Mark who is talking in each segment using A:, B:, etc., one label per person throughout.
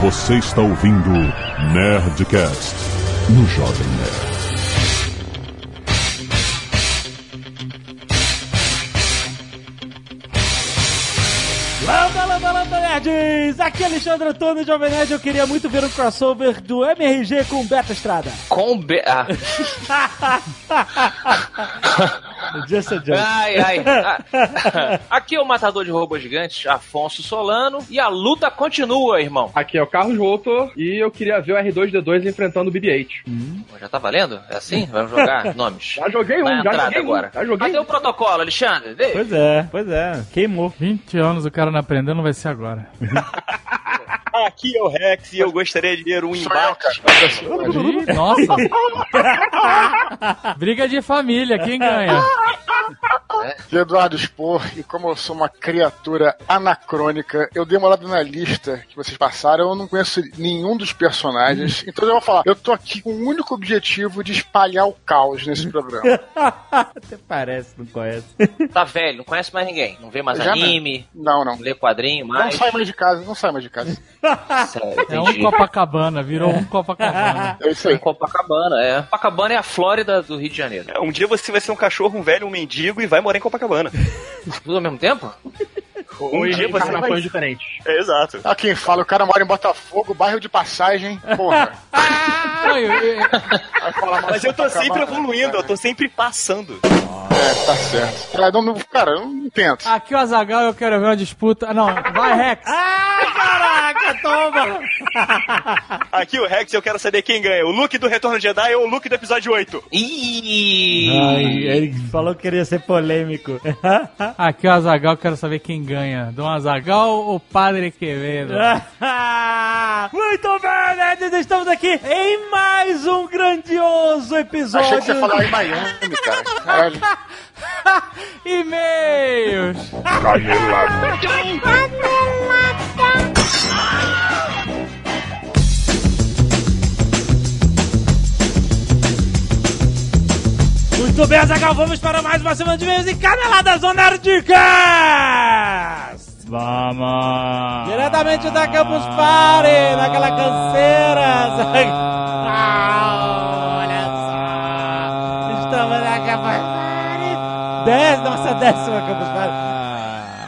A: Você está ouvindo Nerdcast no Jovem
B: Nerd. Landa, landa, landa, nerds! Aqui é Alexandre Antônio, Jovem Nerd. Eu queria muito ver um crossover do MRG com Beto Estrada.
C: Com Be... Ah.
B: Just a joke.
C: Ai, ai. Aqui é o matador de robôs gigantes, Afonso Solano, e a luta continua, irmão.
D: Aqui é o Carlos Roto e eu queria ver o R2D2 enfrentando o BB-8.
C: Hum. Já tá valendo? É assim? Vamos jogar nomes.
D: Já joguei um,
C: Na
D: já
C: entrada
D: joguei
C: agora.
D: Um, já joguei
C: Cadê
D: um.
C: o protocolo, Alexandre? Vê.
B: Pois é, pois é. Queimou.
E: 20 anos o cara não aprendeu, não vai ser agora.
F: Aqui é o Rex e eu gostaria de ver um embate.
E: Ih, nossa! Briga de família, quem ganha?
G: de Eduardo Spor, e como eu sou uma criatura anacrônica, eu dei uma olhada na lista que vocês passaram, eu não conheço nenhum dos
F: Uhum.
G: personagens, então eu vou falar, eu tô aqui com o único objetivo de espalhar o caos nesse
F: Uhum.
G: programa.
B: Até parece, não conhece.
C: Tá velho, não conhece mais ninguém. Não vê mais
G: Já não.
C: anime,
G: Não,
C: não.
G: não.
C: lê quadrinho
G: Não
C: mais.
G: sai mais de casa, não sai mais de casa.
C: Sério,
E: É um
C: entendi. um
E: Copacabana, virou um Copacabana.
G: É
D: um
G: isso aí.
C: Copacabana, é. Copacabana é a Flórida do Rio de Janeiro.
F: Um dia você vai ser um cachorro, um velho, um mendigo e vai morar em Copacabana.
C: Tudo ao mesmo tempo?
F: Um dia você vai.
D: Encarnações diferentes.
F: É, exato.
G: Ah, quem fala, o cara mora em Botafogo, bairro de passagem, porra.
E: Não, eu- eu-
G: Vai falar mais
F: Mas eu tô
G: sobre
F: sempre
G: Copacabana,
F: evoluindo, eu
G: cara.
F: tô sempre passando.
G: É, tá certo. Cara, não, não- cara, eu não tento.
E: aqui o Azagal, eu quero ver uma disputa. Ah, Não, vai, Rex!
F: Aqui o Rex, eu quero saber quem ganha. O look do Retorno de Jedi ou o look do episódio 8?
C: Ih!
B: ele falou que queria ser polêmico.
E: Aqui o Azagal, eu quero saber quem ganha. Dom Azagal ou Padre Quevedo?
B: Muito bem, nerds! Estamos aqui em mais um grandioso
G: Achei que você
B: episódio.
G: ia falar em Miami, cara. Caralho.
E: E-mails!
A: Nerd.
B: Muito bem, Azagal, vamos para mais uma semana de e-mails e canelada Zona Nerdcast! Vamos! Diretamente da Campus Party, naquela canseira! Zagal. Ah, olha só! Estamos na Campus Party! Dez, nossa décima Campus Party!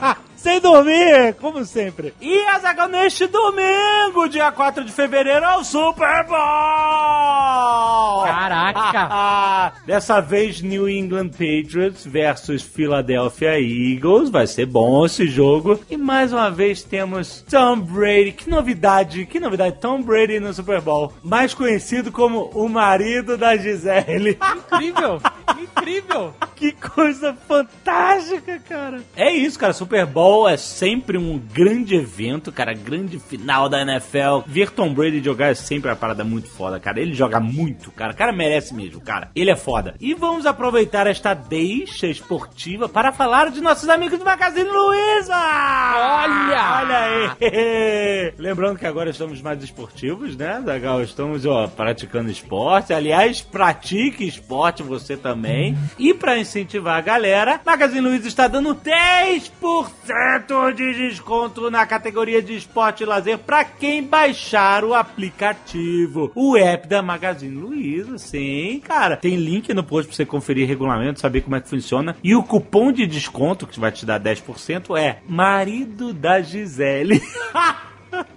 B: Ah, Sem dormir, como sempre. E Azagal, neste domingo, dia 4 de fevereiro, é o Super Bowl!
E: Caraca!
B: Ah, dessa vez New England Patriots versus Philadelphia Eagles, vai ser bom esse jogo. E mais uma vez temos Tom Brady, que novidade, que novidade, Tom Brady no Super Bowl, mais conhecido como o marido da Gisele.
E: Incrível! Incrível!
B: Que coisa fantástica, cara. É isso, cara. Super Bowl é sempre um grande evento, cara. Grande final da NFL. Ver Tom Brady jogar é sempre uma parada muito foda, cara. Ele joga muito, cara. O cara merece mesmo, cara. Ele é foda. E vamos aproveitar esta deixa esportiva para falar de nossos amigos do Magazine Luiza.
E: Olha!
B: Olha aí! Lembrando que agora estamos mais esportivos, né, Zagal? Estamos, ó, praticando esporte. Aliás, pratique esporte você também. E para incentivar a galera, Magazine Luiza está dando 10% de desconto na categoria de esporte e lazer para quem baixar o aplicativo, o app da Magazine Luiza, sim, cara. Tem link no post para você conferir regulamento, saber como é que funciona. E o cupom de desconto que vai te dar 10% é marido da Gisele.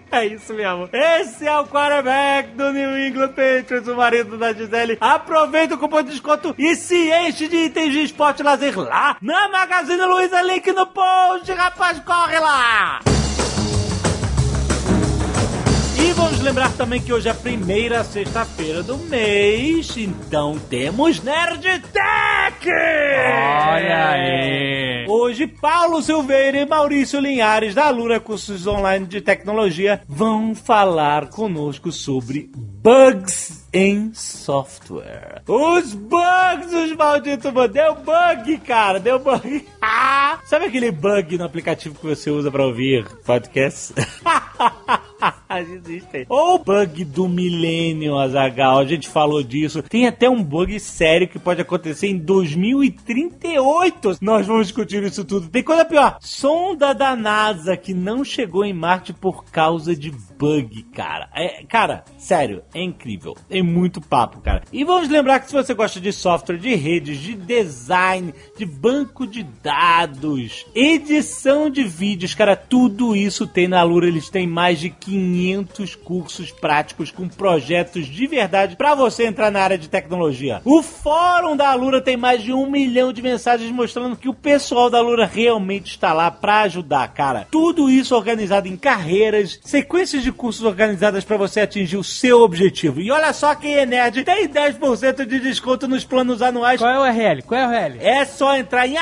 B: É isso mesmo. Esse é o quarterback do New England Patriots, o marido da Gisele. Aproveita o cupom de desconto e se enche de itens de esporte e lazer lá na Magazine Luiza. Link no post, rapaz, corre lá! E vamos lembrar também que hoje é a primeira sexta-feira do mês, então temos Nerd Tech!
E: Olha aí!
B: Hoje, Paulo Silveira e Maurício Linhares, da Alura Cursos Online de Tecnologia, vão falar conosco sobre bugs em software. Os bugs, os malditos, mano. Deu bug, cara, deu bug. Ah! Sabe aquele bug no aplicativo que você usa pra ouvir podcast? bizarras existem. Ou o bug do milênio, Azagal, a gente falou disso. Tem até um bug sério que pode acontecer em 2038. Nós vamos discutir isso tudo. Tem coisa pior: sonda da NASA que não chegou em Marte por causa de bug, cara. É, cara, sério, é incrível. Tem muito papo, cara. E vamos lembrar que se você gosta de software, de redes, de design, de banco de dados, edição de vídeos, cara, tudo isso tem na Alura. Eles têm mais de 500 cursos práticos com projetos de verdade para você entrar na área de tecnologia. O fórum da Alura tem mais de um milhão de mensagens mostrando que o pessoal da Alura realmente está lá para ajudar, cara. Tudo isso organizado em carreiras, sequências de cursos organizadas para você atingir o seu objetivo. E olha só quem é nerd, tem 10% de desconto nos planos anuais.
E: Qual é o URL? Qual é o URL?
B: É só entrar em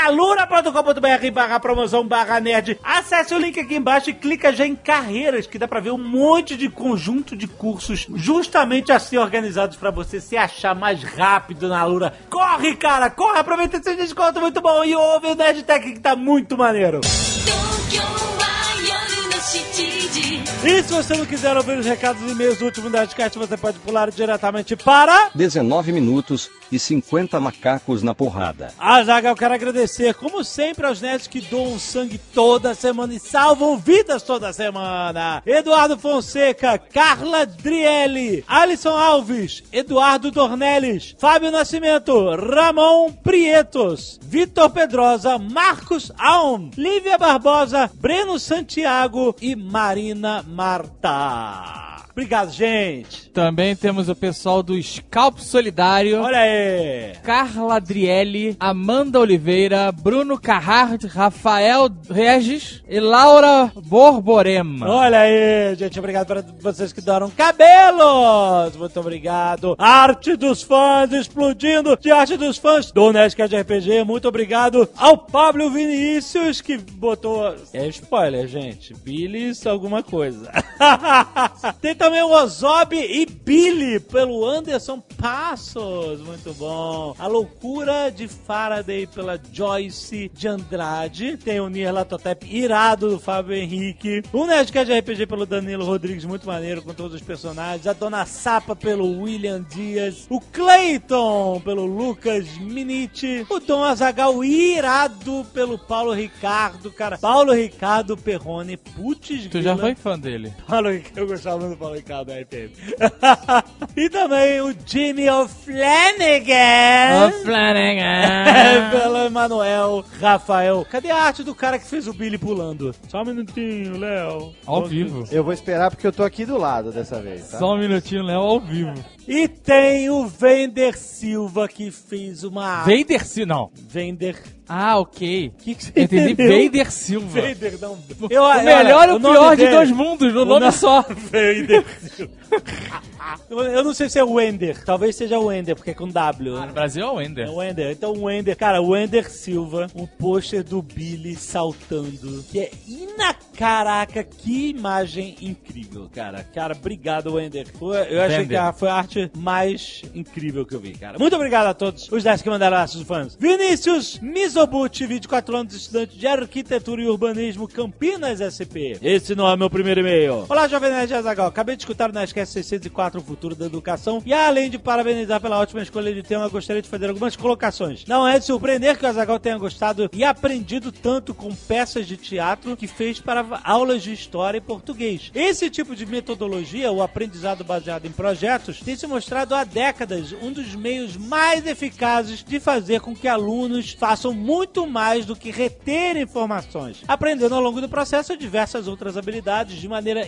B: alura.com.br barra promoção barra nerd. Acesse o link aqui embaixo e clica já em carreiras, que dá pra ver um monte de conjunto de cursos justamente assim organizados pra você se achar mais rápido na Alura. Corre, cara! Corre! Aproveita esse desconto muito bom e ouve o Nerd Tech que tá muito maneiro.
H: 京は夜の7時
B: E se você não quiser ouvir os recados e e-mails do último Nerdcast, você pode pular diretamente para...
I: 19 minutos e 50 macacos na porrada.
B: Ah, Zaga, eu quero agradecer, como sempre, aos nerds que doam sangue toda semana e salvam vidas toda semana. Eduardo Fonseca, Carla Drielli, Alisson Alves, Eduardo Dornelles, Fábio Nascimento, Ramon Prietos, Vitor Pedrosa, Marcos Alm, Lívia Barbosa, Breno Santiago e Marina Marta. Obrigado, gente.
E: Também temos o pessoal do Scalp Solidário.
B: Olha aí.
E: Carla Adriele, Amanda Oliveira, Bruno Carrard, Rafael Regis e Laura Borborema.
B: Olha aí, gente. Obrigado para vocês que doaram cabelos. Muito obrigado. Arte dos fãs explodindo. De arte dos fãs do Nerdcast RPG. Muito obrigado ao Pablo Vinícius que botou... É spoiler, gente. Billis alguma coisa. Tem também o Ozob e Billy pelo Anderson Passos. Muito bom. A Loucura de Faraday pela Joyce de Andrade. Tem o Nier Latotep irado do Fábio Henrique. O Nerdcast de RPG pelo Danilo Rodrigues, muito maneiro com todos os personagens. A Dona Sapa pelo William Dias. O Clayton pelo Lucas Miniti. O Dom Azagal irado pelo Paulo Ricardo, cara. Paulo Ricardo Perrone. Putz,
E: Tu já
B: grila.
E: foi fã dele.
B: Paulo Ricardo, eu gostava muito do Paulo Ricardo da FM. e também o Jimmy O'Flanagan. É,
E: Flanagan.
B: Pelo Emanuel, Rafael. Cadê a arte do cara que fez o Billy pulando? Só um minutinho, Léo.
E: Ao vivo.
F: Eu vou esperar porque eu tô aqui do lado dessa vez, tá?
E: Só um minutinho, Léo, ao vivo.
B: E tem o Vender Silva que fez uma.
E: Vader Silva. Não.
B: Vender.
E: Ah, ok.
B: O que, que você
E: Eu Entendi.
B: entendeu?
E: Vader Silva.
B: Vender, não.
E: O melhor e o
B: nome
E: pior de
B: dele-
E: dois mundos, no
B: o
E: nome é
B: no-
E: só.
B: Vender Silva. Eu- Eu não sei se é o Wender. Talvez seja o Wender, porque é com W.
E: Ah, no Brasil é o Ender.
B: É o Ender. Então o Ender, cara, o Ender Silva, o pôster do Billy saltando, que é ina caraca, que imagem incrível, cara. Cara, obrigado, Wender. Foi- eu achei
E: Wender.
B: que a- foi a arte mais incrível que eu vi, cara. Muito obrigado a todos os 10 que mandaram abraços fãs. Vinícius Mizobuchi, 24 anos, estudante de arquitetura e urbanismo, Campinas SP. Esse não é meu primeiro e-mail. Olá, Jovem Nerd Azagal. Acabei de escutar o Nerdcast 604, o futuro da educação. E além de parabenizar pela ótima escolha de tema, gostaria de fazer algumas colocações. Não é de surpreender que o Azagal tenha gostado e aprendido tanto com peças de teatro que fez para va- aulas de história e português. Esse tipo de metodologia, o aprendizado baseado em projetos, tem se mostrado há décadas um dos meios mais eficazes de fazer com que alunos façam muito mais do que reter informações, aprendendo ao longo do processo diversas outras habilidades de maneira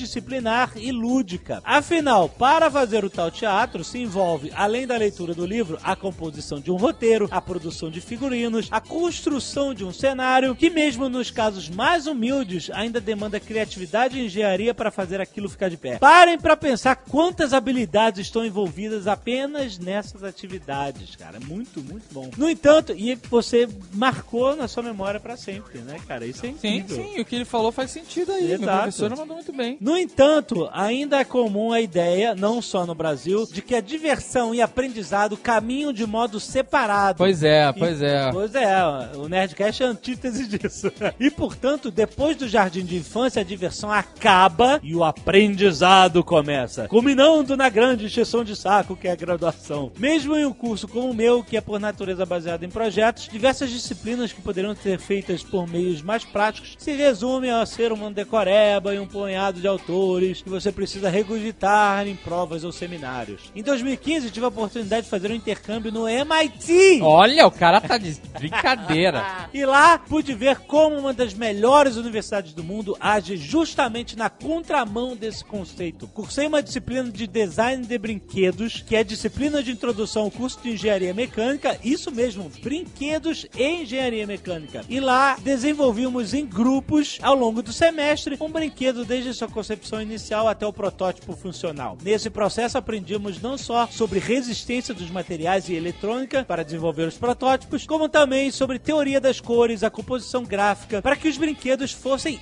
B: interdisciplinar e lúdica. Afinal, para fazer o tal teatro, se envolve, além da leitura do livro, a composição de um roteiro, a produção de figurinos, a construção de um cenário, que mesmo nos casos mais humildes, ainda demanda criatividade e engenharia para fazer aquilo ficar de pé. Parem para pensar quantas habilidades estão envolvidas apenas nessas atividades, cara. É Muito, muito bom. No entanto, e você marcou na sua memória para sempre, né, cara? Isso é
E: Sim,
B: incrível.
E: sim, o que ele falou faz sentido aí. Meu
B: Exato.
E: professor mandou muito bem.
B: No entanto, ainda é comum a ideia Coreia, não só no Brasil, de que a diversão e aprendizado caminham de modo separado.
E: Pois é, pois é.
B: Pois é, o Nerdcast é a antítese disso. E, portanto, depois do jardim de infância, a diversão acaba e o aprendizado começa, culminando na grande exceção de saco que é a graduação. Mesmo em um curso como o meu, que é por natureza baseado em projetos, diversas disciplinas que poderiam ser feitas por meios mais práticos se resumem a ser uma decoreba e um punhado de autores que você precisa regurgitar em provas ou seminários. Em 2015, tive a oportunidade de fazer um intercâmbio no MIT.
E: Olha, o cara tá de brincadeira.
B: E lá pude ver como uma das melhores universidades do mundo age justamente na contramão desse conceito. Cursei uma disciplina de design de brinquedos, que é disciplina de introdução ao curso de engenharia mecânica, isso mesmo, brinquedos e engenharia mecânica. E lá desenvolvimos em grupos, ao longo do semestre, um brinquedo desde sua concepção inicial até o protótipo funcional. Nesse processo aprendimos não só sobre resistência dos materiais e eletrônica para desenvolver os protótipos, como também sobre teoria das cores, a composição gráfica, para que os brinquedos fossem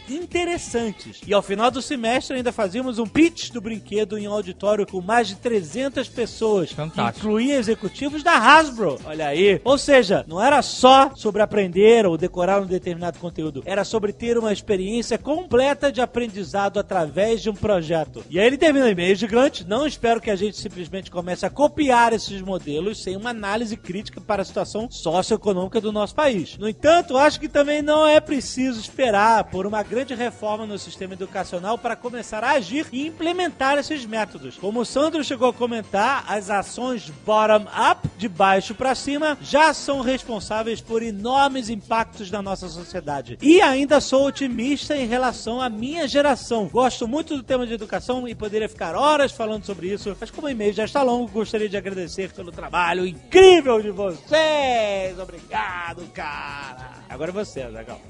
B: interessantes. E ao final do semestre ainda fazíamos um pitch do brinquedo em um auditório com mais de 300 pessoas, que incluía executivos da Hasbro. Olha aí. Ou seja, não era só sobre aprender ou decorar um determinado conteúdo, era sobre ter uma experiência completa de aprendizado através de um projeto. E aí ele termina o e-mail gigante. Não espero que a gente simplesmente comece a copiar esses modelos sem uma análise crítica para a situação socioeconômica do nosso país. No entanto, acho que também não é preciso esperar por uma grande reforma no sistema educacional para começar a agir e implementar esses métodos. Como o Sandro chegou a comentar, as ações bottom-up, de baixo para cima, já são responsáveis por enormes impactos na nossa sociedade. E ainda sou otimista em relação à minha geração. Gosto muito do tema de educação e poderia ficar horas falando sobre isso, mas como o e-mail já está longo, gostaria de agradecer pelo trabalho incrível de vocês. Obrigado, cara. Agora é você, Zagal.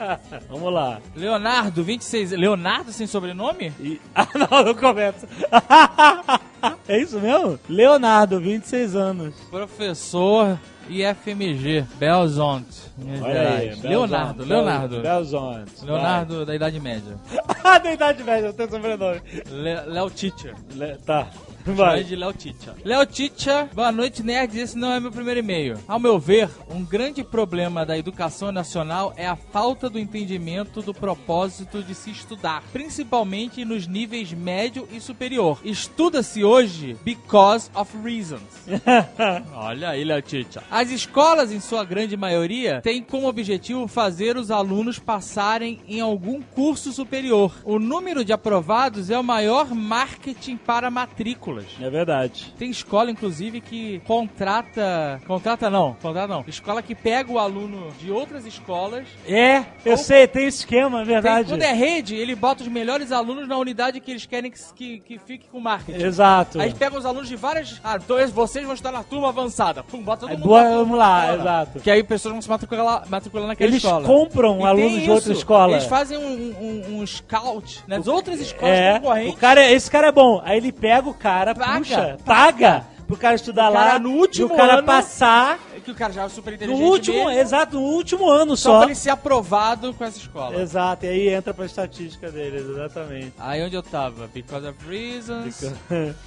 B: Vamos lá.
E: Leonardo, 26. Leonardo sem sobrenome?
B: Ah, não, não começa. é isso mesmo? Leonardo, 26 anos.
E: Professor IFMG, Belzont. Minas
B: Olha aí,
E: Gerais.
B: Belzonte,
E: Leonardo,
B: Bel-
E: Leonardo.
B: Belzonte, vai.
E: Leonardo da Idade Média.
B: Ah, da idade média, eu tenho sobrenome.
E: Le- Léo Teacher.
B: tá.
E: Vai. de Léo Teacher. Léo Teacher, boa noite, nerds. Esse não é meu primeiro e-mail. Ao meu ver, um grande problema da educação nacional é a falta do entendimento do propósito de se estudar, principalmente nos níveis médio e superior. Estuda-se hoje because of reasons. Olha aí, Léo Teacher. As escolas, em sua grande maioria, têm como objetivo fazer os alunos passarem em algum curso superior. O número de aprovados é o maior marketing para matrículas.
B: É verdade.
E: Tem escola, inclusive, que contrata. Contrata não, contrata não. Escola que pega o aluno de outras escolas.
B: É, eu sei, tem esquema, é
E: Então- Tem,
B: verdade.
E: quando é rede, ele bota os melhores alunos na unidade que eles querem que, que, que fique com marketing.
B: Exato.
E: Aí pega os alunos de várias. Ah, então es- vocês vão estar na turma avançada. Pum, bota todo
B: Aí
E: mundo.
B: É, boa-
E: na turma
B: vamos lá,
E: avançada.
B: exato.
E: Que aí pessoas vão se matricular, matricular naquela
B: Eles
E: escola.
B: compram
E: E
B: alunos
E: tem
B: de outra
E: isso.
B: escola.
E: Eles fazem um, um, um scout nas outras escolas
B: É, o
E: concorrentes.
B: cara, esse cara é bom. Aí ele pega o cara,
E: Paga.
B: puxa, paga pro cara estudar
E: O cara
B: lá,
E: no último
B: e o cara
E: ano-
B: passar
E: Que o cara já é super
B: no
E: inteligente.
B: último,
E: mesmo,
B: exato, no último ano
E: Só
B: só.
E: pra ele ser aprovado com essa escola.
B: Exato, e aí entra pra estatística deles, exatamente.
E: Aí onde eu tava? Because of reasons.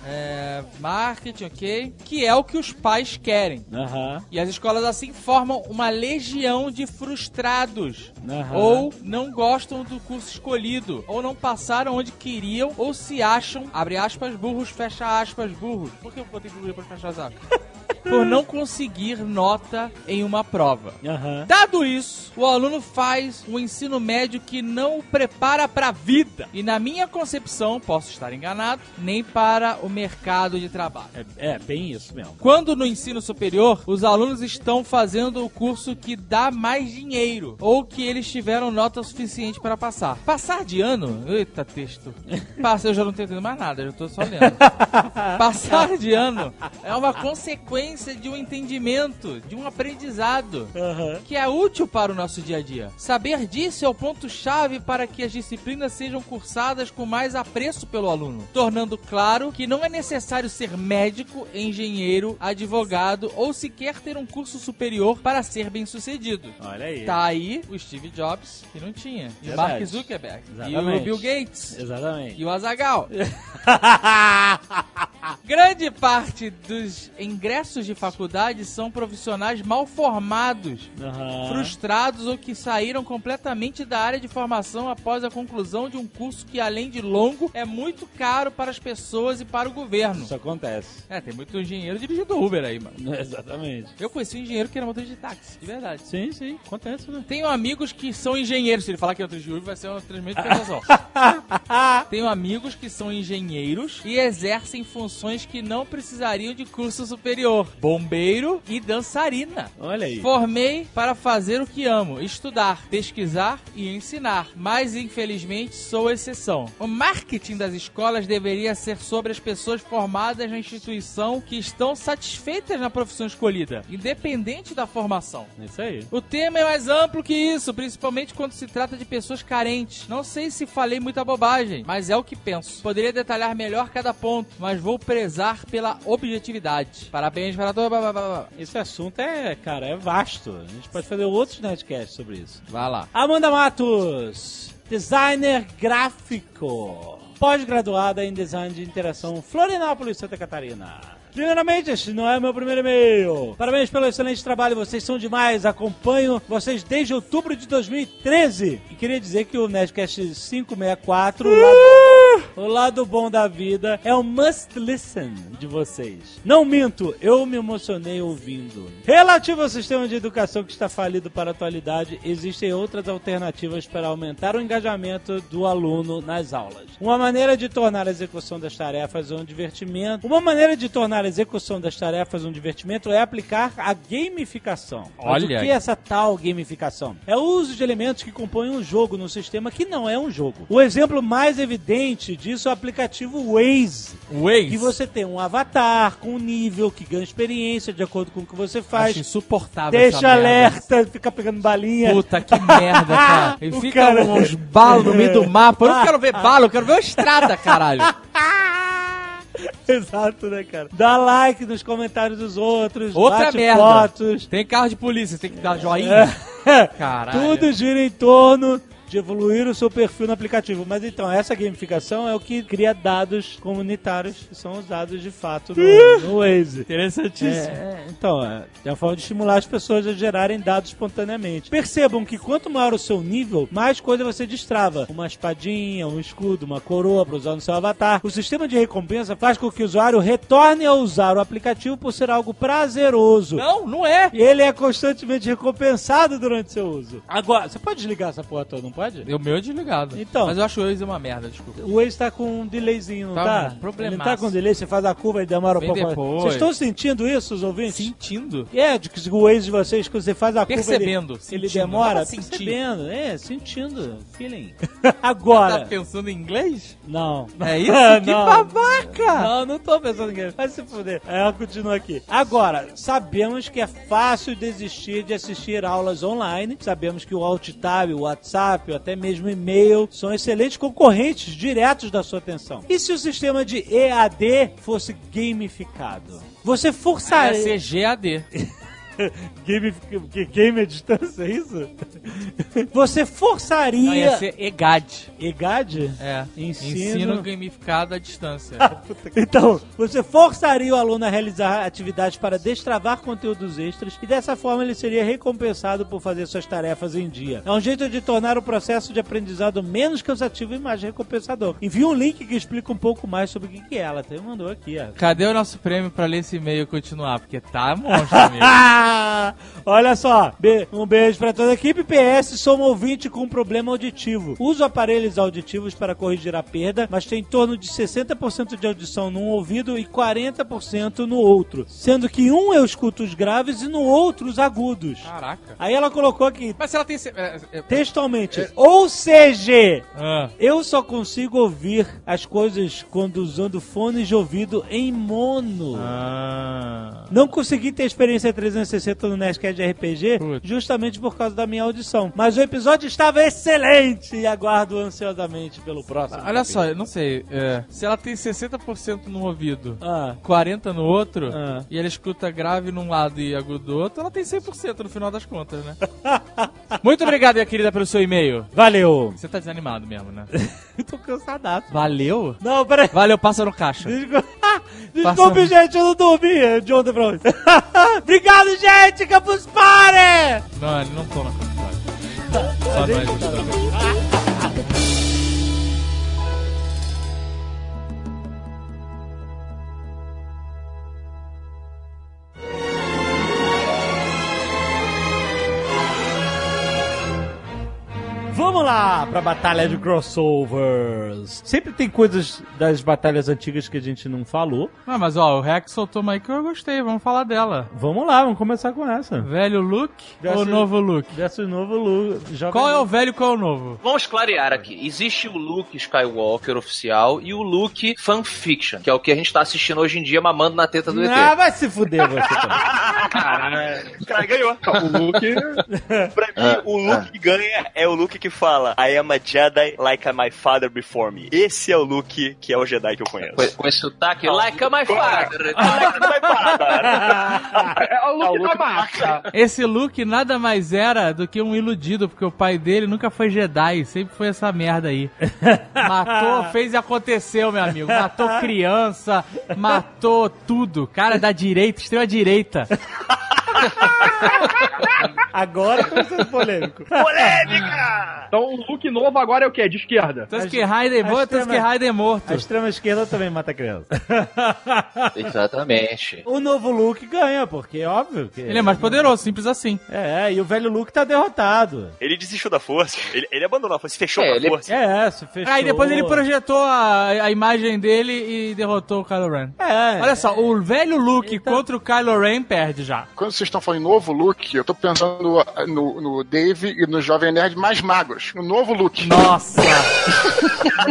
E: é, marketing, ok? Que é o que os pais querem.
B: Aham.
E: E as escolas assim formam uma legião de frustrados.
B: Aham.
E: Ou não gostam do curso escolhido. Ou não passaram onde queriam. Ou se acham, abre aspas, burros, fecha aspas, burros. Por que eu botei burro depois de fechar as aspas? Por não conseguir nota em uma prova.
B: Aham.
E: Dado isso, o aluno faz um ensino médio que não o prepara para a vida. E na minha concepção, posso estar enganado, nem para o mercado de trabalho.
B: É, bem isso mesmo.
E: Quando no ensino superior, os alunos estão fazendo o curso que dá mais dinheiro ou que eles tiveram nota suficiente para passar. Passar de ano? Eita, texto. Passa, eu já não tô entendendo mais nada, eu já tô só lendo. Passar de ano é uma consequência essência de um entendimento, de um aprendizado, que é útil para o nosso dia a dia. Saber disso é o ponto-chave para que as disciplinas sejam cursadas com mais apreço pelo aluno, tornando claro que não é necessário ser médico, engenheiro, advogado ou sequer ter um curso superior para ser bem-sucedido.
J: Olha aí.
E: Tá aí o Steve Jobs, que não tinha. E o
J: Verdade.
E: Mark Zuckerberg. E
J: Exatamente.
E: o Bill Gates.
J: Exatamente.
E: E o Azagal. Grande parte dos ingressos de faculdade são profissionais mal formados,
J: Aham.
E: frustrados ou que saíram completamente da área de formação após a conclusão de um curso que, além de longo, é muito caro para as pessoas e para o governo.
J: Isso acontece.
E: É, tem muito engenheiro dirigindo Uber aí, mano.
J: Exatamente.
E: Eu conheci um engenheiro que era motorista de táxi, de verdade.
J: Sim, sim, acontece, né?
E: Tenho amigos que são engenheiros. Se ele falar que é outro juiz, vai ser uma transmissão de pensação. Tenho amigos que são engenheiros e exercem funções que não precisariam de curso superior. Bombeiro e dançarina.
J: Olha aí.
E: Formei para fazer o que amo, estudar, pesquisar e ensinar. Mas, infelizmente, sou exceção. O marketing das escolas deveria ser sobre as pessoas formadas na instituição que estão satisfeitas na profissão escolhida, independente da formação.
J: Isso aí.
E: O tema é mais amplo que isso, principalmente quando se trata de pessoas carentes. Não sei se falei muita bobagem, mas é o que penso. Poderia detalhar melhor cada ponto, mas vou prezar pela objetividade. Parabéns para todo.
J: Esse assunto é, cara, é vasto. A gente pode fazer outros netcasts sobre isso.
E: Vai lá.
B: Amanda Matos, designer gráfico, pós-graduada em design de interação Florianópolis, Santa Catarina. Primeiramente, este não é meu primeiro e-mail. Parabéns pelo excelente trabalho, vocês são demais. Acompanho vocês desde outubro de 2013. E queria dizer que o Nerdcast 564, o lado, o lado bom da vida, é um must listen de vocês. Não minto, eu me emocionei ouvindo. Relativo ao sistema de educação que está falido para a atualidade, existem outras alternativas para aumentar o engajamento do aluno nas aulas. Uma maneira de tornar a execução das tarefas um divertimento. Uma maneira de tornar a execução das tarefas um divertimento é aplicar a gamificação. Mas
E: Olha
B: o que é essa tal gamificação? É o uso de elementos que compõem um jogo num sistema que não é um jogo. O exemplo mais evidente disso é o aplicativo Waze, que
E: Waze.
B: você tem um avatar com um nível que ganha experiência de acordo com o que você faz.
E: Acho insuportável
B: Deixa
E: essa merda.
B: alerta, fica pegando balinha.
E: Puta que merda, cara. E
B: O
E: fica
B: cara-
E: uns balos no meio do mapa. Eu não quero ver bala, eu quero ver uma estrada, caralho.
B: Exato, né, cara? Dá like nos comentários dos outros,
E: Outra
B: bate
E: merda.
B: fotos. É,
E: Tem carro de polícia, tem que dar joinha. Caralho.
B: Tudo gira em torno de evoluir o seu perfil no aplicativo. Mas então, essa gamificação é o que cria dados comunitários que são usados de fato no, no Waze.
E: Interessantíssimo.
B: É, é, então, é é uma forma de estimular as pessoas a gerarem dados espontaneamente. Percebam que quanto maior o seu nível, mais coisa você destrava. Uma espadinha, um escudo, uma coroa para usar no seu avatar. O sistema de recompensa faz com que o usuário retorne a usar o aplicativo por ser algo prazeroso.
E: Não, não é.
B: E ele é constantemente recompensado durante seu uso. Agora, você pode desligar essa porra toda, não pode?
E: O meu é desligado.
B: Então.
E: Mas eu acho o Waze uma merda, desculpa.
B: O Waze tá com um delayzinho, não
E: Tá,
B: tá?
E: mano, problemaço.
B: Ele tá com delay, você faz a curva e demora um
E: Vem
B: pouco. mais.
E: depois.
B: Vocês estão sentindo isso, os ouvintes?
E: Sentindo?
B: É, de que o Waze de vocês, que você faz a
E: Percebendo,
B: curva, ele, ele
E: sentindo.
B: demora.
E: Não senti.
B: Percebendo, é, sentindo, feeling.
E: Tá
B: Agora.
E: pensando em inglês?
B: Não.
E: É isso? que
B: Não.
E: babaca!
B: Não, não tô pensando que vai se fuder. Aí ela continua aqui. Agora, sabemos que é fácil desistir de assistir aulas online. Sabemos que o AltTab, o WhatsApp, ou até mesmo e-mail são excelentes concorrentes diretos da sua atenção. E se o sistema de EAD fosse gamificado? Você
E: Vai
B: forçaria.
E: é ser GAD.
B: Game, que- game à distância, é isso? Você forçaria.
E: Não, ia ser EGAD.
B: EGAD?
E: É.
B: Ensino-
E: gamificado à distância.
B: Então, você forçaria o aluno a realizar atividades para destravar conteúdos extras e dessa forma ele seria recompensado por fazer suas tarefas em dia. É um jeito de tornar o processo de aprendizado menos cansativo e mais recompensador. Envia um link que explica um pouco mais sobre o que que é. Ela até mandou aqui, ó.
E: Cadê o nosso prêmio pra ler esse e-mail e continuar? Porque tá monstro, amigo.
B: Ah, Olha só, be- um beijo pra toda a equipe. PS, sou um ouvinte com problema auditivo. Uso aparelhos auditivos para corrigir a perda, mas tem em torno de 60% de audição num ouvido e 40% no outro. Sendo que um eu escuto os graves e no outro os agudos.
E: Caraca.
B: Aí ela colocou aqui.
E: Mas ela tem. se- é, é,
B: Textualmente. Ou seja,
E: Ah.
B: eu só consigo ouvir as coisas quando usando fones de ouvido em mono. Não consegui ter experiência 360 no Nerdcast de RPG justamente por causa da minha audição. Mas o episódio estava excelente e aguardo ansiosamente pelo próximo.
E: Olha só,
B: capítulo.
E: eu não sei. é, se ela tem 60% num ouvido,
B: Ah.
E: 40% no outro,
B: Ah.
E: e ela escuta grave num lado e agudo do outro, ela tem 100% no final das contas, né? Muito obrigado, minha querida, pelo seu e-mail.
B: Valeu.
E: Você tá desanimado mesmo, né?
B: Eu tô cansadaço.
E: Valeu?
B: Não, peraí.
E: Valeu, pássaro caixa.
B: Desculpa, Desculpa
E: Passou.
B: gente, eu não dormi de ontem pra hoje. Obrigado, gente! Campus Party!
E: Não, ele não toma quantidade. Só nós os dois.
B: Vamos lá pra batalha de crossovers. Sempre tem coisas das batalhas antigas que a gente não falou.
E: Ah, mas ó, o Rex soltou uma aí que eu gostei, vamos falar dela.
B: Vamos lá, vamos começar com essa.
E: Velho look ou
B: Versus-
E: novo look?
B: Versus novo Lu. jovem
E: Qual é o
B: Lu.
E: velho e qual é o novo?
C: Vamos clarear aqui. Existe o Luke Skywalker oficial e o Luke fanfiction, que é o que a gente tá assistindo hoje em dia mamando na teta do
B: Ah,
C: ET.
B: vai se fuder você também.
F: Cara, ganhou.
D: Tá, O Luke.
F: Pra mim,
C: Ah,
F: o Luke que ganha é o Luke que fala I am a Jedi like my father before me. Esse é o Luke que é o Jedi que eu conheço.
C: Com, com esse sotaque, like my father.
D: É o Luke, da massa.
E: Esse Luke nada mais era do que um iludido, porque o pai dele nunca foi Jedi, sempre foi essa merda aí. Matou, fez e aconteceu, meu amigo. Matou criança, matou tudo. Cara da direita, extrema direita.
B: Agora tá sendo polêmico.
D: Então o Luke novo agora é o quê? De esquerda.
E: Tanto que Raiden
B: a
E: morto, tanto
B: extrema-
E: que Raiden morto.
B: A extrema esquerda também mata criança.
C: Exatamente.
B: o novo Luke ganha, porque é óbvio que.
E: Ele é mais poderoso, simples assim.
B: É, e o velho Luke tá derrotado.
F: Ele desistiu da força. Ele, ele abandonou a força. Se fechou
C: É,
F: com a
C: ele-
F: força.
B: É, se fechou.
E: Aí depois ele projetou a, a imagem dele e derrotou o Kylo Ren.
B: É.
E: Olha só, o velho Luke contra o Kylo Ren perde já.
G: Quando vocês estão falando em novo look, eu tô pensando ah, no, no Dave e no Jovem Nerd mais magros. O novo look.
E: Nossa!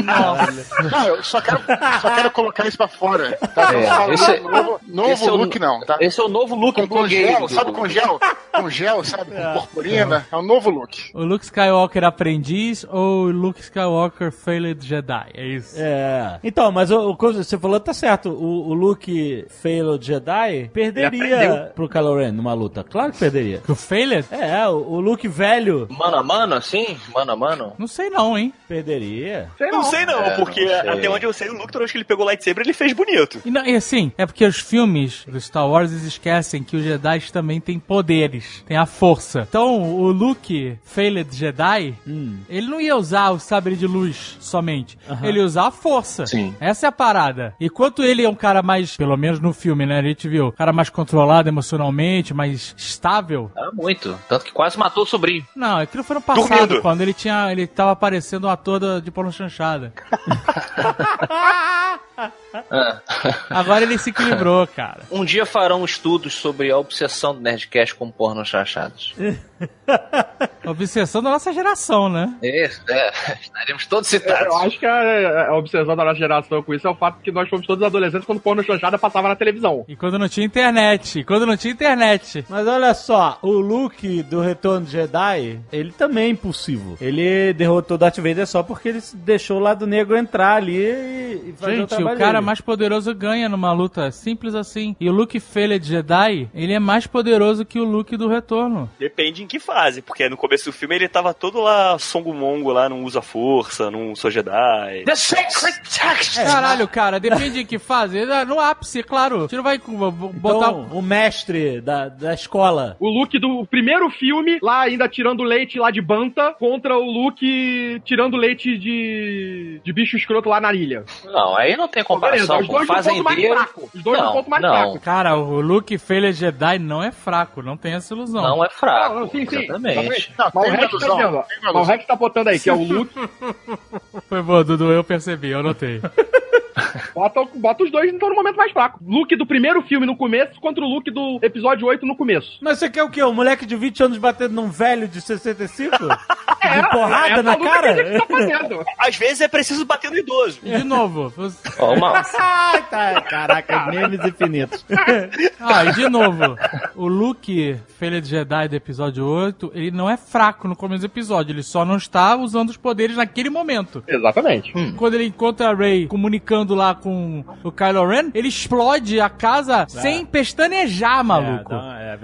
E: Nossa!
G: Não, eu só quero, só quero colocar isso pra fora. Tá? Eu
C: É,
G: falo,
C: esse-
G: novo novo
C: Esse é o-
G: look, não, tá?
C: Esse é o novo Luke
G: Com, com
C: do
G: gel,
C: gay.
G: sabe com gel? Com gel, sabe? Com purpurina. É o novo look.
E: O Luke Skywalker aprendiz ou o Luke Skywalker failed Jedi? É isso.
B: É. Então, mas o, o coisa- você falou tá certo. O, o Luke Failed Jedi perderia pro Kylo Ren numa luta. Claro que perderia.
E: Que O failed?
B: É, o, o Luke velho
C: Mano a mano, assim? Mano a mano?
E: Não sei não, hein?
B: perderia.
D: Sei
F: Não sei não,
C: É,
F: porque
C: não sei.
F: até onde eu sei, o Luke, toda vez que ele pegou o lightsaber, ele fez bonito.
E: E, não, e assim, é porque os filmes do Star Wars eles esquecem que os Jedi também têm poderes, têm a força. Então, o Luke failed Jedi, ele não ia usar o sabre de luz somente. Ele ia usar a força.
C: Sim.
E: Essa é a parada. Enquanto ele é um cara mais, pelo menos no filme, né? A gente viu, um cara mais controlado emocionalmente, mais estável.
C: Ah, muito. Tanto que quase matou o sobrinho.
E: Não, aquilo foi no passado,
F: Dormindo.
E: quando ele tinha. Ele tava parecendo um ator da- de porno chanchada. Agora ele se equilibrou, cara.
C: Um dia farão estudos sobre a obsessão do Nerdcast com porno chachados.
D: É.
E: Obsessão da nossa geração, né?
C: Isso, é. Estaremos todos
D: É, Eu
C: citados.
D: acho que a, a obsessão da nossa geração com isso é o fato que nós fomos todos adolescentes quando porno chanchada passava na televisão.
E: E quando não tinha internet. E quando não tinha internet.
B: Mas olha só, o Luke do Retorno de Jedi, ele também é impulsivo. Ele derrotou Darth Vader só porque ele se deixou o lado negro entrar ali e, e fazer o
E: Gente,
B: trabalho
E: o cara
B: dele.
E: mais poderoso ganha numa luta simples assim. E o Luke Failed Jedi, ele é mais poderoso que o Luke do Retorno.
F: Depende em que fase, porque no começo do filme ele tava todo lá songo-mongo, lá, não usa força, não sou Jedi.
C: The Sacred Text!
E: Caralho, cara, depende de que fase. Ah, No ápice, claro. A gente não vai com- botar...
B: Então, o mestre da, da escola.
D: O Luke do primeiro filme, lá ainda tirando leite lá de Banta, contra o Luke tirando leite de. de bicho escroto lá na ilha. Então,
C: Não, aí não tem comparação
D: Beleza, os
C: com
D: dois do ponto um mais
C: fazendeiro.
D: fraco. Os dois do
C: não,
D: ponto mais
C: não,
D: fraco.
E: Cara, o Luke Felha Jedi não é fraco, não tem essa ilusão.
C: Não é fraco.
E: Não, não,
D: sim, sim.
C: Exatamente.
D: Mas o Rex tá dizendo, ó. Mas o Rex tá botando aí, que é o Luke.
E: Foi boa, Dudu, eu percebi, eu notei.
D: Bota, bota os dois então no momento mais fraco. Luke do primeiro filme no começo contra o Luke do episódio 8 no começo.
B: Mas você quer o quê? Um moleque de 20 anos batendo num velho de 65?
D: É,
B: de porrada
D: é
B: na
D: a luta
B: cara?
D: que a gente tá fazendo.
F: Às vezes é preciso bater no idoso.
E: E de novo.
C: Ó, uma-
B: Ai, tá, caraca, memes infinitos.
E: Ah, e de novo, o Luke Felha de Jedi do episódio 8, ele não é fraco no começo do episódio, ele só não está usando os poderes naquele momento.
D: Exatamente.
B: Hum.
E: Quando ele encontra a Rey comunicando lá com o Kylo Ren, ele explode a
B: É.
E: casa sem pestanejar, maluco.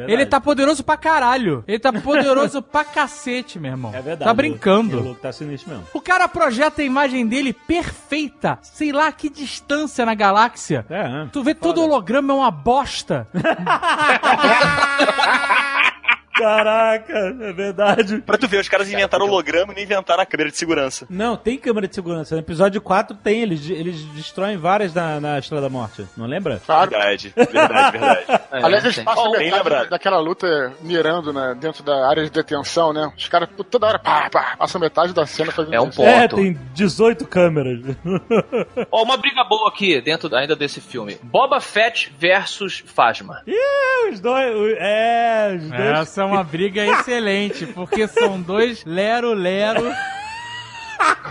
E: ele tá poderoso pra caralho. Ele tá poderoso pra cacete, meu irmão.
B: É verdade.
E: Tá
B: O
E: brincando.
B: Luke tá sinistro mesmo.
E: O cara projeta a imagem dele perfeita, sei lá que distância na galáxia.
B: É, é.
E: Tu vê todo holograma é uma bosta.
B: Caraca, é verdade.
F: Pra tu ver, os caras inventaram o holograma e não inventaram a câmera de segurança.
B: Não, tem câmera de segurança. No episódio 4 tem, eles, eles destroem várias na, na Estrela da Morte. Não lembra?
G: Claro.
F: Verdade, verdade, verdade.
C: é,
G: Aliás,
C: não
G: eles
C: tem.
G: passam
F: Bom, bem
G: metade
F: lembrado.
G: daquela luta mirando né, dentro da área de detenção, né? Os caras pô, toda hora pá, pá, passam metade da cena fazendo
C: É um
G: isso.
C: ponto.
B: É, tem 18 câmeras.
C: Ó, uma briga boa aqui, dentro ainda desse filme. Boba Fett versus Phasma.
B: os dois. o- É, os dois.
E: Essa é uma briga excelente, porque são dois lero-lero.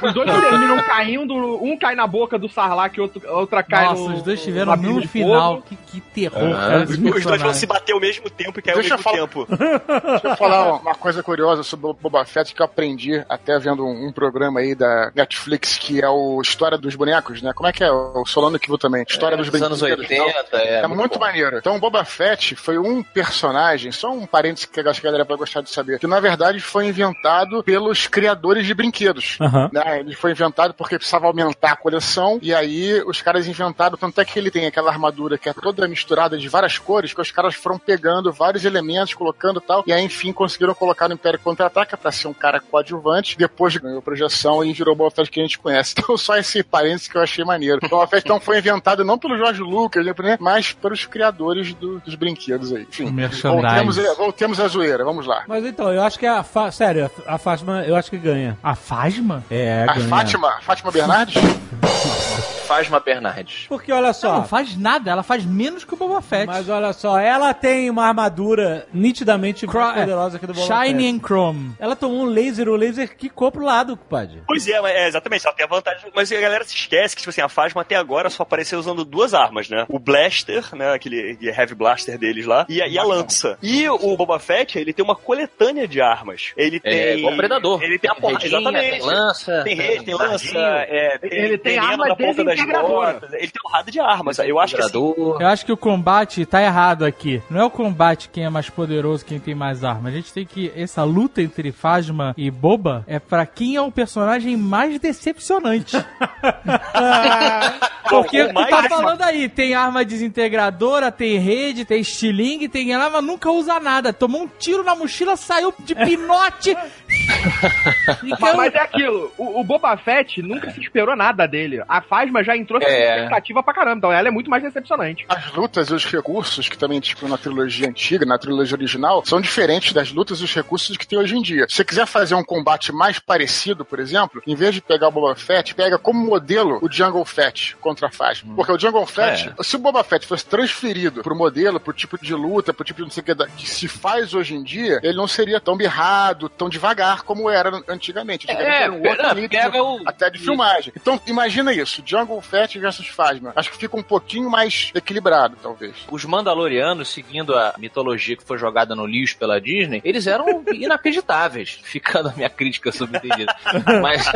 D: Os dois terminam caindo, um cai na boca do Sarlacc e outro, outra cai
E: Nossa,
D: no.
E: os dois tiveram o
D: no abismo
E: mesmo
D: de
E: final.
D: fogo.
E: Que, que terror, cara.
F: Ah, Os,
E: Esses
F: os dois assim. vão
E: personagens.
F: se bater ao mesmo tempo e cair ao
G: Deixa eu
F: mesmo
G: falar-
F: tempo.
G: Deixa eu falar uma- uma coisa curiosa sobre o Boba Fett que eu aprendi até vendo um, um programa aí da Netflix que é o História dos Bonecos, né? Como é que é? O Solano que viu também. História dos
C: É, Dos anos
G: Brinquedos. e tal.
C: 80, é.
G: É muito,
C: bom.
G: maneiro. Então, o Boba Fett foi um personagem, só um parênteses que eu acho que a galera vai gostar de saber, que na verdade foi inventado pelos criadores de brinquedos.
B: Aham.
G: né? Ele foi inventado porque precisava aumentar a coleção, e aí os caras inventaram, tanto é que ele tem aquela armadura que é toda misturada de várias cores, que os caras foram pegando vários elementos, colocando e tal, e aí enfim conseguiram colocar no Império Contra-Ataca pra ser um cara coadjuvante, depois ganhou projeção e virou o Boba Fett que a gente conhece. Então só esse parênteses que eu achei maneiro. Então, O Boba Fett não foi inventado não pelo Jorge Lucas, né, mas pelos criadores do- dos brinquedos aí. Enfim,
E: Merchandise.
G: voltemos, voltemos à zoeira, vamos lá.
B: Mas então, eu acho que a. Fa... Sério, a Fátima, eu acho que ganha.
E: A Fasma?
B: É,
G: A Fátima, Fátima Bernardes?
C: Phasma Bernardes.
B: Porque olha
E: Ela
B: só.
E: não faz nada, ela faz menos que o Boba Fett.
B: Mas olha só, ela tem uma armadura nitidamente
E: Cro- é.
B: mais poderosa que a do Boba
E: Shiny
B: Fett.
E: and Chrome.
B: Ela tomou um laser, o laser quicou pro lado, compadre.
F: Pois é, mas- é, exatamente, ela tem a vantagem. Mas a galera se esquece que, tipo assim, a Phasma até agora só apareceu usando duas armas, né? O Blaster, né? Aquele Heavy Blaster deles lá, e a, e a lança. E o Boba Fett, ele tem uma coletânea de armas. Ele tem.
C: É, igual o Predador.
F: Ele tem a porrada,
C: redinha,
F: exatamente.
C: Tem lança. né?
F: Tem rede, tem lança,
C: sardinha,
F: é, tem,
D: Ele tem
F: arma
D: arma
F: na ponta das
D: desintegradora.
F: botas, ele tem um rado de armas. Eu acho que assim,
C: vibrador.
E: Eu acho que o combate tá errado aqui. Não é o combate quem é mais poderoso, quem tem mais arma. A gente tem que. Essa luta entre Fasma e Boba é pra quem é o personagem mais decepcionante. Porque
F: Bom,
E: tu
F: o mais-
E: tá falando aí, tem arma desintegradora, tem rede, tem estilingue, tem ela, mas nunca usa nada. Tomou um tiro na mochila, saiu de pinote. e
D: Mas,
E: caiu-
D: mas é aquilo, o, o Boba Fett nunca se esperou nada dele. A Fasma já entrou sem
C: É.
D: expectativa pra caramba, então ela é muito mais decepcionante.
G: As lutas e os recursos que também, tipo, na trilogia antiga, na trilogia original, são diferentes das lutas e os recursos que tem hoje em dia. Se você quiser fazer um combate mais parecido, por exemplo, em vez de pegar o Boba Fett, pega como modelo o Jungle Fett contra a Fasma. Porque o Jungle Fett, se o Boba Fett fosse transferido pro modelo, pro tipo de luta, pro tipo de não sei o que, da- que se faz hoje em dia, ele não seria tão birrado, tão devagar como era antigamente. Antigamente
C: É,
G: era um
C: pera-
G: outro ritmo,
C: pega o-
G: até de filmagem. Então, imagina isso: Jungle Fett versus Phasma. Acho que fica um pouquinho mais equilibrado, talvez.
C: Os Mandalorianos, seguindo a mitologia que foi jogada no lixo pela Disney, eles eram inacreditáveis, ficando a minha crítica subentendida. Mas,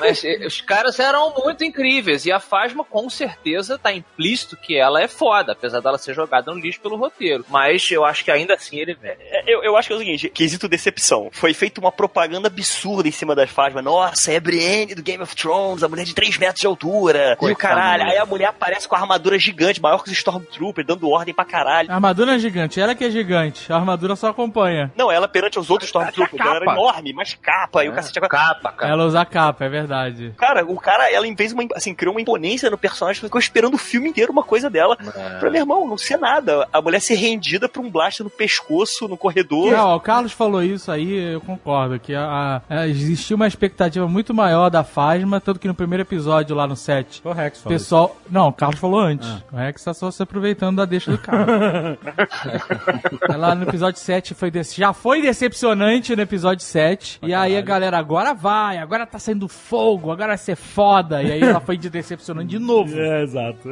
C: mas, eh, os caras eram muito incríveis. E a Fasma, com certeza, tá implícito que ela é foda, apesar dela ser jogada no lixo pelo roteiro. Mas eu acho que ainda assim ele é.
F: É, Eu, eu acho que é o seguinte, quesito decepção. Foi feita uma propaganda absurda em cima das Fasmas. Nossa, é a Brienne do Game of Thrones, a mulher de 3 metros de altura. e o
E: Coitada,
F: caralho.
E: mulher.
F: Aí a mulher aparece com a armadura gigante, maior que os Stormtrooper, dando ordem pra caralho.
E: A armadura é gigante, ela que é gigante. A armadura só acompanha.
F: Não, ela perante os outros Stormtroopers,
E: capa. É.
F: ela era enorme, mas capa, e o cacete
C: Capa,
E: Ela usa a capa, é verdade.
F: Cara, o cara, ela em vez de uma, assim, criou uma imponência no personagem, ficou esperando o filme inteiro uma coisa dela.
E: É.
F: Pra, meu irmão, não ser nada. A mulher ser rendida pra um blaster no pescoço, no corredor.
E: Não, ó, o Carlos falou isso aí, eu concordo, que a, a- existiu uma expectativa muito maior da Fasma, tanto que no primeiro episódio lá no set,
B: O Rex
E: o
B: falou Ah.
E: pessoal... Não, o Carlos falou antes. O Rex tá só se aproveitando da deixa do Carlos. Tá lá no episódio 7 foi desse, já foi decepcionante no episódio 7, e aí a galera, agora vai, agora tá saindo fogo, agora vai ser foda, e aí ela foi de decepcionante de novo.
B: É, exato.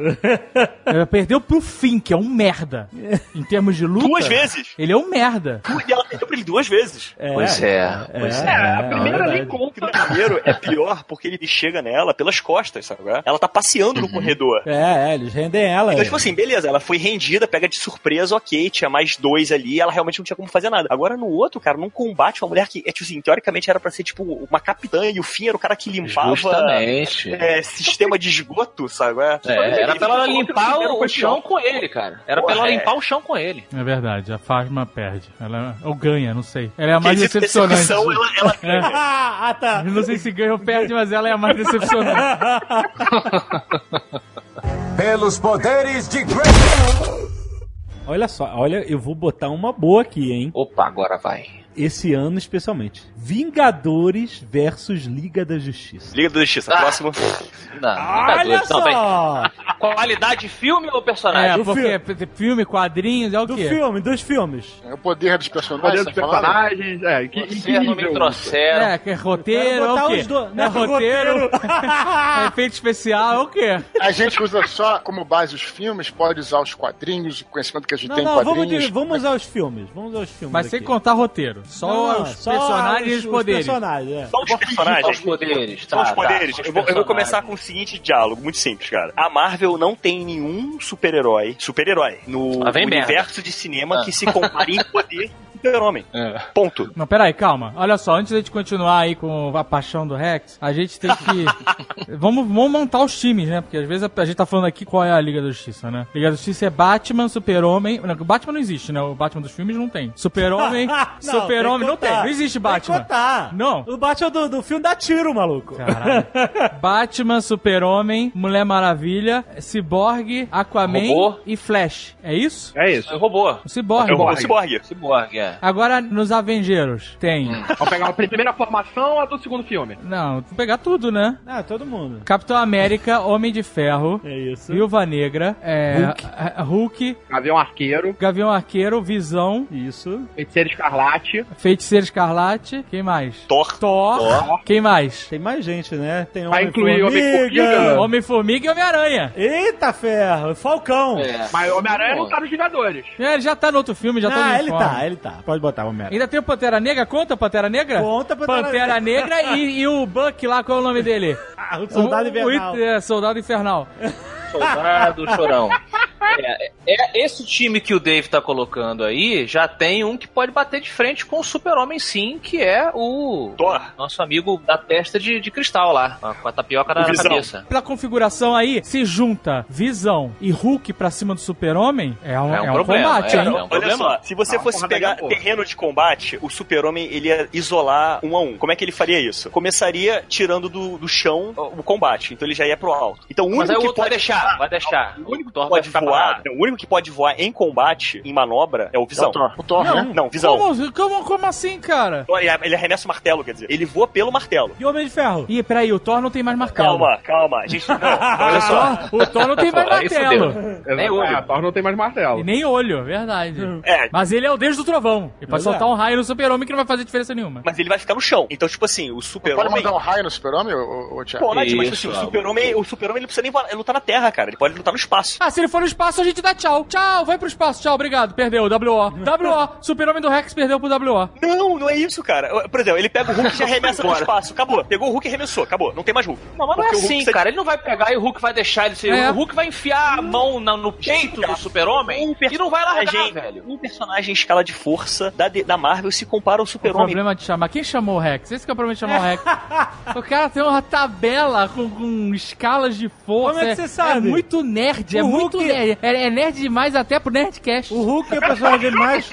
E: Ela perdeu pro Finn, que é um merda. Em termos de luta...
F: Duas vezes.
E: Ele é um merda.
F: E ela perdeu pra ele duas vezes.
C: Pois é, pois é.
F: a primeira nem conta. O primeiro é pior porque ele chega nela pelas costas, sabe? qual é? Ela tá passeando
C: Uhum.
F: no corredor.
B: É, é, eles rendem ela.
F: Então,
B: é.
F: tipo assim, beleza, ela foi rendida, pega de surpresa, ok, tinha mais dois ali, ela realmente não tinha como fazer nada. Agora, no outro, cara, num combate, uma mulher que, é, tipo assim, teoricamente era pra ser, tipo, uma capitã, e o fim era o cara que limpava...
C: Justamente.
F: é, sistema de esgoto, sabe? qual é?
C: É, era pra ela
E: Tipo,
F: Ele
C: limpar
F: falou que
C: o,
F: primeiro
C: o chão
F: campeão.
C: com ele, cara. Era pra
F: Porra,
C: ela
F: é.
C: limpar o chão com ele.
E: É verdade, a Fasma perde. Ela, ou ganha, não sei. Ela é a
C: Porque
E: mais
C: existe
E: decepcionante.
C: decepção, ela- ela ganha.
B: Ah, ah, tá.
E: Eu não sei se ganha ou perde, mas ela é a mais decepcionante.
K: Pelos poderes de Grey.
B: Olha só, olha, eu vou botar uma boa aqui, hein?
C: Opa, agora vai.
B: Esse ano especialmente. Vingadores versus Liga da Justiça.
F: Liga da Justiça, próximo.
C: Não,
B: Olha só!
C: Qualidade de filme ou personagem?
E: É, porque é p- filme, quadrinhos, é o
B: Ah, Do
E: quê?
B: filme, dos filmes.
G: É o poder dos personagens.
D: Olhando os
G: tá falando?
D: personagens, é, que, que
C: Vocês não me
D: nível.
C: trouxeram.
E: É, que é roteiro,
B: Quero
E: é
B: botar
E: o quê?
B: os dois, né,
E: É roteiro,
B: roteiro. Ah.
E: é efeito especial, é o quê?
G: A gente usa só como base os filmes, pode usar os quadrinhos, o conhecimento que a gente
B: Não,
G: tem em
B: não, vamos,
G: quadrinhos.
B: de- vamos aos filmes. Vamos aos filmes.
E: Mas
B: aqui.
E: sem contar roteiro. Só
B: Não, não,
E: os personagens e os poderes.
B: personagens, é.
F: Só os
C: Só os
F: personagens.
C: poderes.
F: São
C: tá,
F: os
C: tá,
F: poderes.
C: só os
F: Ah, eu, vou, eu vou começar
C: personagens.
F: com o seguinte diálogo, muito simples, cara. A Marvel não tem nenhum super-herói, super-herói, no
C: Lá vem Ah.
F: universo de cinema que se compare em poder com super-homem.
C: É.
F: Ponto.
E: Não, peraí, calma. Olha só, antes da gente continuar aí com a paixão do Rex, a gente tem que. vamos, vamos montar os times, né? Porque às vezes a, a gente tá falando aqui qual é a Liga da Justiça, né? Liga da Justiça é Batman, Super-Homem. Não, o Batman não existe, né? O Batman dos filmes não tem. Super-Homem. Super-Homem não tem. Não existe
B: Tem
E: Batman.
B: que botar.
E: Não.
B: O Batman do, do filme dá tiro, maluco.
E: Caralho. Batman, Super-Homem, Mulher Maravilha, Cyborg, Aquaman
C: Robô.
E: e Flash. É isso?
D: É isso.
C: É robô.
E: O Cyborg.
F: É o Cyborg.
C: Cyborg, é.
E: Agora, nos Avengeiros, tem.
D: Vamos pegar a primeira formação, a do segundo filme.
E: Não, vou pegar tudo, né?
B: Ah, todo mundo.
E: Capitão América, Homem de Ferro,
B: É isso.
E: Viúva Negra, é,
B: Hulk.
E: a- a- Hulk,
D: Avião Arqueiro,
E: Gavião Arqueiro, Visão,
B: Isso.
D: Feiticeiro Escarlate,
E: Feiticeiro Escarlate, quem mais?
F: Thor.
E: Thor, quem mais?
B: Tem mais gente, né? Tem
D: Vai incluir
B: Homem-Formiga.
D: Homem-Formiga?
E: Homem-Formiga e Homem-Aranha.
B: Eita ferro, Falcão.
C: É.
D: mas Homem-Aranha não tá nos Vingadores.
E: É, Ele já tá no outro filme, já tá no
B: ah, ele
E: uniforme.
B: tá, ele tá. Pode botar o Mero.
E: Ainda tem o Pantera Negra? Conta o Pantera Negra?
B: Conta Pantera
E: é Pantera, Negra e, e o Buck lá, qual é o nome dele?
B: Ah, o Soldado
E: O- o-
B: Invernal.
E: é, Soldado Infernal.
C: Soldado Chorão. É, é- é esse time que o Dave tá colocando aí, já tem um que pode bater de frente com o Super-Homem, sim, que é o
F: Thor.
C: nosso amigo da testa de, de cristal lá, com a- com a tapioca na,
F: O
C: na
F: Visão.
C: cabeça.
E: Pela configuração aí, se junta Visão e Hulk pra cima do Super-Homem, é um, é um
C: problema,
E: combate,
C: é,
E: hein?
C: é um
F: Olha
C: problema.
F: só, se você
D: Ah,
F: fosse
D: porra, daqui a
F: pegar
D: pouco.
F: terreno de combate, o super-homem ele ia isolar um a um. Como é que ele faria isso? Começaria tirando do, do chão ó, o combate, então ele já ia pro alto. Então o único
C: Mas aí o
F: que
C: outro
F: pode
C: vai deixar, vai deixar.
F: O único que
C: Thor
F: pode
C: vai ficar
F: voar,
C: parado.
F: não, o único que pode voar em combate, em manobra, é o
G: É o
F: Visão.
G: Thor, o Thor né?
F: Não, Visão.
E: Como, como, como assim, cara?
F: Ele, ele arremessa o martelo, quer dizer. Ele voa pelo martelo.
B: E Homem de Ferro.
E: Ih, peraí, o Thor não tem mais martelo.
F: Calma, calma. Gente, não, olha
E: O
F: só.
E: Thor- O Thor não tem mais
C: Aí
E: martelo.
C: Nem
D: Exato.
C: olho.
D: É, Thor não tem mais
E: E
D: martelo.
E: nem olho, verdade.
F: É,
E: Mas ele é o deus do trovão. Ele pode
B: Pois é.
E: soltar um raio no super-homem que não vai fazer diferença nenhuma.
F: mas ele vai ficar no chão. Então, tipo assim, o
G: Pode
F: super-homem...
G: mandar um raio no super-homem, ô, ô, ô, Thiago?
F: Pode, mas tipo
C: Isso,
F: assim, o
C: Alan.
F: tá super-homem o super não precisa nem voar- lutar na terra, cara. Ele pode lutar no espaço.
E: Ah, se ele for no espaço, a gente dá tchau. Tchau, vai pro espaço, tchau, obrigado. Perdeu, WO. WO, super-homem do Rex perdeu pro WO.
F: Não, não é isso, cara. Por exemplo, ele pega o Hulk e já arremessa no espaço. Acabou. Pegou o Hulk e arremessou. Acabou. Não tem mais Hulk.
C: Não, mas não é
F: Porque o Hulk
C: assim,
F: sai-
C: cara. Ele não vai pegar e o Hulk vai deixar ele ser.
F: É.
C: O Hulk vai enfiar a mão na- no peito do super-homem e não vai largar, velho.
F: Um personagem em escala de força da, da Marvel se compara ao
E: O
F: super-homem.
E: problema de chamar. Quem chamou o Rex? Esse que é o problema de chamar o Rex. O cara tem uma tabela com, com escalas de força.
B: Como é que você sabe?
E: É muito nerd, é
B: O
E: muito
B: Hulk-
E: nerd. É, é nerd demais até pro Nerdcast.
B: O Hulk é o personagem mais.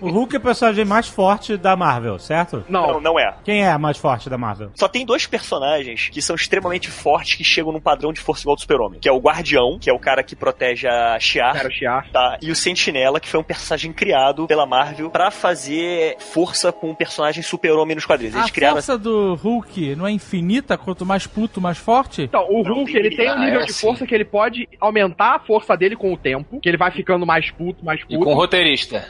B: O Hulk é o personagem mais forte da Marvel, certo?
F: Não, não é.
B: Quem é a mais forte da Marvel?
F: Só tem dois personagens que são extremamente fortes que chegam num padrão de força igual ao do Super-Homem, que é o Guardião, que é o cara que protege a Shi'ar,
D: Cara, o Shi'ar.
F: tá? E o Sentinela, que foi um personagem criado pela Marvel pra fazer força com o personagem Super-Homem nos quadrinhos. Eles
E: a
F: criaram
E: força do Hulk não é infinita? Quanto mais puto, mais forte?
F: Então,
D: O Hulk, ele tem
C: tá,
D: um
C: é
D: nível de
C: assim.
D: força que ele pode aumentar a força dele com o tempo, que ele vai ficando mais puto, mais puto.
C: E com o roteirista.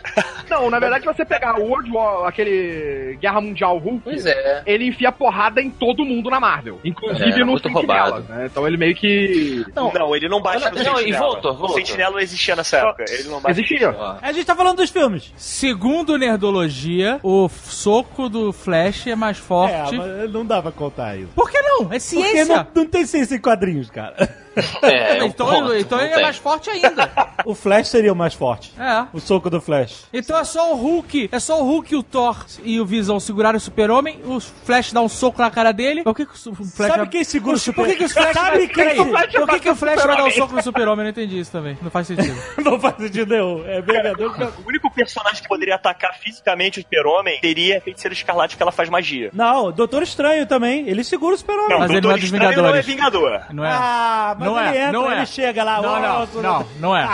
D: Não, na verdade, se você pegar o World War, aquele Guerra Mundial Hulk,
C: Pois é.
D: ele enfia porrada em todo mundo na Marvel. Inclusive
C: É,
D: no
C: muito
D: Sentinela,
C: roubado.
D: né? Então ele meio que.
F: Não, ele então. não bate
D: Olha,
F: no
D: não, e
F: Sentinela.
D: volta,
F: O
D: volta.
F: Sentinela não existia nessa época. Ele não bate no
D: Existia.
F: Sentinela.
B: A gente tá falando dos filmes.
E: Segundo Nerdologia, o f- soco do Flash é mais forte.
B: mas não dá pra contar isso.
E: Por que não? É
B: Porque
E: ciência.
B: não, não tem ciência em quadrinhos, cara.
E: É,
C: um
E: então ele, então ele é mais forte ainda.
B: O Flash seria o mais forte.
E: É.
B: O soco do Flash.
E: Então é só o Hulk, é só o Hulk, o Thor e o Visão segurarem o Super-Homem, o Flash dá um soco na cara dele. Por que, que o Su- o Flash
B: Sabe
E: vai-
B: quem segura o Super-
E: Por que, que o Flash
B: Sabe
E: vai-
B: quem-
E: Por que, que o Flash vai dar um
F: Super-Homem?
E: soco no Super-Homem? Eu não entendi isso também. Não faz sentido.
B: Não faz sentido nenhum. É Vingador.
F: O único personagem que poderia atacar fisicamente o Super-Homem seria a Feiticeira Escarlate, que ela faz magia.
B: Não, Doutor Estranho também. Ele segura o Super-Homem.
F: Não, Mas ele não é Doutor dos Estranho não é Vingadores. Vingador.
E: Não é.
B: Ah, mas
E: não
B: ele
E: é,
B: entra,
E: não é.
B: ele chega lá.
E: Não,
B: ó,
E: não,
B: sou-
E: não, não é,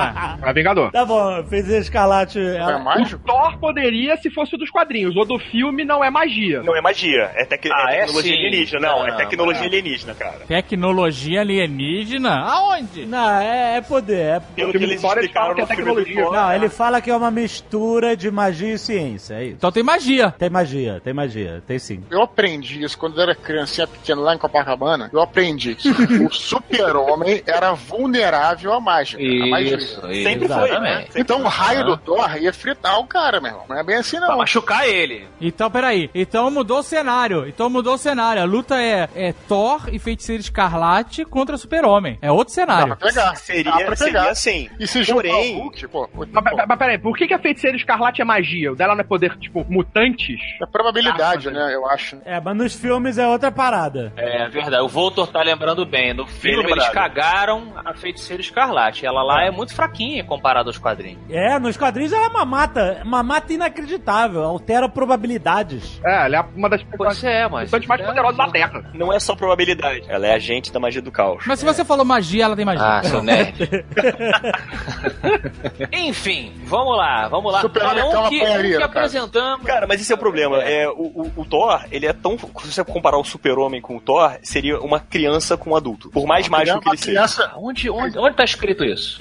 E: é.
D: É Vingador.
B: Tá bom, fez a escarlate. ela-
G: é
D: O Thor poderia se fosse o dos quadrinhos. O do filme não é magia.
F: Não é magia, é, tec-
D: Ah,
F: é
D: é
F: tecnologia
D: sim.
F: alienígena. Não, é
D: Não,
F: tecnologia
D: não.
F: alienígena, cara.
E: Tecnologia alienígena? Aonde?
B: Não, é, é poder. É...
F: Pelo que eles explicaram
G: é
F: no filme do Thor, né?
B: Não, ele fala que é uma mistura de magia e ciência, é isso.
E: Então tem magia.
B: Tem magia, tem magia, tem sim.
G: Eu aprendi isso quando eu era criancinha pequena lá em Copacabana. Eu aprendi que o super-homem era vulnerável à mágica. à magia.
F: Sempre foi, né?
G: Então o raio do Thor ia fritar o cara, meu irmão. Não é bem assim,
C: Tá,
G: não.
C: machucar ele.
E: Então, peraí. Então mudou o cenário. Então mudou o cenário. A luta é, é Thor e Feiticeiro Escarlate contra Super-Homem. É outro
B: Tá.
E: cenário.
G: Dá pra pegar.
F: Seria,
G: Dá pra
F: seria
G: pegar.
F: assim.
G: E se juntar
F: Porém,
G: o Hulk, pô, o-
D: Mas, mas, mas peraí, por que, que a feiticeira escarlate é magia? O dela não é poder, tipo, mutantes?
G: É probabilidade, né? Eu acho.
B: É, mas nos filmes é outra parada.
C: É verdade, o Voltor tá lembrando bem. No filme eles
B: lembrado.
C: cagaram a feiticeira escarlate. Ela lá é muito fraquinha comparada aos quadrinhos.
B: É, nos quadrinhos ela é uma mata, uma mata inacreditável, altera probabilidades.
D: É, ela é uma das
C: Pois é, mas.
D: mutantes mais poderosas da Terra.
F: Não é só probabilidade, ela é agente da magia do caos.
E: Mas se você falou magia, ela tem magia.
C: Ah, sou nerd. Enfim, vamos lá, vamos lá.
F: é
G: Super-Homem
C: Então,
G: tá uma
C: que,
G: porcaria,
C: que
G: cara.
C: apresentamos.
F: né, Cara, mas esse é o problema. É, o, o- o Thor, ele é tão. Se você comparar o Super-Homem com o Thor, seria uma criança com um adulto. Por mais mágico que ele seja.
C: Onde, onde, onde tá escrito isso?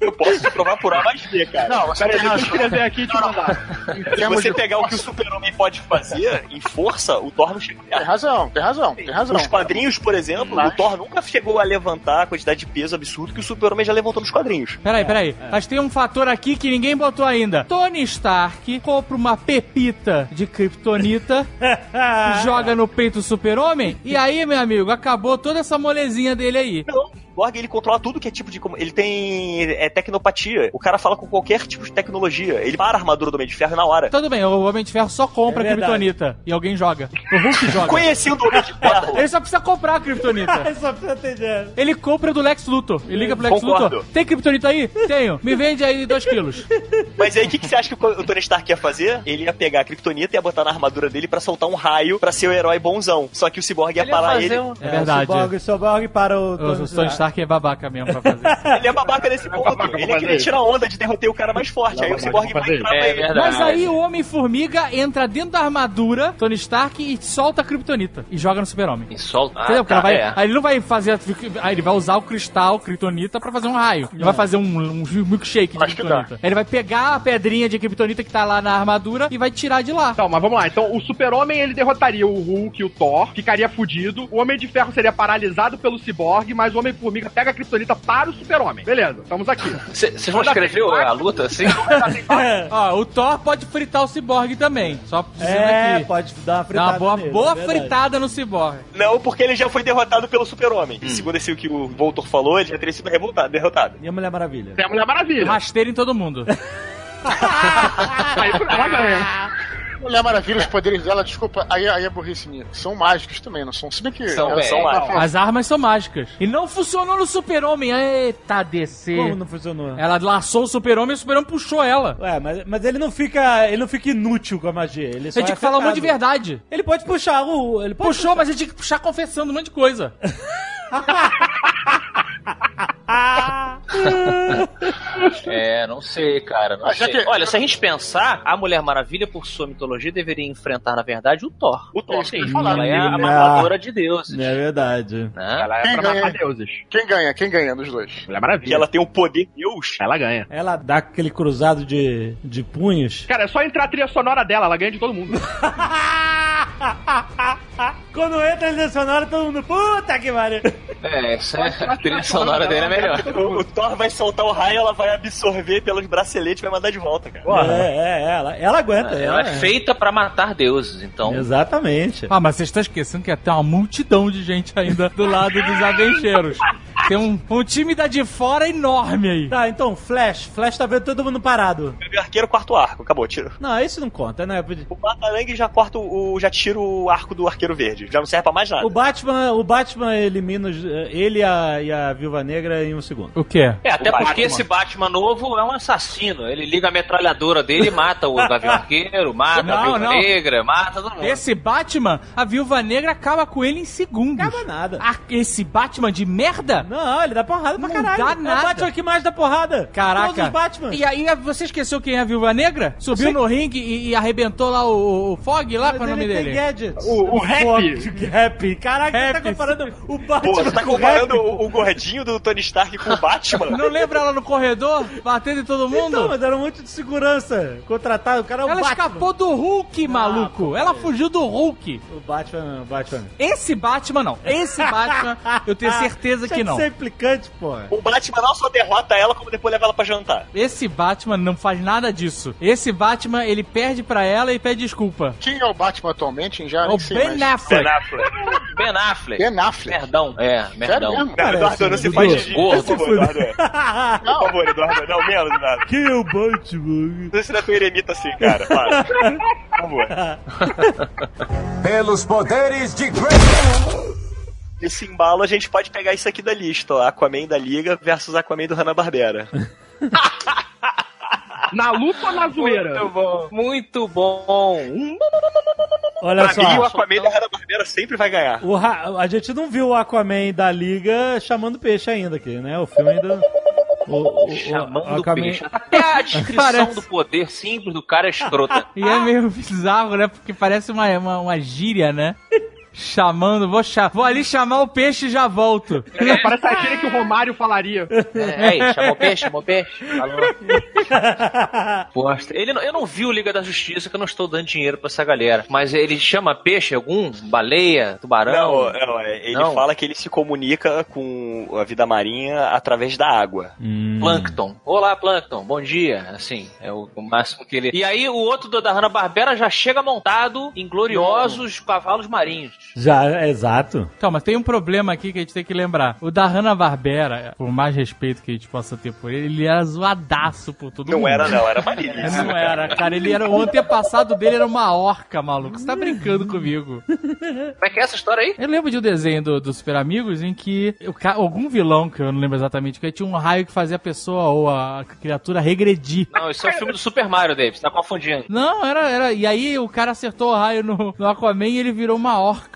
F: Eu posso te provar por A mais B, cara.
G: Não, você
D: Peraí,
G: tem
D: deixa eu
G: razão.
D: escrever aqui e te mandar.
F: Se
G: termos
F: você
G: de
F: pegar o que o Super-Homem pode fazer em força, o Thor não chega perto.
G: Tem razão, tem razão, tem razão.
F: Os quadrinhos, por exemplo, o Thor nunca chegou a levantar a quantidade de peso absurdo que o Super-Homem já levantou nos quadrinhos.
B: É,
E: Peraí, peraí. Mas tem um fator aqui que ninguém botou ainda. Tony Stark compra uma pepita de kryptonita, joga no peito do super-homem, e aí, meu amigo, acabou toda essa molezinha dele aí.
F: Não, o Borg ele controla tudo que é tipo de. como- Ele tem. É tecnopatia. O cara fala com qualquer tipo de tecnologia. Ele para a armadura do meio de ferro na hora.
E: Tudo bem, o Homem de Ferro só
B: É
E: compra a
B: verdade.
E: kryptonita e alguém joga. O Hulk joga.
F: Conhecendo o Homem de Ferro.
E: Ele só precisa comprar a kryptonita.
B: Só pra você entender.
E: Ele compra do Lex Luthor. Ele liga pro Lex
F: Concordo.
E: Luthor. Tem criptonita aí? Tenho. Me vende aí 2 quilos.
F: Mas aí o que, que você acha que o Tony Stark ia fazer? Ele ia pegar a Kryptonita e ia botar na armadura dele pra soltar um raio pra ser o herói bonzão. Só que o Cyborg ia
C: Ele ia
F: parar
C: fazer
F: ele.
C: um-
E: É
B: O
E: verdade.
B: Cyborg, o Cyborg para o...
E: O, o Tony Stark é babaca mesmo pra fazer isso.
F: Ele é babaca nesse ponto.
D: babaca, vou
F: Ele ia
D: fazer
F: querer
D: isso.
F: tirar onda de derrotar o cara mais forte. Aí o
D: babaca, vou
F: Cyborg vai
D: fazer
F: entrar
D: isso.
F: pra
C: É
F: ele.
C: verdade.
E: Mas aí o Homem-Formiga entra dentro da armadura Tony Stark e solta a kryptonita e joga no Super-Homem.
C: E solta.
E: Entendeu? Porque ela vai,
C: é.
E: Aí ele não vai fazer. a- Aí ele vai usar o cristal kryptonita pra fazer um raio. Ele vai fazer um, um milkshake de
G: Acho que
E: kryptonita. Aí Ele vai pegar a pedrinha de kryptonita que tá lá na armadura e vai tirar de lá.
D: Então, mas vamos lá. Então, o super-homem, ele derrotaria o Hulk e o Thor, ficaria fudido. O Homem de Ferro seria paralisado pelo Cyborg, mas o homem por Homem-Formiga pega a Kryptonita para o Super-Homem. Beleza, estamos aqui.
C: Vocês vão escrever a luta assim?
E: Ó, o Thor pode fritar o Cyborg também. Só dizendo
B: É,
E: tá aqui.
B: pode dar uma
E: Dá
B: fritada
E: uma boa,
B: nele,
E: boa
B: é verdade.
E: fritada no Cyborg.
F: Não, porque ele já foi derrotado pelo Super-Homem.
D: Hum.
F: Segundo esse que o Voltor falou, ele já teria sido revoltado, derrotado.
B: E a Mulher Maravilha?
D: É a Mulher Maravilha.
E: Rasteira em todo mundo.
D: Aí ela ganha.
G: Mulher Maravilha, os poderes dela, desculpa, aí, aí é burrice minha. São mágicos também, não são? Se bem que
E: São,
G: elas
E: é,
G: são
E: é,
G: mágicas.
E: As armas são mágicas. E não funcionou no Super-Homem. Eita, DC.
B: Como não funcionou?
E: Ela laçou o Super-Homem e o Super-Homem puxou ela.
B: Ué, mas, mas ele não fica. Ele não fica inútil com a magia. Ele só
E: Você tinha
B: é
E: que falar um monte de
B: afetado.
E: verdade.
B: Ele pode puxar o. Ele pode
E: Puxou, mas ele tinha que puxar confessando um monte de coisa.
C: É, não sei, cara. não
G: Ah, já
C: sei.
G: que-
C: Olha, se a gente pensar, a Mulher Maravilha, por sua mitologia, deveria enfrentar, na verdade, o Thor.
F: O Thor.
C: Sim, ela é a matadora de deuses.
B: É verdade.
C: Né?
D: Ela é
G: Quem
D: pra matar
G: ganha?
D: deuses.
G: Quem ganha? Quem ganha dos dois?
D: Mulher
F: Que
D: Maravilha.
F: ela tem o poder de Deus.
D: Ela ganha.
B: Ela dá aquele cruzado de, de punhos.
D: Cara, é só entrar a trilha sonora dela, ela ganha de todo mundo.
B: Quando entra ele sonora, todo mundo. Puta que pariu!
C: É, essa é a trilha sonora dele é melhor.
F: O, o Thor vai soltar o raio, ela vai absorver pelos braceletes e vai mandar de volta, cara.
B: É, é, ela, ela aguenta.
C: Ela é feita pra matar deuses, então.
B: Exatamente.
E: Ah, mas vocês estão esquecendo que até uma multidão de gente ainda do lado dos avencheiros. Tem um, um time da de fora enorme aí.
B: Tá, então, Flash. Flash tá vendo todo mundo parado.
F: Meu arqueiro, quarto arco. Acabou, tiro.
B: Não, isso não conta, né?
F: O Batarangue já corta o. já tira o arco do arqueiro verde. Já não serve pra mais nada.
B: O Batman, o Batman elimina os- eh, ele e a, e a Viúva Negra em um segundo.
E: O quê?
C: É, até
F: O Batman.
C: porque esse Batman novo é um assassino. Ele liga a metralhadora dele, mata o Gavião Arqueiro, mata
E: Não,
C: a Viúva
E: não.
C: Negra, mata todo mundo.
E: Esse Batman, a Viúva Negra acaba com ele em segundos.
B: Acaba nada.
E: Ah, esse Batman de merda?
B: Não, ele dá porrada pra
E: Não
B: caralho.
E: dá
B: É o
E: nada.
B: Batman que mais dá porrada.
E: Caraca.
B: Todos os Batman.
E: E aí, você esqueceu quem é a Viúva Negra? Subiu no ringue e, e arrebentou lá o, o Fog, lá
B: Mas
E: qual é o
B: ele
E: nome
B: tem
E: dele?
B: gadgets.
D: O- o Rap.
B: Fuck, Rap. Caraca, você tá
E: Rap.
B: comparando o
F: Pô,
B: Batman
F: você tá
B: com o
F: comparando
B: Rap?
F: o, o gordinho do Tony Stark com o Batman?
E: Não lembra ela no corredor, batendo em todo mundo?
B: Então, mas era um monte de segurança. Contratado, o cara é o
E: ela
B: Batman. Ah,
E: escapou do Hulk, maluco. ela fugiu do Hulk.
B: O Batman, o Batman.
E: Esse Batman não. Esse Batman, eu tenho certeza
B: Deixa
E: que
B: de
E: não.
B: ser implicante, é porra.
F: O Batman não só derrota ela, como depois leva ela pra jantar.
E: Esse Batman não faz nada disso. Esse Batman, ele perde pra ela e pede desculpa.
G: Quem é o Batman atualmente? Já
E: O
G: nem sei
E: Ben
G: mais.
E: Affleck.
C: Ben Affleck.
G: Ben Affleck.
C: Merdão. É,
G: Sério
C: merdão.
G: mesmo?
F: Cara,
B: assim,
F: Eduardo, não se faz de
C: Dudu.
F: Por favor, Eduardo. Por favor, Eduardo. Não, menos, Eduardo.
B: Quem é o Batman?
F: Não ensina tu eremita assim, cara. Para. Por favor.
K: Pelos poderes de Grayson.
F: Nesse embalo, a gente pode pegar isso aqui da lista, ó. Aquaman da Liga versus Aquaman do Hanna-Barbera.
D: Na luta ou na zoeira?
C: Muito bom. Muito bom. Um
B: Olha
F: Pra
B: só.
F: mim, o Aquaman
B: então-
F: do Hanna-Barbera sempre vai ganhar.
B: o Ra- a gente não viu o Aquaman da Liga chamando peixe ainda aqui, né? O filme ainda... O, o- o-
C: chamando
B: Aquaman-
C: peixe. Até a descrição
E: Parece.
C: do poder simples do cara é escrota.
E: E é meio bizarro, né? Porque parece uma, uma, uma gíria, né? Chamando, vou, cha- vou ali chamar o peixe e já volto.
D: Parece a gíria que o Romário falaria.
C: É, ei, chamou peixe, chamou peixe. Falou. Bosta. Ele, não- eu não vi o Liga da Justiça, que eu não estou dando dinheiro pra essa galera. Mas ele chama peixe algum? Baleia? Tubarão?
F: Não, não, é, ele
C: Não.
F: fala que ele se comunica com a vida marinha através da água.
B: Hum.
C: Plankton. Olá, Plankton. Bom dia. Assim, é o, o máximo que ele. E aí, o outro do- da Hanna-Barbera já chega montado em gloriosos cavalos marinhos.
B: Já, exato.
E: Calma, tem um problema aqui que a gente tem que lembrar. O da Hanna-Barbera, por mais respeito que a gente possa ter por ele, ele era zoadaço por todo
F: Não
E: mundo.
F: era, né? não, era
B: É
F: marinha.
E: Não era, cara. Ele era o antepassado dele, era uma orca, maluco. Você tá brincando comigo.
C: Como é que é essa história aí?
E: Eu lembro de um desenho do, do Super Amigos em que o ca- algum vilão, que eu não lembro exatamente, que tinha um raio que fazia a pessoa ou a criatura regredir.
C: Não, isso é o filme do Super Mario, David. Você tá confundindo.
E: Não, era, era. E aí o cara acertou o raio no, no Aquaman e ele virou uma orca.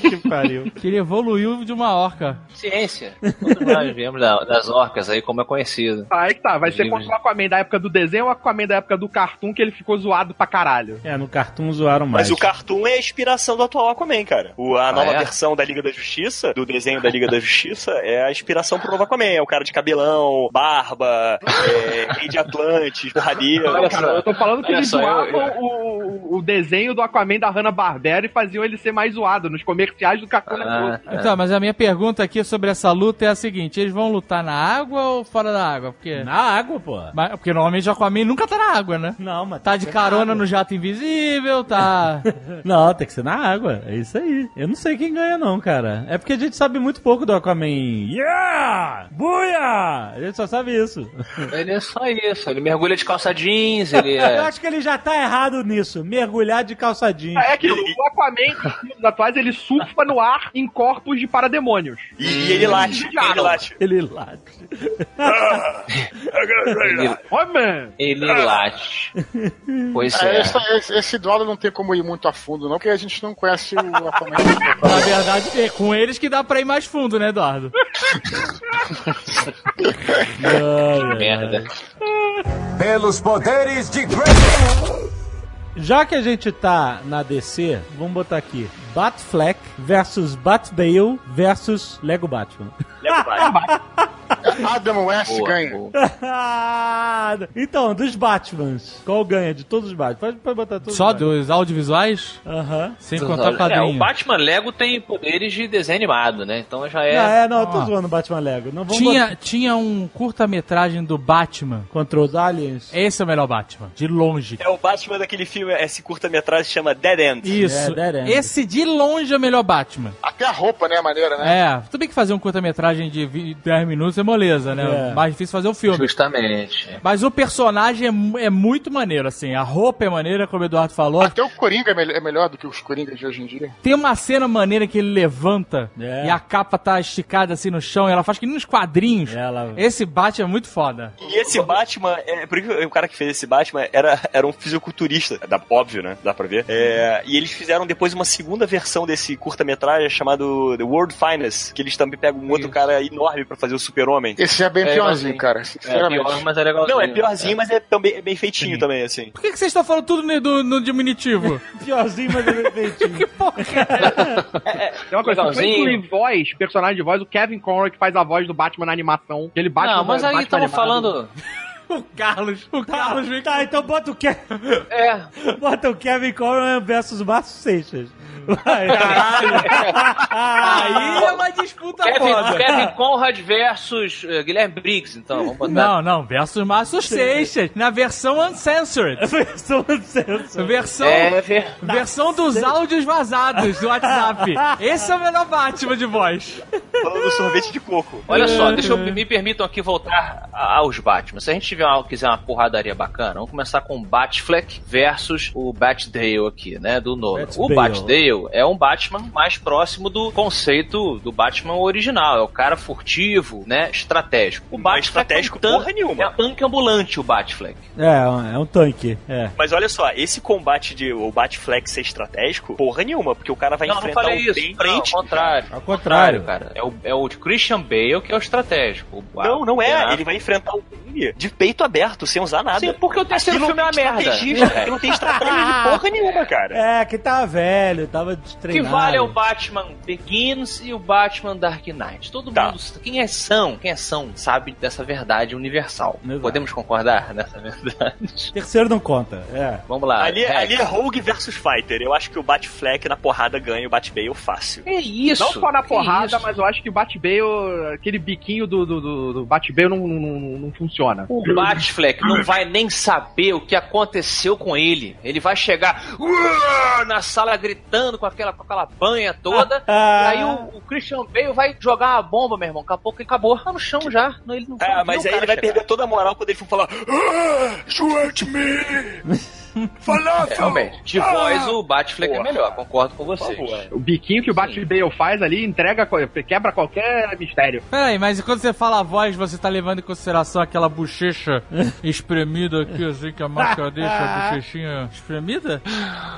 B: que pariu.
E: Que ele evoluiu de uma orca.
C: Ciência. Quanto mais viemos da- das orcas aí, como é conhecido.
D: Aí que tá, vai ser
C: né?
D: contra o Aquaman da época do desenho ou o Aquaman da época do cartoon que ele ficou zoado pra caralho.
B: É, no cartoon zoaram mais.
F: Mas o cartoon é a inspiração do atual Aquaman, cara. O- a
C: Ah,
F: nova
C: é?
F: versão da Liga da Justiça, do desenho da Liga da Justiça, é a inspiração pro novo Aquaman. É o cara de cabelão, barba, é, rei de Atlantes, porradeiro.
C: Olha só.
D: Cara, eu tô falando que
C: Olha
D: eles
C: só, eu-
D: zoavam
C: eu-
D: o, o desenho do Aquaman da Hanna-Barbera e faziam ele ser mais zoado nos comerciais do Cartoon
C: Ah.
D: Network.
E: Então, mas a minha pergunta aqui sobre essa luta é a seguinte: eles vão lutar na água ou fora da água? Porque
J: Na água, pô.
E: Mas- porque normalmente o Aquaman nunca tá na água, né?
J: Não, mas
E: tá de carona no jato invisível, tá.
J: Não, tem que ser na água. É isso aí. Eu não sei quem ganha, não, cara. É porque a gente sabe muito pouco do Aquaman. Yeah! Buia! A gente só sabe isso.
C: Ele é só isso. Ele mergulha de calça jeans, ele
B: Eu
C: é...
B: acho que ele já tá errado nisso. Mergulhar de calçadinho.
D: É que o Aquaman, nos atuais, ele surfa no ar em corpos de parademônios.
F: E, e ele late, e ele late.
J: Ele late.
D: Homem!
C: Ele late. Pois
G: É,
C: é.
G: essa- esse, esse duelo não tem como ir muito a fundo, não, porque a gente não conhece o Aquaman.
E: Na verdade, é com eles que dá pra ir mais fundo, né, Eduardo?
C: Merda.
K: Pelos poderes de Grey
B: Já que a gente tá na DC, vamos botar aqui. Batfleck versus Batbale versus Lego Batman.
G: Adam West
B: Boa,
G: ganha.
B: então, dos Batmans, qual ganha de todos os Batman? Pode, pode botar todos
E: Só
B: os Batman.
E: dos audiovisuais?
B: Aham.
E: Sem contar quadrinho.
C: É, o Batman Lego tem poderes de desenho animado, né? Então já é...
B: Não, é, não, eu tô
E: Ó.
B: zoando o Batman Lego. Não vamos
E: Tinha,
B: botar-
E: tinha um curta-metragem do Batman.
B: Contra os aliens?
E: Esse é o melhor Batman, de longe.
F: É o Batman daquele filme, esse curta-metragem que chama Dead End.
E: Isso.
B: É, Dead End.
E: Esse de longe é o melhor Batman.
G: Até a roupa, né? Maneira, né?
E: É, tudo bem que fazer um curta-metragem de vi- 10 minutos é moleza, né?
B: É.
E: Mais difícil fazer um filme.
C: Justamente.
E: Mas o personagem é, mu- é muito maneiro, assim. A roupa é maneira, como o Eduardo falou.
G: Até o Coringa é, mel- é melhor do que os Coringas de hoje em dia.
E: Tem uma cena maneira que ele levanta
B: É.
E: e a capa tá esticada assim no chão e ela faz que nem nos quadrinhos.
B: Ela...
E: Esse Batman é muito foda.
F: E esse Batman, é, por isso que o cara que fez esse Batman era, era um fisiculturista, dá, óbvio, né? Dá pra ver. É, e eles fizeram depois uma segunda versão desse curta-metragem chamado The World Finest, que eles também pegam um outro cara enorme pra fazer o Super-Homem.
G: Esse é bem
C: É,
G: piorzinho,
C: igualzinho.
G: cara,
C: É
G: sinceramente.
C: pior, mas é legalzinho.
F: Não, é piorzinho, mas é, também, é bem feitinho também, assim.
E: Por que que vocês estão falando tudo no, do- no diminutivo?
B: Piorzinho, mas ele é feitinho.
E: que porra!
D: Tem uma coisa, se for
C: Legalzinho.
D: incluir voz, personagem de voz, o Kevin Conroy que faz a voz do Batman na animação. Ele bate
C: Não, mas aí
D: é
C: estamos falando...
E: O Carlos, o Carlos vem
B: Tá, tá, então bota o, Ke...
C: É,
B: bota o Kevin Conroy versus o Márcio Seixas. Vai.
E: Aí é uma disputa
C: Kevin,
E: foda.
C: Kevin Conrad versus eh, Guilherme Briggs, então. Vamos botar.
E: Não, não, versus Márcio Seixas, na versão uncensored.
B: Versão do senso.
E: Versão,
C: É ver...
E: versão dos áudios vazados do WhatsApp. Esse é o melhor Batman de voz.
F: Falando do sorvete de coco.
C: Olha só, deixa eu, me permitam aqui voltar a- aos Batman. Se a gente tiver uma, quiser uma porradaria bacana, vamos começar com o Batfleck versus o Batdale aqui, né, do Nolan.
B: Batbale.
C: O Batdale é um Batman mais próximo do conceito do Batman original. É o cara furtivo, né, estratégico. O
F: Não é
C: Batfleck
F: estratégico
C: é um tan-
F: porra nenhuma.
C: É um tanque ambulante o Batfleck.
B: É, um- é um tanque. É.
F: Mas olha só, esse combate de o Batflex ser estratégico, porra nenhuma, porque o cara vai
C: Não, não
F: enfrentar
C: falei
F: um
C: isso.
F: bem
C: Não, ao
F: frente.
C: contrário.
B: Ao contrário.
C: cara. É o, é o Christian Bale que é o estratégico. O-
F: Não, não
C: Ben
F: é.
C: Affleck.
F: Ele vai enfrentar o Bane de peito aberto, sem usar nada.
C: Sim, porque o terceiro
F: Aquilo
C: filme é uma
F: não tem
C: merda.
F: estrategista,
C: É.
F: aquilo não tem estratégia de porra nenhuma, cara.
B: É, que tava velho, tava
C: O que
B: destreinado.
C: vale é o Batman Begins e o Batman Dark Knight. Todo
F: Tá.
C: mundo, quem é são, quem é são, sabe dessa verdade universal.
B: Exato.
C: Podemos concordar nessa verdade?
B: Terceiro não conta. É.
C: Vamos lá.
F: Ali,
C: Rex.
F: ali é Rogue versus Fighter. Eu acho que o Batfleck na porrada ganha o Batbale fácil.
C: Que isso?
D: Não só na
C: Que
D: porrada,
C: isso?
D: mas eu acho que o Batbale, aquele biquinho do, do, do, do Batbale não, não, não- não funciona.
C: O Batfleck não vai nem saber o que aconteceu com ele. Ele vai chegar "Uah!" na sala gritando com aquela, com aquela banha toda.
B: Ah.
C: e aí o, o Christian Bale vai jogar uma bomba, meu irmão. Daqui a pouco ele acabou. Tá no chão já. Não, Ele não
F: Ah,
C: vai
F: mas
C: ver o
F: aí
C: cara
F: ele vai
C: chegar.
F: perder toda a moral quando ele for falar ah, Shoot me!
C: É,
F: Falafel!
C: realmente. De voz, o Batfleck é
F: Ah. Porra.
C: melhor. Concordo com vocês.
D: O biquinho que o Batbale faz ali entrega, co- quebra qualquer mistério.
E: Peraí, mas quando você fala a voz, você tá levando em consideração aquela bochecha espremida aqui, assim, que a marca deixa a bochechinha espremida?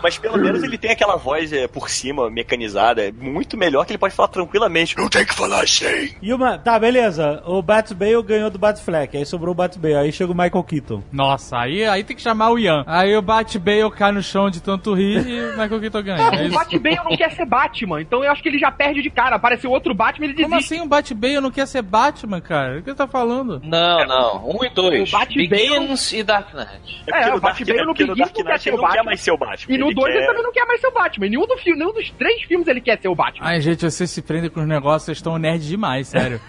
F: Mas pelo menos ele tem aquela voz eh, por cima, mecanizada, é muito melhor que ele pode falar tranquilamente. Eu tenho que falar assim!
B: E uma... Tá, beleza. O Batbale ganhou do Batfleck. Aí sobrou o Batbale. Aí chega o Michael Keaton.
E: Nossa, aí, aí tem que chamar o Ian. Aí o bate Bale cai no chão de tanto rir e o Michael Keaton ganha. É
D: o
E: isso.
D: Batman não quer ser Batman, então eu acho que ele já perde de cara. Apareceu outro Batman, ele desiste.
E: Como assim o Bat Bale não quer ser Batman, cara? O que ele tá falando?
F: É.
C: Não, não. Um e dois.
D: o Batman- um
C: Begins e Dark Knight.
D: É, o Batman no Begins não quer ser o Batman.
E: assim?
D: E no 2 ele
C: tá
D: também não quer mais ser o Batman. Em nenhum, do filme, nenhum dos três filmes ele quer ser o Batman.
E: Ai, gente, vocês se prendem com os negócios, vocês estão nerd demais, sério.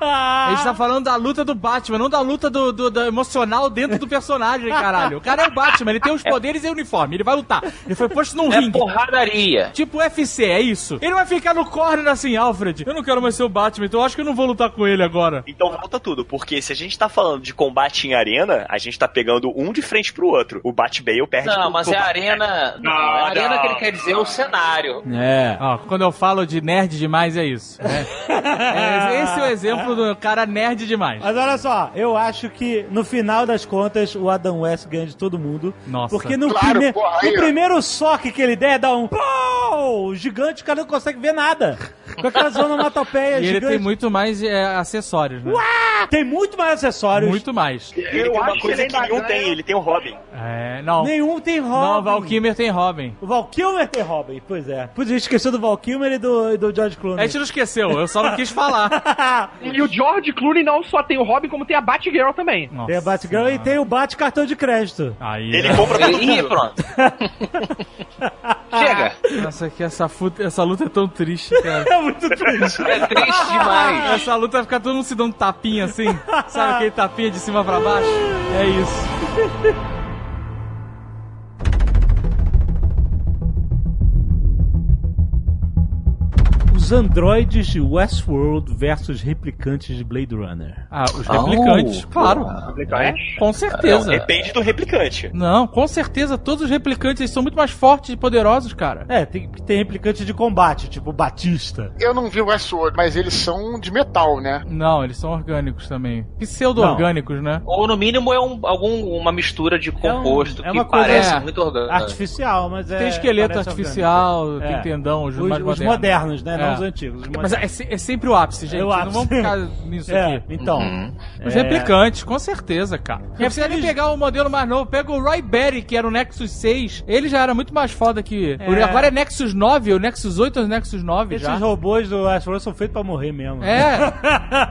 E: A gente tá falando da luta do Batman, não da luta do, do- do emocional dentro do personagem, caralho. O cara é o Batman, ele tem os poderes e o uniforme, ele vai lutar. Ele foi posto num
C: É
E: ringue.
C: porradaria.
E: Tipo UFC, é isso. Ele vai ficar no corner assim, Alfred, eu não quero mais ser o Batman, então eu acho que eu não vou lutar com ele agora.
F: Então volta tudo, porque se a gente tá falando de combate em arena, a gente tá pegando um de frente pro outro. O Bat-Bale perde
C: Não,
F: pro-
C: mas
F: pro
C: é a
F: Bat-
C: arena. Não, a arena que ele quer dizer é o cenário.
E: É. Ó, quando eu falo de nerd demais, é isso. né? É, esse é o exemplo do cara nerd demais.
B: Mas olha só, eu acho que no final das contas o Adam West ganha de todo mundo.
E: Nossa.
B: Porque no,
E: Claro,
B: prime-
E: porra, aí,
B: no
E: ó.
B: primeiro soque que ele der, dá um pau gigante, o cara não consegue ver nada. Com aquelas
E: E
B: onomatopeias
E: ele
B: gigantes.
E: tem muito mais é, acessórios, né?
B: Ah, tem muito mais acessórios.
E: Muito mais.
F: E Ele tem uma coisa que nenhum tem, ele tem o Robin.
E: É, não.
B: Nenhum tem Robin.
E: Não, o Valkymer tem Robin.
B: O Valkymer tem Robin, pois é. Pois a gente esqueceu do Valkymer e do, e do George Clooney.
E: A gente não esqueceu, eu só não quis falar.
D: e o George Clooney não só tem o Robin, como tem a Batgirl também.
B: Tem a Batgirl e tem o Bate cartão de crédito.
E: Aí,
B: Ele
E: né?
B: compra
E: Ih,
B: todo mundo.
C: pronto.
E: Chega. Nossa, que essa, futa- essa luta é tão triste, cara.
B: É muito triste.
C: É triste demais.
E: Essa luta vai ficar todo mundo se dando tapinha assim. Sabe aquele tapinha de cima pra baixo? É isso.
B: Os androides de Westworld versus replicantes de Blade Runner.
E: Ah, os replicantes, claro. É, com certeza.
B: Não,
F: depende do replicante.
E: Não, com certeza, todos os replicantes eles são muito mais fortes e poderosos, cara.
B: É, tem, tem replicante de combate, tipo Batista.
G: Eu não vi o Westworld, mas eles são de metal, né?
E: Não, eles são orgânicos também. Pseudo-orgânicos, né?
C: Ou no mínimo é um, algum, uma mistura de composto
E: é uma
C: que
E: coisa
C: parece
E: é,
C: muito orgânico.
B: Artificial, mas é.
E: Tem esqueleto
B: parece
E: artificial,
B: orgânico. É.
E: tem tendão, os,
B: os,
E: mais
B: os
E: modernos.
B: modernos, né? Não
E: É.
B: os antigos. os
E: Mas é,
B: modernos.
E: se- é sempre o ápice, gente.
B: É o ápice.
E: Não vamos ficar nisso
B: É,
E: aqui.
B: então.
C: Uhum. Hum.
E: Os
B: É.
E: replicantes, com certeza, cara. Não precisa nem pegar o modelo mais novo. Pega o Roy Berry, que era o Nexus 6. Ele já era muito mais foda que...
B: É.
E: Agora é Nexus 9, o Nexus 8 é o Nexus 9
B: Esses
E: já.
B: robôs do Westworld são feitos pra morrer mesmo.
E: É,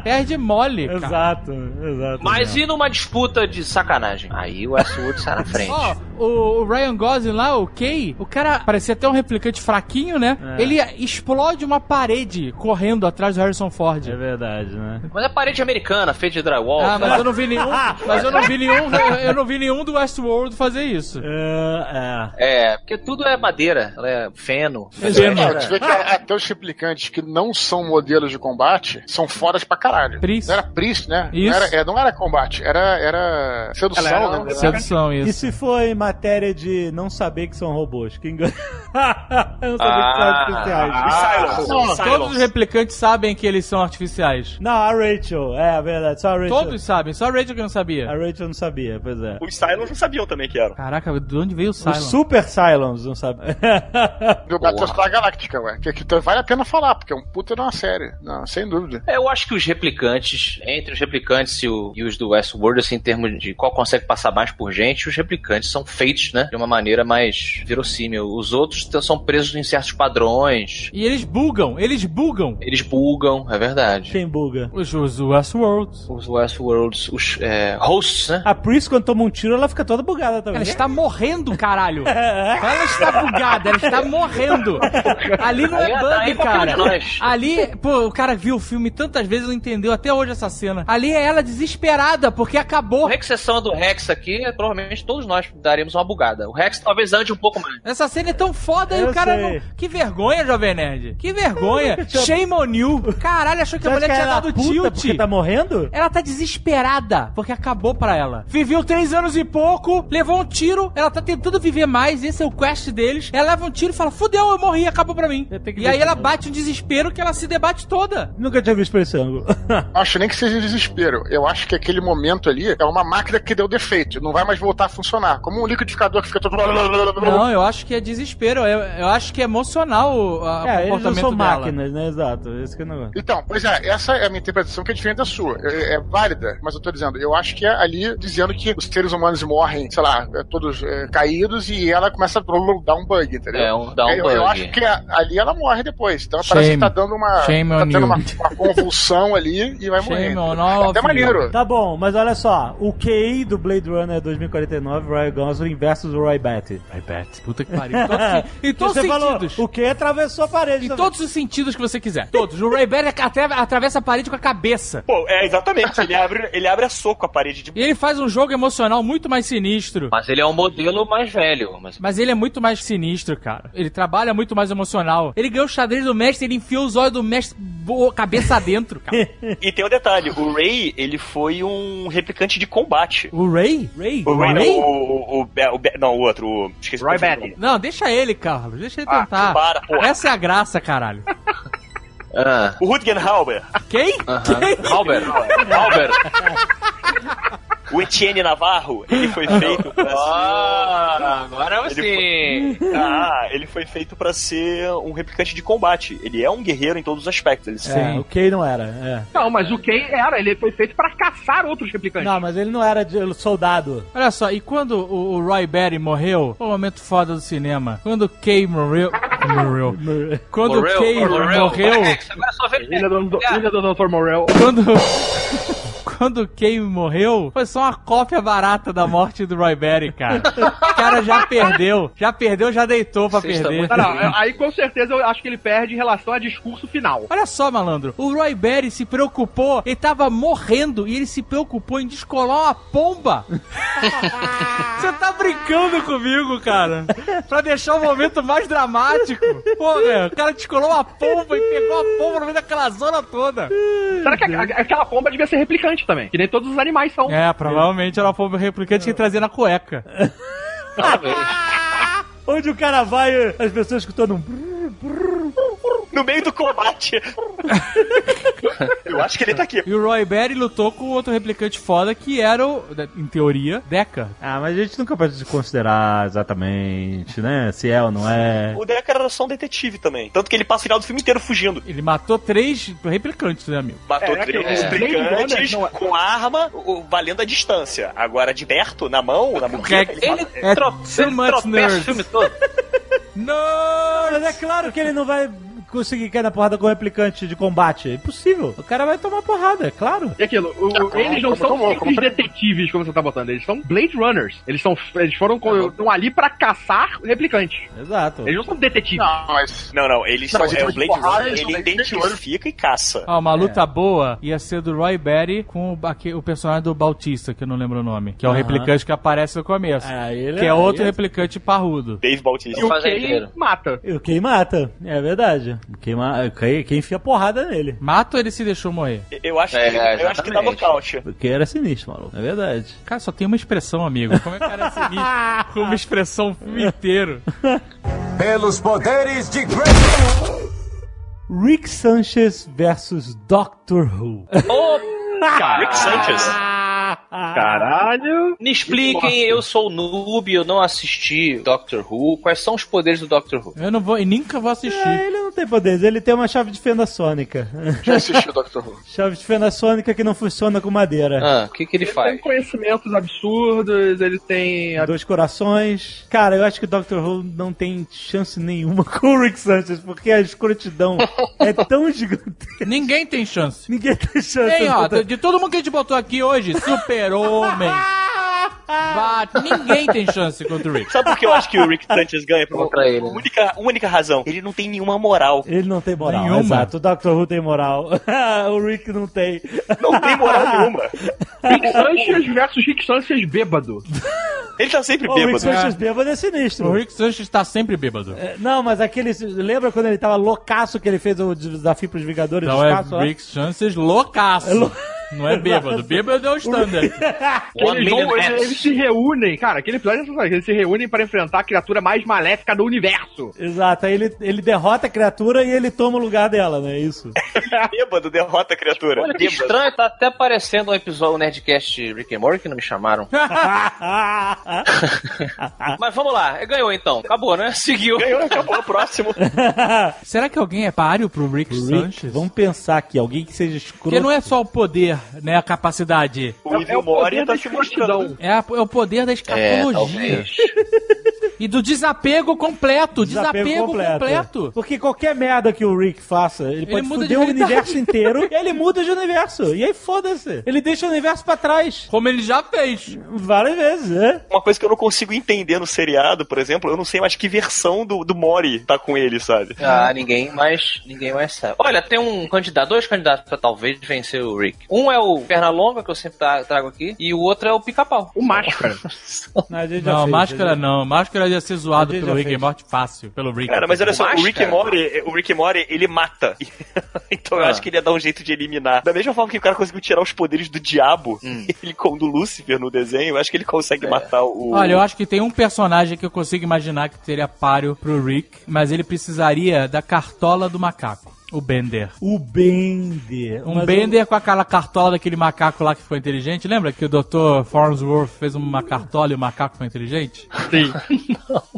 E: perde mole, cara.
B: Exato, exato.
C: Mas e numa disputa de sacanagem? Aí o Westwood sai na frente.
E: Ó, o o Ryan Gosling lá, o Kay, o cara parecia até um replicante fraquinho, né?
C: É.
E: Ele explode uma parede correndo atrás do Harrison Ford. É
B: verdade, né?
C: Mas é parede americana, feita de drywall.
E: Ah,
C: sei
E: mas
C: lá.
E: eu não vi nenhum, mas eu não vi nenhum, eu não vi nenhum do Westworld fazer isso.
B: É,
C: É, porque tudo é madeira, ela é feno.
G: É, tu vê que até os replicantes que não são modelos de combate são fodas pra caralho. Não era Priest, né?
E: Isso.
G: Não era, é, não era combate, era, era sedução,
E: Ela era
G: né?
E: um- Sedução, isso.
B: E se for em matéria de não saber que são robôs? Quem ganha? eu não sabia que são artificiais.
E: Não, todos os replicantes sabem que eles são artificiais.
B: Não, a Rachel, é a verdade, só a Rachel.
E: Todos sabem, só a Rachel que não sabia.
B: A Rachel não sabia, pois é.
F: Os Cylons não sabiam também que eram.
E: Caraca, de onde veio o
B: Os
E: Cylon?
B: Super Cylons não sabem.
G: Do Battlestar Galactica, ué. Que, que t- vale a pena falar, porque é um puta de uma série. Não, sem dúvida.
C: É, Eu acho que os replicantes, entre os replicantes e, o- e os do Westworld, assim, em termos de qual consegue passar mais por gente, os replicantes são feitos, né? De uma maneira mais verossímil. Os outros t- são presos em certos padrões.
E: E eles bugam, eles bugam.
C: Eles bugam, é verdade.
B: Quem buga?
E: Os, os Westworlds.
C: Os Westworlds, os é, hosts, né?
B: A Priest, quando toma um tiro, ela fica toda bugada também.
E: Ela está morrendo, caralho. Ela está bugada, ela está morrendo. Ali não
C: Aí
E: é
C: ela tá aí
E: bug,
C: pra
E: cara.
C: todos nós.
E: Ali, pô, o cara viu o filme tantas vezes, não entendeu até hoje essa cena. Ali é ela desesperada, porque acabou.
C: Com exceção do Rex aqui, provavelmente todos nós daremos uma bugada. O Rex talvez ande um pouco mais.
E: Essa cena é tão foda e
B: Eu
E: o cara
B: sei.
E: não. Que vergonha, Jovem Nerd. Que vergonha. Shame on you. Caralho, achou que a
B: Você acha
E: mulher
B: que
E: tinha
B: ela é
E: dado
B: puta
E: tilt.
B: porque tá morrendo?
E: Ela tá desesperada, porque acabou pra ela. Viveu três anos e pouco, levou um tiro, ela tá tentando viver mais, esse é o quest deles. Ela leva um tiro e fala, fudeu, eu morri, acabou pra mim. E aí ela bate um desespero que ela se debate toda.
B: Nunca tinha visto por esse ângulo.
G: Acho nem que seja desespero. Eu acho que aquele momento ali é uma máquina que deu defeito. Não vai mais voltar a funcionar. Como um liquidificador que fica todo.
E: Não, eu acho que é desespero. Eu, eu acho que é emocional o a,
J: É,
E: o
J: eles não
E: comportamento
J: são
E: dela.
J: máquinas, né? Exato. Esse que é o negócio.
G: Então, pois é, essa é a minha interpretação que é diferente da sua. É, é válida, mas eu tô dizendo, eu acho que é ali dizendo que os seres humanos morrem, sei lá, é, todos é, caídos e ela começa a dar um bug, entendeu?
C: É, um- dá um
G: eu, Eu
C: bug.
G: acho que a- ali ela morre depois. Então parece que
E: Shame.
G: tá dando uma.
E: Shame
G: tá
E: on you.
G: dando uma, uma convulsão ali e vai morrer. entendeu? É até maneiro.
B: Tá bom, mas olha só. O QI do Blade Runner 2049, Ryan Gosling versus Roy Batty. Roy Batty.
E: Puta que pariu. Em todos- em todos os
B: você falou,
E: sentidos.
B: o QI atravessou a parede.
E: Em todos os sentidos que você quiser. Todos. O Ray Bradbury atra- atravessa a parede com a cabeça.
F: Pô, é exatamente. Ele abre, ele abre a soco a parede de.
E: E ele faz um jogo emocional muito mais sinistro.
C: Mas ele é um modelo mais velho. Mas...
E: Mas ele é muito mais sinistro, cara. Ele trabalha muito mais emocional. Ele ganhou o xadrez do mestre, ele enfiou os olhos do mestre bo- cabeça dentro, cara.
F: E tem um detalhe: o Ray, ele foi um replicante de combate.
B: O Ray? Ray?
F: O Ray, não, o, o, o- é, o Be- não, o outro, o, esqueci
C: Roy
F: o nome.
C: Batty.
E: Não, deixa ele, Carlos. Deixa ele
F: Ah,
E: tentar.
F: para, porra.
E: Essa é a graça, caralho.
C: Ah.
F: O Rutger Hauer,
E: Quem? Quem?
C: Halber, Halber.
F: o Etienne Navarro, ele foi feito pra
C: Ah, agora
F: Ele
C: sim.
F: ser. Ah, ele foi feito pra ser um replicante de combate. Ele é um guerreiro em todos os aspectos. Ele
B: É, o QI não era. é.
D: Não, mas o Ken era, ele foi feito pra caçar outros replicantes.
B: Não, mas ele não era de- soldado.
E: Olha só, e quando o, o Roy Batty morreu, o momento foda do cinema. Quando o Kay morreu. Morreu. Quando o
C: Morreu,
E: Kay
C: morreu.
E: morreu.
C: Agora é só vem.
D: Ilha do,
E: É.
D: do, ilha do Dr. Morel.
E: Quando. Quando o Kay morreu, foi só uma cópia barata da morte do Roy Batty, cara. O cara já perdeu. Já perdeu, já deitou pra
C: Vocês estão
E: perder.
C: muito
D: Não, não, eu- aí com certeza eu acho que ele perde em relação a discurso final.
E: Olha só, malandro. O Roy Batty se preocupou. Ele tava morrendo e ele se preocupou em descolar uma pomba. Você tá brincando comigo, cara? Pra deixar o momento mais dramático. Pô, velho, o cara descolou uma pomba e pegou a pomba no meio daquela zona toda.
D: Será que a- a- aquela pomba devia ser replicante também? Que nem todos os animais são.
E: É, provavelmente era uma pomba replicante que trazia na cueca.
B: Onde o cara vai, as pessoas escutando um... brrr.
F: No meio do combate. Eu acho que ele tá aqui.
E: E o Roy Batty lutou com outro replicante foda que era o, em teoria, Deca.
J: Ah, mas a gente nunca pode considerar exatamente, né? Se é ou não é.
F: O Decker era só um detetive também. Tanto que ele passa o final do filme inteiro fugindo.
E: Ele matou três replicantes, né, amigo?
F: Matou
D: É, aquilo,
F: três
D: é.
F: brigantes
D: Blade Runner, não é-
F: com arma, o- valendo a distância. Agora de perto, na mão, na mochila.
E: Ele,
F: Ele...
E: é
C: Tro-
E: too
C: ele
E: much
C: tropeça o
E: nerd.
C: filme todo.
B: Mas é claro que ele não vai conseguir cair na porrada com o replicante de combate. É impossível. O cara vai tomar porrada, é claro.
D: E aquilo, o- o-
G: como-
D: eles não
G: como
D: são
G: tomou, como
D: simples detetives, como você tá botando, eles são Blade Runners. Eles são. Eles foram com- estão ali pra caçar replicantes.
B: Exato.
D: Eles não são detetives.
G: Não, mas.
F: Não, não, ele
G: Não, mas
F: é
G: ele
F: o
G: tá de
F: Blade
G: porrada,
F: Runner,
G: ele
F: ele
G: também tem
F: identifica e caça.
E: Ah, uma luta boa ia ser do Roy Batty com o, aque- o personagem do Bautista, que eu não lembro o nome, que é o
B: Aham.
E: replicante que aparece no começo.
B: Ah, ele
E: que é
B: aí
E: outro
B: é-
E: replicante parrudo.
F: Dave Bautista.
D: E o
C: fazendeiro.
D: Ken mata.
B: E Quem mata, é verdade. Quem, ma... quem quem enfia porrada nele.
E: Mato ele se deixou morrer.
F: Eu acho,
C: É,
F: que, eu acho que dá
C: exatamente.
F: nocaute.
B: Porque era sinistro, maluco. É verdade.
E: Cara, só tem uma expressão, amigo. Como é que o cara é sinistro? Com uma expressão o filme inteiro.
K: Pelos poderes de Grayskull.
B: Rick Sanchez versus Doctor Who.
D: Ah,
F: Rick Sanchez.
D: Caralho.
C: Me expliquem, eu sou noob, eu não assisti Doctor Who. Quais são os poderes do Doctor Who?
E: Eu não vou e nunca vou assistir.
B: É, ele não tem poderes, ele tem uma chave de fenda sônica.
G: Já assistiu Doctor Who?
B: chave de fenda sônica que não funciona com madeira.
C: Ah, o que, que ele
D: Tem
C: faz?
D: conhecimentos absurdos, ele tem.
B: Dois corações. Cara, eu acho que o Dr. Who não tem chance nenhuma com o Rick Sanchez, porque a escrotidão é tão gigantesca.
E: Ninguém tem chance.
B: Ninguém tem chance.
E: Tem, ó, de de todo mundo que a gente botou aqui hoje, super-homem, Batman, ninguém tem chance contra o Rick.
F: Sabe por que eu acho que o Rick Sanchez ganha? Por
C: Contra ele, né?
F: única, única razão. Ele não tem nenhuma moral.
B: Ele não tem moral,
E: Nenhuma.
B: exato. O Dr. Who tem moral. o Rick não tem.
F: Não tem moral nenhuma.
D: Rick Sanchez versus Rick Sanchez bêbado.
F: Ele tá sempre
B: O Rick
G: né?
F: bêbado.
B: Sanchez bêbado é sinistro.
E: O Rick Sanchez tá sempre bêbado.
B: É, Não, mas aquele. Lembra quando ele tava loucaço que ele fez o desafio pros Vingadores
E: Então
B: do
E: é
B: Espaço? ó?
E: Rick Sanchez loucaço.
B: É lou-
E: Não é bêbado. Bêbado é o standard.
D: Eles, vão- eles, eles se reúnem, cara, aquele episódio é sensacional, eles se reúnem pra enfrentar a criatura mais maléfica do universo.
B: Exato, aí ele, ele derrota a criatura e ele toma o lugar dela, não é isso?
F: Bêbado derrota a criatura.
C: Olha que
F: Bêbado.
C: estranho, tá até parecendo um episódio do Nerdcast Rick and Morty que não me chamaram.
E: Ah.
C: Mas vamos lá, ganhou então. Acabou, né? Seguiu.
F: Ganhou, acabou, próximo.
E: Será que alguém é páreo pro Rick, Sanchez?
B: Vamos pensar aqui, alguém que seja escroto.
E: Porque não é só o poder, né? A capacidade.
F: O
D: É
F: Evil Mori tá se mostrando.
E: É, a- é o poder da escatologia. e do desapego
B: um
E: completo. Desapego, completo.
B: Porque qualquer merda que o Rick faça, ele, pode
E: muda de
B: fuder o
E: realidade.
B: universo inteiro e ele muda de universo. E aí foda-se. Ele deixa o universo pra trás.
E: Como ele já fez.
B: Várias vezes, né?
F: Uma coisa que eu não consigo entender no seriado, por exemplo, eu não sei mais que versão do, do Mori tá com ele, sabe?
C: Ah, ninguém mais, ninguém mais sabe. Olha, tem um candidato, dois candidatos pra talvez vencer o Rick. Um é o Pernalonga, que eu sempre tra- trago aqui, e o outro é o Pica-Pau.
E: Um
C: O Máscara.
B: Não, a gente já
E: Não,
B: fez, né?
E: máscara
B: a gente-
E: não. Máscara ia ser zoado
B: A gente
E: pelo
B: já
E: Rick
B: fez.
E: and Morty fácil. Pelo Rick.
F: Cara, mas olha só, o Rick
C: Máscara?
F: Mori, o Rick Mori, ele mata. então eu
C: Ah.
F: acho que ele ia dar um jeito de eliminar. Da mesma forma que o cara conseguiu tirar os poderes do diabo,
E: Hum.
F: ele com do Lúcifer no desenho, eu acho que ele consegue matar o.
E: É. Olha, eu acho que tem um personagem que eu consigo imaginar que seria páreo pro Rick, mas ele precisaria da cartola do macaco. O Bender.
B: O Bender.
E: Um
B: Mas
E: Bender com aquela cartola daquele macaco lá que ficou inteligente. Lembra que o Dr. Farnsworth fez uma cartola e o macaco foi inteligente?
D: Sim.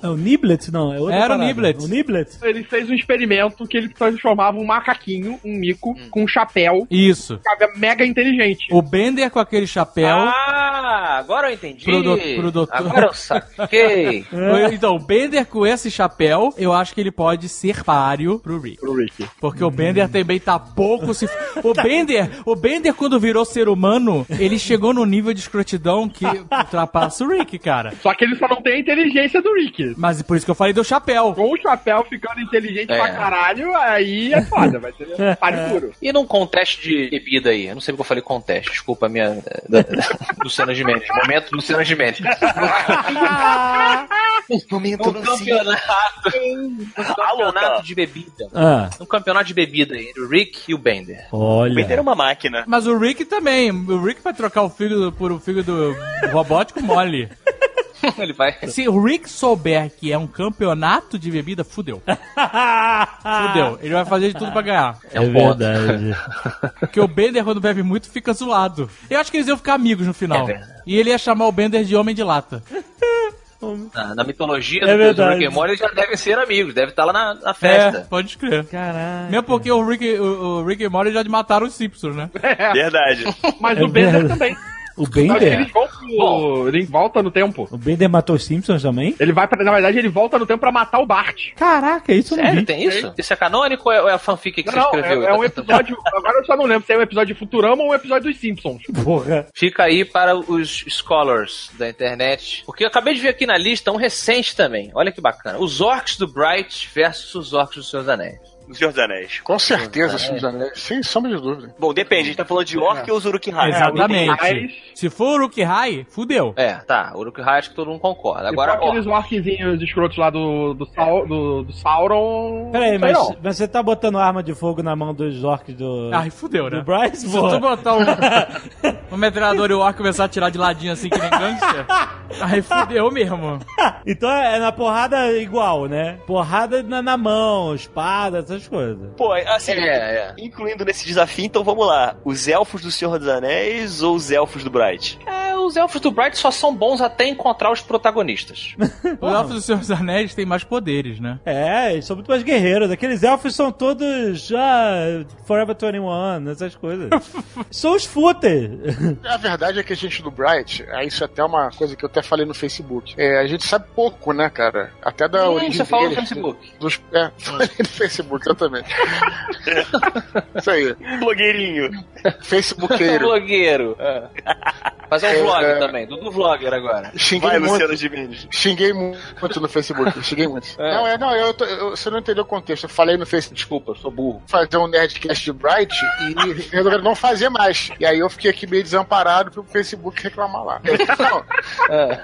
B: É o Niblet? Não, é outra
E: Era o
B: parada.
E: Niblet.
B: O Niblet?
D: Ele fez um experimento que ele transformava um macaquinho, um mico,
F: Hum.
D: com um chapéu.
E: Isso.
D: Cara, mega inteligente.
E: O Bender com aquele chapéu.
C: Ah, agora eu entendi.
E: é Pro do- pro doutor.
C: Agora eu saquei.
E: Ou, Então, o Bender com esse chapéu, eu acho que ele pode ser páreo pro Rick.
F: Pro Rick.
E: Porque o Bender também tá pouco se. O Bender, o Bender, quando virou ser humano, ele chegou no nível de escrotidão que ultrapassa o Rick, cara.
D: Só que ele só não tem a inteligência do Rick.
E: Mas por isso que eu falei do chapéu.
D: Com o chapéu ficando inteligente
C: É.
D: pra caralho, aí é foda, vai ser páreo puro.
C: E num conteste de bebida aí? Eu não sei porque eu falei conteste. Desculpa a minha. eh, Da, da, Luciana Gimenez. Momento Luciana Gimenez.
F: Momento
C: Um campeonato. Um campeonato de bebida.
B: Ah,
C: Um campeonato de bebida aí, entre o Rick e o Bender.
F: O Bender é
B: olha.
F: uma máquina.
E: Mas o Rick também. O Rick vai trocar o fígado por um fígado robótico mole.
C: Ele vai.
E: Se o Rick souber que é um campeonato de bebida, fudeu. Fudeu. Ele vai fazer de tudo pra ganhar.
C: É um ponto.
E: Porque o Bender, quando bebe muito, fica zoado. Eu acho que eles iam ficar amigos no final.
C: É verdade.
E: e ele ia chamar o Bender de Homem de Lata.
C: Na, na mitologia
B: É
C: do- do
B: verdade.
C: Rick and Morty, eles já devem ser amigos. Deve estar lá na, na
E: É,
C: festa.
E: pode crer.
B: Caralho.
E: Mesmo porque o Rick, o, o Rick e Morty já mataram os Simpsons, né?
F: Verdade.
D: Mas
B: É
D: o Bender
B: verdade.
D: também.
B: O
D: Só que
B: Bender?
D: eles vão pro... Ele volta no tempo.
B: O Bender matou os Simpsons também?
D: Ele vai pra... Na verdade, ele volta no tempo pra matar o Bart.
B: Caraca, isso eu não
C: Sério,
B: vi.
C: tem isso? Isso é canônico ou é, ou é a fanfic que
D: Não,
C: você
D: não,
C: escreveu?
D: é, é um episódio... Agora eu só não lembro se é um episódio de Futurama ou um episódio dos Simpsons.
E: é.
B: Porra.
C: Fica aí para os scholars da internet. Porque eu acabei de ver aqui na lista um recente também. Olha que bacana. Os orcs do Bright versus os orcs do Senhor dos Anéis.
F: Os Senhor dos Anéis.
G: Com
C: É.
G: certeza, Senhor dos Anéis, sem sombra de dúvida.
F: Bom, depende, a gente tá falando de Orc ou Uruk-hai.
E: Exatamente.
D: Mas-
E: Se for o Rick High, fudeu.
C: É, tá. Uruk-hai acho que todo mundo concorda.
D: Agora,
C: Agora, ó,
D: aqueles orquezinhos escrotos lá do, do, Sau- do- do Sauron...
B: Peraí,
E: Então,
D: sei
B: mas,
D: não.
B: mas você tá botando arma de fogo na mão dos orcs do.
E: Ai, fudeu, né?
B: É. Do Bryce,
E: Se
B: pô.
E: tu botar um, um metralhador e o ar começar a tirar de ladinho assim que nem gangster, aí fudeu mesmo.
B: Então é na porrada igual, né? Porrada na, na mão, espada, essas coisas.
F: Pô, assim,
C: É, é.
F: incluindo nesse desafio, então vamos lá. Os elfos do Senhor dos Anéis ou os elfos do Bright?
C: é, os elfos do Bright só são bons até encontrar os protagonistas.
E: Os elfos dos Senhor dos Anéis têm mais poderes, né?
B: É, eles são muito mais guerreiros. Aqueles elfos são todos já Forever 21, essas coisas. são os fúteis.
G: A verdade é que a gente do Bright, é, isso é até uma coisa que eu até falei no Facebook. É, a gente sabe pouco, né, cara? Até da
C: Hum,
G: origem
C: você falou no
G: deles,
C: Facebook.
G: Dos, é, falei no Facebook, exatamente. isso aí.
F: Um blogueirinho.
C: Um
G: Facebookeiro.
C: blogueiro. É. Fazer um
G: É,
C: vlog
G: é.
C: também. Dudu vlogger agora.
G: Xinguei um
F: Vai,
G: muito.
F: Luciano Gimenez.
G: Xinguei mu- muito no Facebook, xinguei muito. Não, é, não, eu, tô- eu- você não entendeu o contexto. Eu falei no Facebook
C: Desculpa, eu sou burro.
G: fazer um Nerdcast de Bright e resolveram não fazer mais. E aí eu fiquei aqui meio desamparado pro Facebook reclamar lá. Eu, não,
C: É.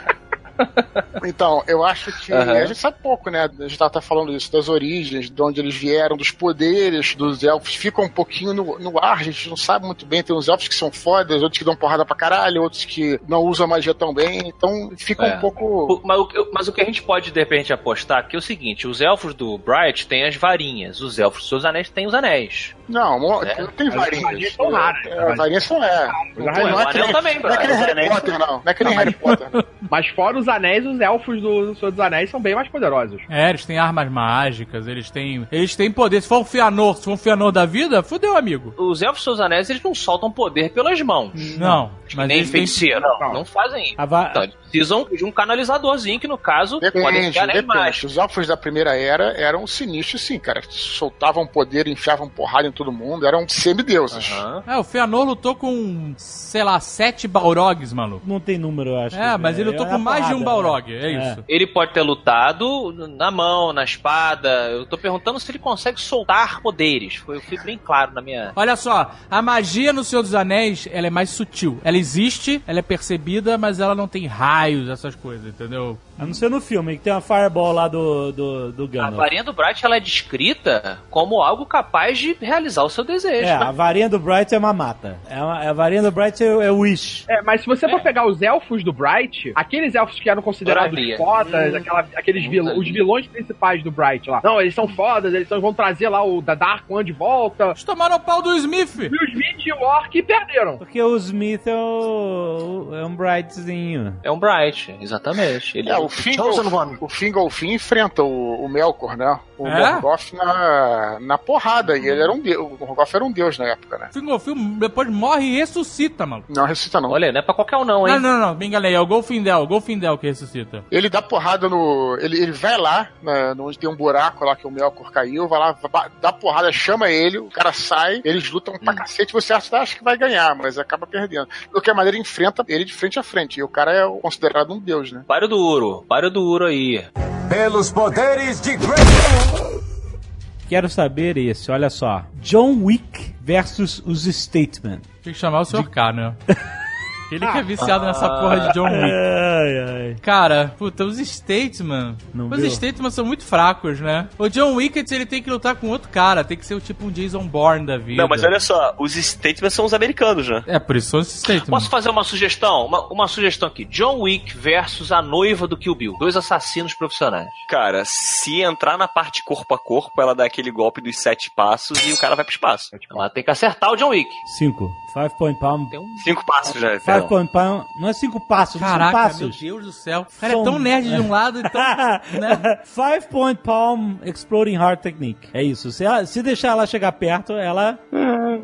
G: Então, eu acho que
C: Aham.
G: a gente sabe pouco, né? A gente tá, tá falando isso, das origens, de onde eles vieram, dos poderes dos elfos. Fica um pouquinho no, no ar, a gente não sabe muito bem. Tem uns elfos que são fodas, outros que dão porrada pra caralho, outros que não usam magia tão bem. Então, fica
C: É.
G: um pouco.
C: O- Mas o, que- mas o que a gente pode, de repente, apostar que é o seguinte: os elfos do Bright têm as varinhas, os elfos dos seus anéis têm os anéis.
G: Não, mo-
C: É.
G: tem
C: As
G: varinhas.
C: varinhas são raras. né?
G: É, as varinhas são é. Não,
C: Mas tá o anel também,
G: não é aquele
C: brother.
G: Harry Potter, não. Não é aquele Harry Potter.
D: Mas fora os anéis, os elfos do Senhor dos Anéis são bem mais poderosos.
E: É, eles têm armas mágicas, eles têm. Eles têm poder. Se for um Fianor, se for um Fianor da vida, fudeu, amigo.
C: Os elfos dos seus anéis eles não soltam poder pelas mãos.
E: Não. Mas
C: Nem
E: eles têm-
C: feiticeiro. Não, não fazem isso. Então, eles precisam de um canalizadorzinho, que no caso, podem
G: Depende,
C: ser anéis
G: depende.
C: mágicos.
G: Os elfos da primeira era eram sinistros, sim, cara. Soltavam poder, enfiavam porrada em todo mundo, eram semideuses.
E: É, o Feanor lutou com, sei lá, sete Balrogs, maluco.
B: Não tem número, eu acho.
E: É, mas ele
B: É,
E: lutou
B: é
E: com
B: a
E: mais de
B: porrada,
E: um
B: né?
E: Balrog, é, isso.
C: Ele pode ter lutado na mão, na espada. Eu tô perguntando se ele consegue soltar poderes. Foi- Eu fui bem claro na minha.
E: Olha só, a magia no Senhor dos Anéis, ela é mais sutil. Ela existe, ela é percebida, mas ela não tem raios, essas coisas, entendeu?
B: A não ser no filme, que tem uma fireball lá do, do, do
C: A
B: Gandalf.
C: varinha do Bright ela é descrita como algo capaz de realizar o seu desejo.
B: É, a varinha do Bright é uma mata. É uma- a varinha do Bright é, é Wish.
D: É, mas se você for pegar os elfos do Bright, aqueles elfos que eram considerados
B: Maravilha.
D: fodas,
B: Hum,
D: aquela- aqueles
B: puta
D: vilões, os
B: vida.
D: vilões principais do Bright lá. Não, eles são fodas, eles são- vão trazer lá o da Dark One de volta. Eles
E: tomaram o pau do Smith. E
D: o Smith e o Orc perderam.
B: Porque o Smith é, o- é um Brightzinho.
C: É um Bright, exatamente. Ele um
G: É, o Fingolfin, o Fingolfin enfrenta o, o Melkor, né? O
E: É?
G: Morgoth na, na porrada. E ele era um deus. O Morgoth era um deus na época, né?
E: Fingolfin depois morre e ressuscita, mano.
G: Não ressuscita, não.
C: Olha, não é pra qualquer um, não,
E: hein? Não, não, não, me enganei, é o Golfindel, o Golfindel que ressuscita.
G: Ele dá porrada no. Ele, ele vai lá, né, onde tem um buraco lá que o Melkor caiu, vai lá, ba- dá porrada, chama ele, o cara sai, eles lutam pra cacete, você acha, acha que vai ganhar, mas acaba perdendo. De qualquer maneira, enfrenta ele de frente a frente. E o cara é considerado um deus, né?
C: Páreo do ouro, páreo do ouro aí.
B: Hum.
K: Pelos poderes de Grayskull.
B: Quero saber esse, olha só. John Wick versus os Statement.
E: Tem que chamar o Sr. K, né? Ele que é viciado nessa porra de John Wick.
B: Ai, ai.
E: Cara, puta, os Statesman.
B: Não
E: Os
B: viu?
E: Statesman são muito fracos, né? O John Wickett, ele tem que lutar com outro cara. Tem que ser o tipo um Jason Bourne da vida.
F: Não, mas olha só, os statements são os americanos, né?
E: É, por isso são os Statesman.
C: Posso fazer uma sugestão? Uma, uma sugestão aqui. John Wick versus a noiva do Kill Bill. Dois assassinos profissionais.
F: Cara, se entrar na parte corpo a corpo, ela dá aquele golpe dos sete passos e o cara vai pro espaço.
C: Ela tem que acertar o John Wick.
B: Cinco. Five point palm.
E: um
F: Cinco passos, né?
B: Five point palm. Não é cinco passos, são
E: Caraca, meu
B: passos.
E: Deus do céu. O cara é tão nerd de um lado e tão... né?
B: Five Point Palm Exploding Heart Technique. É isso. Se, ela- se deixar ela chegar perto, ela.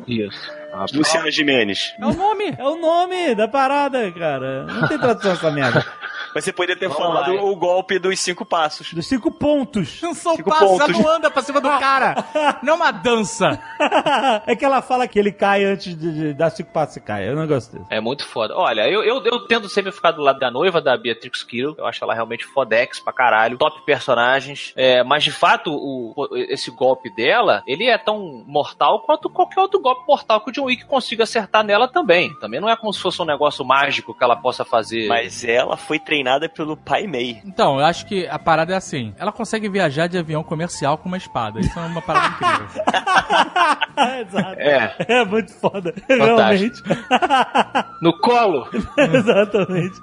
C: Isso.
F: Luciana Jimenez.
E: um
B: É o nome! É o nome da parada, cara. Não tem tradução essa merda.
F: Mas você poderia ter falado o golpe dos cinco passos.
B: Dos cinco pontos.
E: Não são
F: Cinco
E: passos, ela
F: pontos.
E: não anda pra cima do cara. Não é uma dança.
B: é que ela fala que ele cai antes de, de dar cinco passos e cai. um Eu não gosto disso.
C: É muito foda. Olha, eu, eu, eu tento sempre ficar do lado da noiva da Beatrix Kittle. Eu acho ela realmente fodex pra caralho. Top personagens. É, mas de fato, o, o- esse golpe dela, ele é tão mortal quanto qualquer outro golpe mortal que o John Wick consiga acertar nela também. Também não é como se fosse um negócio mágico que ela possa fazer.
F: Mas ela foi treinada pelo pai Mei.
E: Então, eu acho que a parada é assim. Ela consegue viajar de avião comercial com uma espada. Isso é uma parada incrível.
B: Exato.
C: É.
B: É muito foda. Realmente.
C: Fantástico. No colo.
B: Exatamente.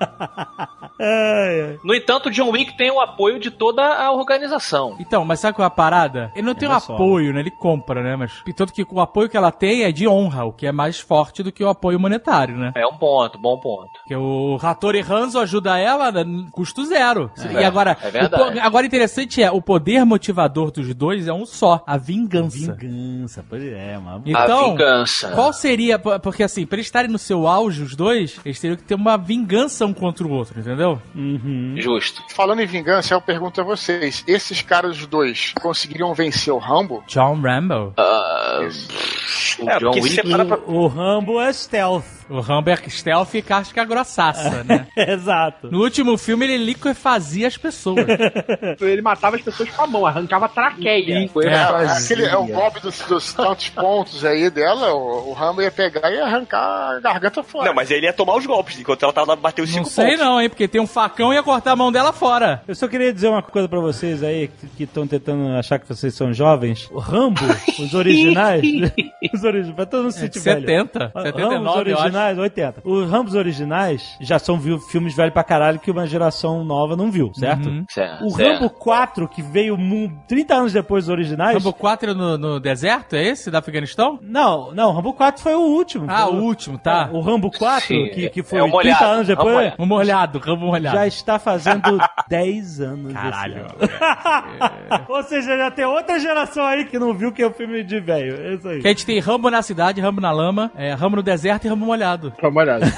B: Ai, ai.
C: No entanto, John Wick tem o apoio de toda a organização.
E: Então, mas sabe qual é a parada? Ele não tem um
C: Olha só.
E: apoio, né? Ele compra, né? Mas tanto que o apoio que ela tem é de honra, o que é mais forte do que o apoio monetário, né?
C: É um ponto, bom ponto.
E: Porque o Hattori Hanzo ajuda ela, né, custo zero.
C: É,
E: e agora,
C: é verdade.
E: o po- agora interessante é, o poder motivador dos dois é um só, a vingança.
B: Vingança, pois é, mano.
E: Então,
C: vingança.
E: qual seria, po- porque assim, pra eles estarem no seu auge, os dois, eles teriam que ter uma vingança um contra o outro, entendeu?
B: Uhum.
C: Justo.
G: Falando em vingança, eu pergunto a vocês: esses caras os dois conseguiriam vencer o Rambo?
E: John Rambo.
C: Ah,
G: o É, John porque Wick- É, se você parar pra-
B: O Rambo é stealth.
E: O Rambo é stealth e casca grossaça, né?
B: Exato.
E: No último filme, ele liquefazia as pessoas.
B: É.
D: Então, ele matava as pessoas com a mão, arrancava traqueia.
G: É, aquele, é o golpe dos, dos tantos pontos aí dela, o, o Rambo ia pegar e ia arrancar a garganta fora.
F: Não, mas ele ia tomar os golpes, enquanto ela tava lá, bateu os
E: Não
F: cinco
E: sei
F: pontos.
E: não, hein? Porque tem um facão e ia cortar a mão dela fora.
B: Eu só queria dizer uma coisa pra vocês aí que- que estão tentando achar que vocês são jovens. O Rambo, os originais. os originais, pra todo mundo se
E: É de
B: sentir velho.
E: 70,
B: O Rambo,
E: 79, eu
B: os
E: acho.
B: originais, 80. Os Rambos originais já são vi- filmes velhos pra caralho que uma geração nova não viu, certo?
C: Certo,
B: O
C: certo.
B: Rambo 4, que veio mu- 30 anos depois dos originais.
E: Rambo 4 no, no deserto, é esse? Da Afeganistão?
B: Não, não, o Rambo 4 foi o último.
E: Ah,
B: Foi
E: o último, tá.
B: O Rambo 4,
E: Sim,
B: que, que
E: é
B: foi
E: o molhado,
B: 30 anos
E: é o
B: depois.
E: molhado. O molhado, Rambo molhado.
B: Já está fazendo 10 anos.
E: Caralho.
B: Ou seja, já tem outra geração aí que não viu que é o filme de velho. É isso aí.
E: Que a gente tem Rambo na cidade, Rambo na lama, é, Rambo no deserto e Rambo molhado.
D: Rambo molhado.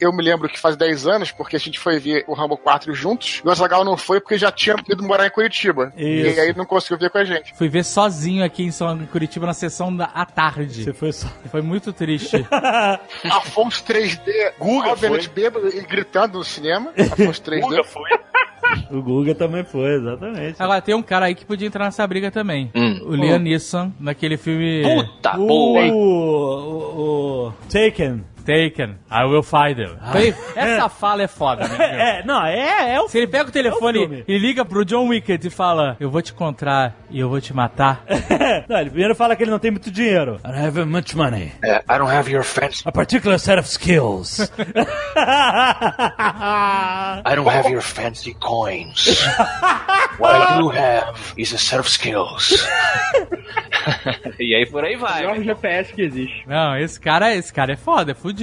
G: Eu me lembro que faz 10 anos, porque a gente foi ver o Rambo 4 juntos, e o Azagal não foi porque já tinha ido morar em Curitiba.
E: Isso.
G: E aí não conseguiu ver com a gente.
E: Fui ver sozinho aqui em São em Curitiba na sessão da à tarde. Você
B: foi só.
E: Foi muito triste.
G: Afonso 3D, Guga Albert bêbado e gritando no cinema. Afonso 3D. Guga
F: foi.
B: O Guga também foi, exatamente.
E: Agora tem um cara aí que podia entrar nessa briga também. O Liam Neeson, naquele filme.
B: Puta,
C: Tá
E: Tá
B: O- boa, hein? o, Taken.
E: Taken. I will find him. Essa fala é foda, né? meu?
B: É, não, é, é o
E: Se ele pega o telefone
B: filme.
E: e liga pro John Wickett e fala: Eu vou te encontrar e eu vou te matar.
B: É, Não, ele primeiro fala que ele não tem muito dinheiro. I don't have much money.
C: É, I don't have your friends.
B: A particular set of skills.
C: I don't have your fancy coins. What I do have is a set of skills. e aí por aí vai.
D: Melhor GPS que existe.
E: Não, esse cara, esse cara é foda, é fudido.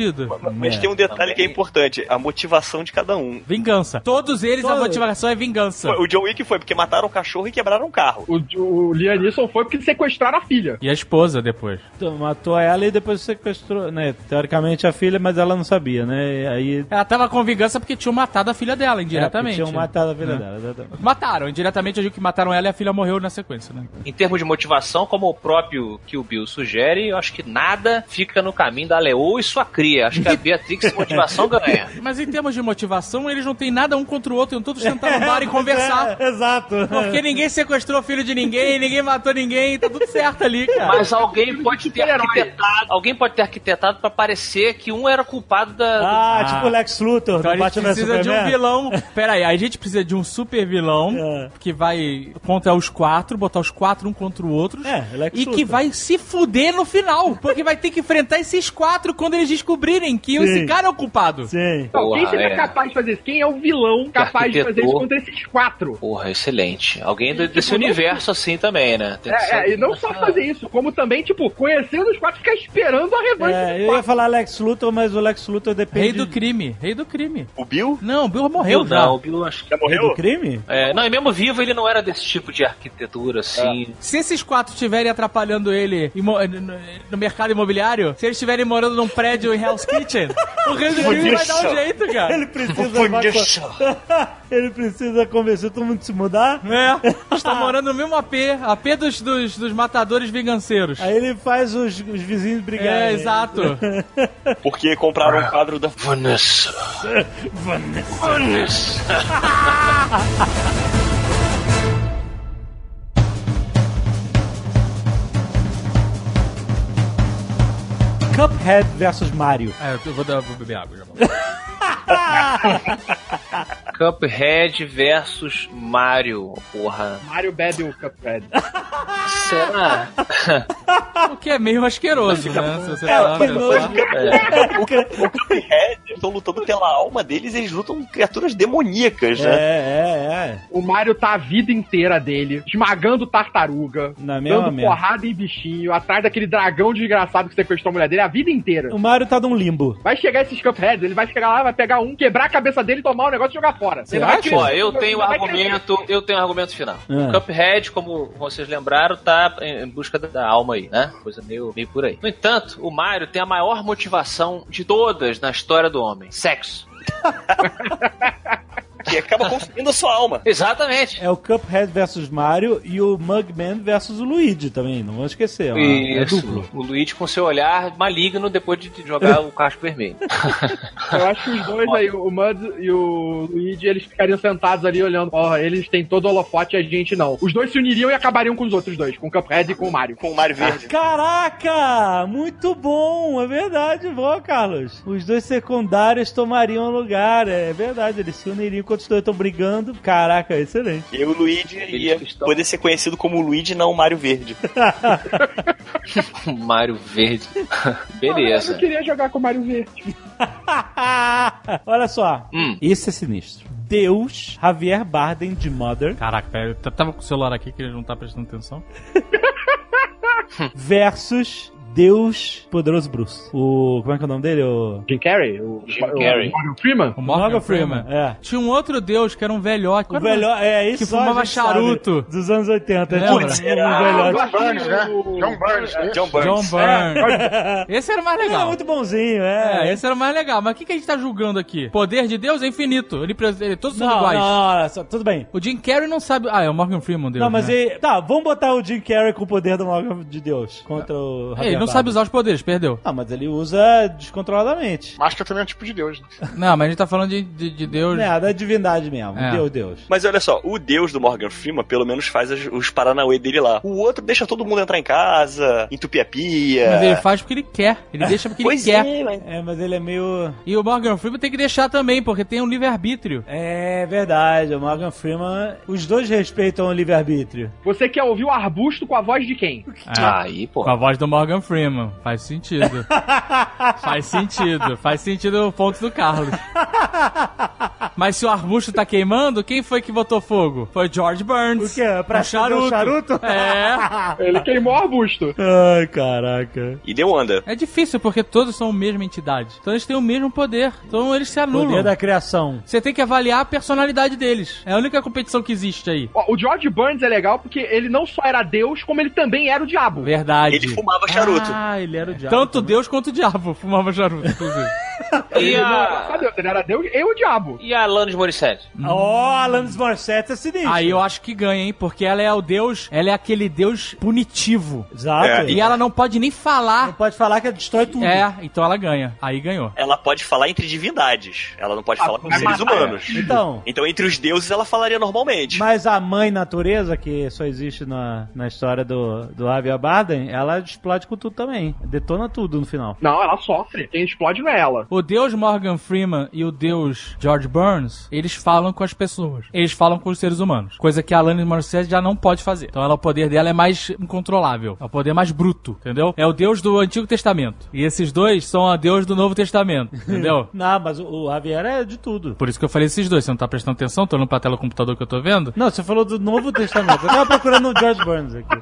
F: Mas tem um detalhe que é importante, a motivação de cada um.
E: Vingança. Todos eles, a
F: Todos.
E: motivação é vingança.
F: O John Wick foi porque mataram o cachorro e quebraram o carro.
D: O, o Liam Neeson foi porque sequestraram a filha.
E: E a esposa depois.
B: Então, Matou ela e depois sequestrou, né? Teoricamente a filha, mas ela não sabia, né? E aí.
E: Ela tava com vingança porque tinham matado a filha dela, indiretamente.
B: É, porque tinham matado a filha
E: É.
B: dela, exatamente.
E: Mataram, indiretamente, eu digo que mataram ela e a filha morreu na sequência, né?
C: Em termos de motivação, como o próprio Kill Bill sugere, eu acho que nada fica no caminho da Leoa e sua cria. Acho que a Beatrix motivação ganha.
E: Mas em termos de motivação, eles não têm nada um contra o outro, iam todos sentar no bar e
B: É.
E: conversar.
B: exato.
E: Porque ninguém sequestrou o filho de ninguém, ninguém matou ninguém, tá tudo certo ali, cara.
C: Mas alguém pode ter arquitetado, alguém pode ter arquitetado para parecer que um era culpado da.
B: Ah, tipo o Lex Luthor
E: Então a
B: do
E: gente
B: Batman
E: precisa de um
B: Superman.
E: vilão. É. Pera aí, a gente precisa de um super vilão que vai contra os quatro, botar os quatro um contra o outro.
B: Lex
E: e
B: Luthor.
E: É que vai se fuder no final. Porque vai ter que enfrentar esses quatro quando eles descobrirem que
B: Sim.
E: esse cara é o culpado.
B: Sim.
D: Não, Então, quem
C: Porra,
D: seria
C: é.
D: capaz de fazer isso? Quem é o vilão capaz de fazer isso
C: arquitetou.
D: contra esses quatro?
C: Porra, excelente. Alguém do- desse universo assim também, né? Tem que
D: É, é,
C: ser-
D: e não só fazer isso, como também, tipo, conhecendo os quatro, ficar esperando a revanche
B: É,
D: dos
B: eu ia
D: quatro.
B: falar Lex Luthor, mas o Lex Luthor depende.
E: Rei do crime, rei do crime.
F: O Bill?
E: Não, o Bill morreu
C: Bill
E: já.
C: não, o Bill acho que já
B: Rei do crime?
C: É, não, e mesmo vivo ele não era desse tipo de arquitetura, assim.
E: Se esses quatro estiverem atrapalhando ele imo- no no mercado imobiliário, se eles estiverem morando num prédio em Hell's Kitchen, o rei do crime vai dar um jeito, cara.
B: Ele precisa. Ele precisa convencer todo mundo a se mudar.
E: É, está morando no mesmo AP, AP dos, dos, dos matadores vinganceiros.
B: Aí ele faz os, os vizinhos brigarem.
E: É, exato.
F: Porque compraram um quadro da.
C: Vanessa.
B: Vanessa. Cuphead versus Mario.
E: É, eu vou, dar, vou beber água já. volto.
C: Cuphead versus Mario, porra.
D: Mario bebe o Cuphead.
C: Será?
E: o que é meio asqueroso, né? Se
B: É,
E: você parar pra pensar.
C: É.
F: O Cuphead estão lutando pela alma deles eles lutam com criaturas demoníacas,
B: É,
F: né?
B: é, é.
D: O Mario tá a vida inteira dele, esmagando tartaruga,
B: Na mesma
D: dando
B: merda.
D: porrada em bichinho, atrás daquele dragão desgraçado que sequestrou a mulher dele a vida inteira.
B: O Mario tá num limbo.
D: Vai chegar esses Cupheads, ele vai chegar lá, vai pegar um, quebrar a cabeça dele, tomar o negócio e jogar fora. Ele vai
C: Ó,
D: crescer,
C: eu
D: ele
C: tenho um
D: vai
C: argumento, eu tenho um argumento final.
B: Ah.
C: O Cuphead, como vocês lembraram, tá em em busca da- da alma aí, né? Coisa meio, meio por aí. No entanto, o Mario tem a maior motivação de todas na história do homem. Sexo.
F: que acaba consumindo a sua alma.
C: Exatamente.
B: É o Cuphead versus Mario e o Mugman versus o Luigi também, não vamos esquecer. ó, É
C: Isso.
B: duplo.
C: assim, o Luigi com seu olhar maligno depois de jogar o casco vermelho.
D: Eu acho que os dois aí, o Mud e o Luigi, eles ficariam sentados ali olhando. Ó, eles têm todo o holofote e a gente não. Os dois se uniriam e acabariam com os outros dois, com o Cuphead e com o Mario.
F: Com o Mario Verde.
B: Caraca! Muito bom! É verdade, bom, Carlos. Os dois secundários tomariam lugar, é verdade. Eles se uniriam enquanto os dois estão brigando. Caraca, é excelente.
F: E o Luigi ia poder ser conhecido como Luigi, não Mario Verde.
C: Mario Verde.
D: Eu
C: Beleza.
D: não queria jogar com o Mario Verde.
B: Olha só. Isso é sinistro. Deus, Javier Bardem de Mother.
E: Caraca, pera, eu t- tava com o celular aqui que ele não tá prestando atenção.
B: versus Deus Poderoso Bruce. O. Como é que é o nome dele? O.
D: Jim Carrey? O
B: Jim
D: Carrey. Morgan Freeman?
E: O Morgan,
B: Morgan
E: Freeman.
B: Freeman, é.
E: Tinha um outro deus que era um velhote.
B: O velho, é isso
E: Que fumava charuto.
B: dos anos 80.
E: Lembra?
B: Tipo, um velhote.
G: Burns, né? John Burns. né?
F: É, John Burns.
E: John
B: É.
E: Burns. Esse era o mais
B: Ele
E: legal.
B: era muito bonzinho, é.
E: É, esse era o mais legal. Mas o que, que a gente tá julgando aqui? Poder de Deus é infinito. Ele, pres- ele todos são
B: Não, não,
E: iguais.
B: não, olha só, tudo bem.
E: O Jim Carrey não sabe. Ah, é o Morgan Freeman dele.
B: não, mas
E: né?
B: ele. Tá, vamos botar o Jim Carrey com o poder do Morgan de Deus contra o
E: É, Ele não sabe usar os poderes, perdeu.
B: Ah, mas ele usa descontroladamente.
G: Máscara também é um tipo de Deus. Né?
E: Não, mas a gente tá falando de, de, de Deus.
B: É, da divindade mesmo.
E: É.
B: Deus, Deus.
F: Mas olha só, o deus do Morgan Freeman pelo menos faz as- os Paranauê dele lá. O outro deixa todo mundo entrar em casa, entupir a pia.
E: Mas ele faz porque ele quer. Ele deixa porque ele
F: Pois
E: quer.
F: é, mas...
B: É, mas ele é meio.
E: E o Morgan Freeman tem que deixar também, porque tem um livre-arbítrio.
B: É verdade, o Morgan Freeman. Os dois respeitam o livre-arbítrio.
D: Você quer ouvir o arbusto com a voz de quem?
C: Aí, pô.
E: Com a voz do Morgan Freeman. Faz sentido. faz sentido. Faz sentido o ponto do Carlos. Mas se o arbusto tá queimando, quem foi que botou fogo? Foi George Burns.
B: O quê? Pra
E: Um charuto.
B: acender o charuto?
E: É.
D: Ele queimou o arbusto.
B: Ai, caraca.
F: E deu onda.
E: É difícil, porque todos são a mesma entidade. Então eles têm o mesmo poder. Então eles se anulam.
B: Poder da criação.
E: Você tem que avaliar a personalidade deles. É a única competição que existe aí.
D: Ó, O George Burns é legal porque ele não só era Deus, como ele também era o diabo.
E: Verdade.
F: Ele fumava charuto.
B: Ah, ele era o diabo.
E: Tanto Deus quanto o diabo fumava charuto, inclusive.
C: E
D: Ele não era só
C: a,
D: Deus, ele era Deus e o diabo.
C: e a Alanis Morissette?
B: Ó, Alanis Morissette é sinistro.
E: Aí eu acho que ganha, hein? Porque ela é o deus, ela é aquele deus punitivo.
B: Exato.
F: É,
E: E ela não pode nem
B: Não
E: falar.
B: pode falar que destrói tudo.
E: É, então ela ganha. Aí ganhou.
F: Ela pode falar entre divindades. Ela não pode falar com
D: mas
F: seres
D: matar.
F: humanos.
B: Então.
F: Então, entre os deuses, ela falaria normalmente.
B: Mas a mãe natureza, que só existe na, na história do, do Javier Bardem, ela explode com tudo também. Detona tudo no final.
D: Não, ela sofre. Quem explode não é ela.
E: O deus Morgan Freeman e o deus George Burns, eles falam com as pessoas. Eles falam com os seres humanos. Coisa que a Alanis Morissette já não pode fazer. Então ela, o poder dela é mais incontrolável. É o poder mais bruto, entendeu? É o deus do Antigo Testamento. E esses dois são a deus do Novo Testamento, entendeu?
B: Não, mas o, o Javier é de tudo.
E: Por isso que eu falei esses dois. Você não tá prestando atenção? Tô olhando pra tela do computador que eu tô vendo?
B: Não, você falou do Novo Testamento. Eu tava procurando o George Burns aqui.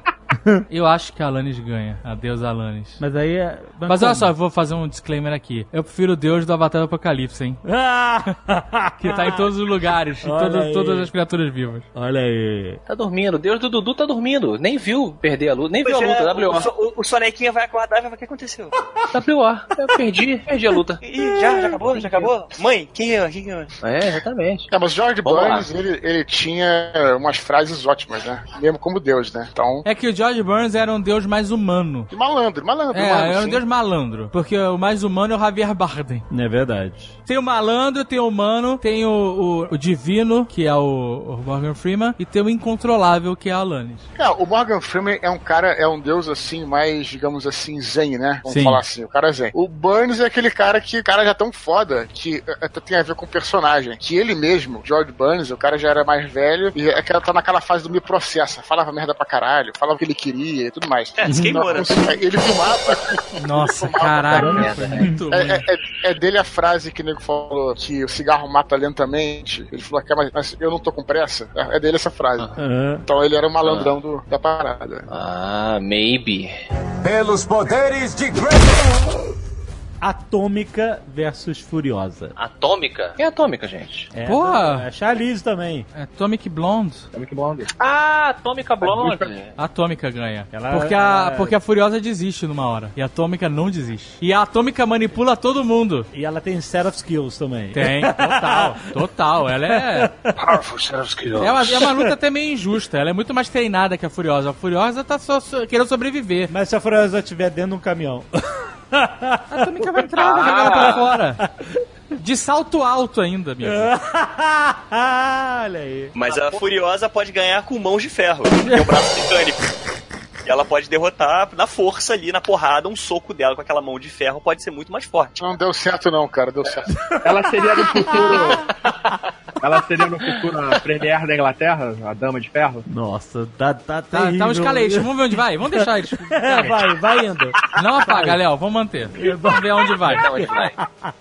E: Eu acho que a Alanis ganha. Adeus, Alanis.
B: Mas aí é.
E: Mas olha só, eu vou fazer um disclaimer aqui. Eu prefiro o Deus do Avatar do Apocalipse, hein?
B: Ah!
E: Que tá em todos os lugares, em
B: Olha
E: todas,
B: aí.
E: todas as criaturas vivas.
B: Olha aí.
C: Tá dormindo. Deus do Dudu tá dormindo. Nem viu perder a luta. Nem
F: Pois
C: viu a luta.
F: é, o,
C: W.O.
F: so- o- o Sonequinha vai acordar e vai falar: o que aconteceu?
C: W.O. Tá Eu perdi. Perdi a luta.
F: Ih, já, já acabou? Já acabou? Mãe, quem é? Quem é?
C: É, exatamente.
G: É, mas o George
C: Vamos
G: Burns, ele, ele tinha umas frases ótimas, né? Mesmo como Deus, né? Então.
E: É que o George Burns era um deus mais humano.
G: E malandro, malandro,
E: É,
G: malandro.
E: era um
G: sim.
E: deus malandro. Porque o mais humano é o Javier Bardem.
B: É verdade.
E: Tem o malandro, tem o humano, tem o, o- o divino, que é o, o Morgan Freeman, e tem o incontrolável, que é a Alanis.
G: É, o Morgan Freeman é um cara, é um deus assim, mais, digamos assim, zen, né? Vamos
E: Sim.
G: falar assim, o cara é zen. O Burns é aquele cara que, cara, já tão foda, que eh, tem a ver com o personagem. Que ele mesmo, George Burns, o cara já era mais velho, e é que ela tá naquela fase do me processa, falava merda pra caralho, falava o que ele queria e tudo mais.
F: É, se queimou, né?
G: Ele fumava.
E: Nossa, caraca. foi Muito ruim.
G: É, é- é- é dele a frase que o nego falou que o cigarro mata lentamente. Ele falou, "Cara, mas, mas eu não tô com pressa. É, é dele essa frase. Então ele era o malandrão do- da parada.
C: Ah, maybe.
K: Pelos poderes de Grey.
B: Atômica versus Furiosa.
C: Atômica? Quem é Atômica, gente?
B: É,
E: Porra!
B: da- É Charlize também.
E: Atomic Blonde.
D: Atomic Blonde.
C: Ah, Atômica Blonde.
E: A Atômica ganha.
B: Ela-
E: porque, a,
B: ela-
E: porque a Furiosa desiste numa hora. E a Atômica não desiste. E a Atômica manipula todo mundo.
B: E ela tem set of skills também.
E: Tem, total. total. Ela é.
C: Powerful set of skills.
E: É uma, é uma luta até meio injusta. Ela é muito mais treinada que a Furiosa. A Furiosa tá só, só querendo sobreviver.
B: Mas se a Furiosa estiver dentro de um caminhão.
E: A Atômica vai entrar,
B: Ah.
E: vai jogar ela pra fora. De salto alto ainda, amigo.
B: É Olha aí.
F: Mas
C: Ah,
F: a Furiosa pode ganhar com mãos de ferro, que é o braço mecânico. E ela pode derrotar na força ali, na porrada, um soco dela com aquela mão de ferro pode ser muito mais forte.
G: Não deu certo, não, cara, deu certo.
D: Ela seria no futuro. Ela seria no futuro a Premier da Inglaterra, a Dama de Ferro.
B: Nossa, tá, tá,
E: Tá,
B: terrível.
E: tá um escalation. Vamos ver onde vai. Vamos deixar eles.
B: É, vai, vai indo.
E: Não apaga, Léo. Vamos manter. Vamos ver aonde vai.
B: Ah.
C: Até onde vai?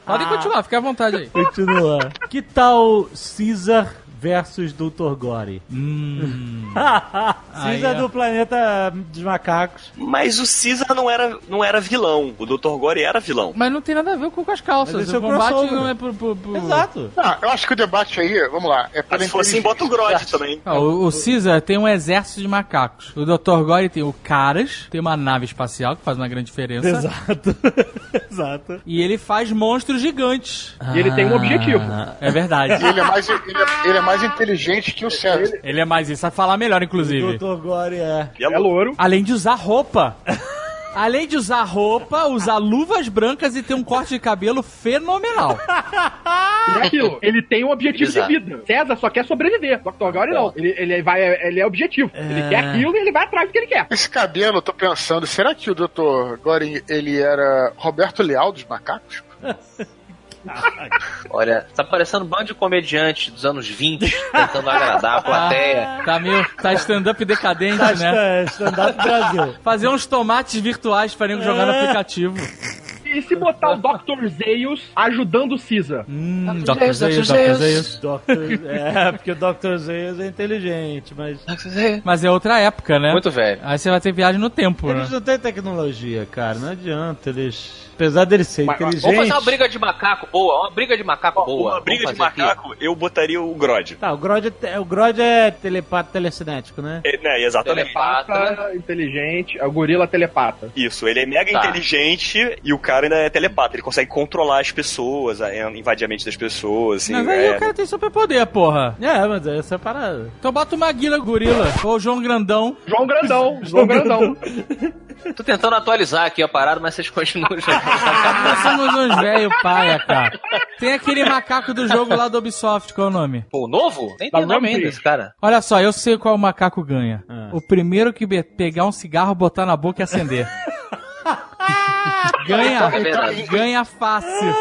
E: Podem continuar, fica à vontade aí.
B: Continua. Que tal Caesar versus Dr. Gore?
E: Hum.
B: Caesar
E: Aí, ó.
B: do planeta dos macacos.
F: Mas o Caesar não era, não era vilão. O Dr. Gore era vilão.
E: Mas não tem nada a ver com com as calças.
B: Mas esse
E: o
B: é o
E: combate
B: crossover.
E: não é pro. pro- pro-
B: Exato.
G: Ah, eu acho que o debate aí, vamos lá, é
F: Mas
G: pela
F: se fosse assim, bota o Grodd também.
E: Ah, o, o Caesar tem um exército de macacos. O Dr. Gore tem o Caras, tem uma nave espacial que faz uma grande diferença.
B: Exato. Exato.
E: E ele faz monstros gigantes.
D: E ele tem um
E: Ah,
D: objetivo.
E: É
G: E
E: verdade.
G: ele é, mais, ele, é, ele é mais inteligente que o César.
E: ele é mais isso, sabe falar melhor, inclusive.
B: Dr. Gore é.
F: E a
D: É louro.
E: Além de usar roupa. Além de usar roupa, usar luvas brancas e ter um corte de cabelo fenomenal.
D: E é aquilo. Ele tem um objetivo
C: Exato.
D: de vida. César só quer sobreviver. Dr. Gore não. Ele, ele, vai, ele é objetivo. Ele quer aquilo e ele vai atrás do que ele quer.
G: Esse cabelo, eu tô pensando, será que o Dr. Goring, ele era Roberto Leal dos
C: É
G: macacos?
C: Olha, tá parecendo um bando de comediante dos anos 20, tentando agradar a plateia.
E: Tá meio. Tá stand-up decadente,
B: Tá
E: né?
B: stand- Stand-up Brasil.
E: Fazer uns tomates virtuais pra nego jogar no
B: É.
E: aplicativo.
D: E se botar o Dr. Zeus ajudando o Caesar?
E: Hum, Dr.
B: tá
E: Zeus, Dr. Zeus.
B: Dr. É, porque o Dr. Zeus é inteligente, mas.
E: Mas é outra época, né?
C: Muito velho.
E: Aí você vai ter viagem no tempo, né?
B: Eles não têm tecnologia, cara. Não adianta. Eles. Apesar deles serem
D: Mas- mas
C: Vamos fazer uma
B: inteligentes.
C: briga de macaco boa, uma briga de macaco boa.
F: Uma
C: Vamos
F: briga de
C: fazer aqui.
F: macaco, eu botaria o Grodd.
B: Tá, o Grod é, te- o Grod é telepato telecinético, né?
F: É, né, exatamente.
C: Telepata.
D: Telepata, né? inteligente. É o gorila telepata.
F: Isso, ele é mega
C: Tá.
F: inteligente e o cara ainda é telepata. Ele consegue controlar as pessoas, é, invadir a mente das pessoas, assim.
E: Mas aí
F: é.
E: o cara tem superpoder, porra.
B: É, mas essa é a parada.
E: Então bota o Maguila Gorila, ou o João Grandão.
D: João Grandão. João Grandão.
C: Tô tentando atualizar aqui a parada, mas vocês continuam jogando.
E: Nós somos uns velho paia, cara. Tem aquele macaco do jogo lá do Ubisoft, qual é o nome?
C: Pô, o novo? Nem tem nome ainda Tá esse cara.
E: Olha só, eu sei qual o macaco ganha.
B: Ah.
E: O primeiro que be- pegar um cigarro, botar na boca e acender. ganha,
C: É verdade.
E: ganha fácil.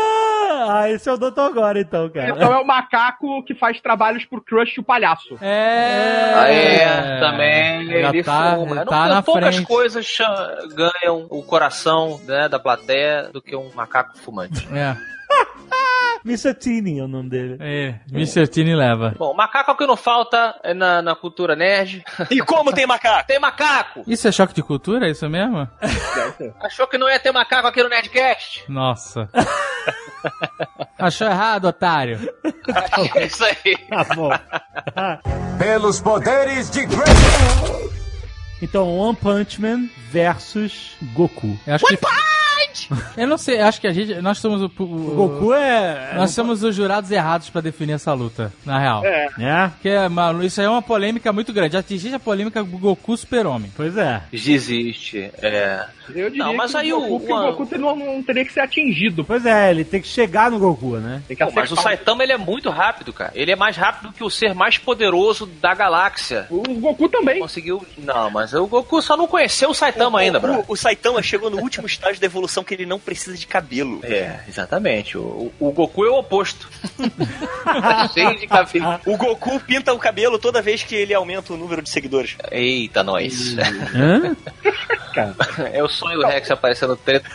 B: Ah, esse é o Dr. Gore, então, cara.
D: Então é o macaco que faz trabalhos pro Crush o palhaço.
E: É.
C: Ah, é, também.
E: Já
C: ele
E: tá,
C: fuma.
E: tá
C: Não-
E: na
C: poucas
E: frente.
C: coisas cha- ganham o coração né, da plateia do que um macaco fumante.
E: É,
B: Mr. Teeny é o nome dele.
E: é. Mr. Tini leva.
C: Bom, macaco é o que não falta é na, na cultura nerd.
F: E como tem macaco?
C: Tem macaco!
E: Isso é choque de cultura, é isso mesmo?
C: Achou que não ia ter macaco aqui no Nerdcast?
E: Nossa. Achou errado, otário.
C: É isso aí.
B: Tá bom.
A: Pelos poderes de Grey.
B: Então, One Punch Man versus Goku.
E: Eu acho que... Eu não sei, eu acho que a gente. Nós somos o. o-
B: O Goku é.
E: Nós somos os jurados errados pra definir essa luta, na real. É.
B: Né?
E: Porque, mano, isso aí é uma polêmica muito grande. Já existe a polêmica do Goku Super-Homem.
B: Pois é.
C: Desiste. É.
D: Eu diria
C: Não, mas
D: que
C: aí
D: o
C: o-
D: Goku, que o
C: o-
D: Goku teria- não, não teria que ser atingido.
B: Pois é, ele tem que chegar no Goku, né?
D: Tem que
C: Pô, mas o
D: acertar.
C: Saitama ele é muito rápido, cara. Ele é mais rápido que o ser mais poderoso da galáxia.
D: O Goku também.
C: Conseguiu. Não, mas o Goku só não conheceu o Saitama ainda, bro.
F: É, O, o Saitama chegou no último estágio da evolução que ele não precisa de cabelo.
C: É, exatamente. O, o Goku é o oposto. Cheio de cabelo.
F: O Goku pinta o cabelo toda vez que ele aumenta o número de seguidores.
C: Eita, nós.
B: Hã?
C: É o sonho do Rex aparecendo no treta.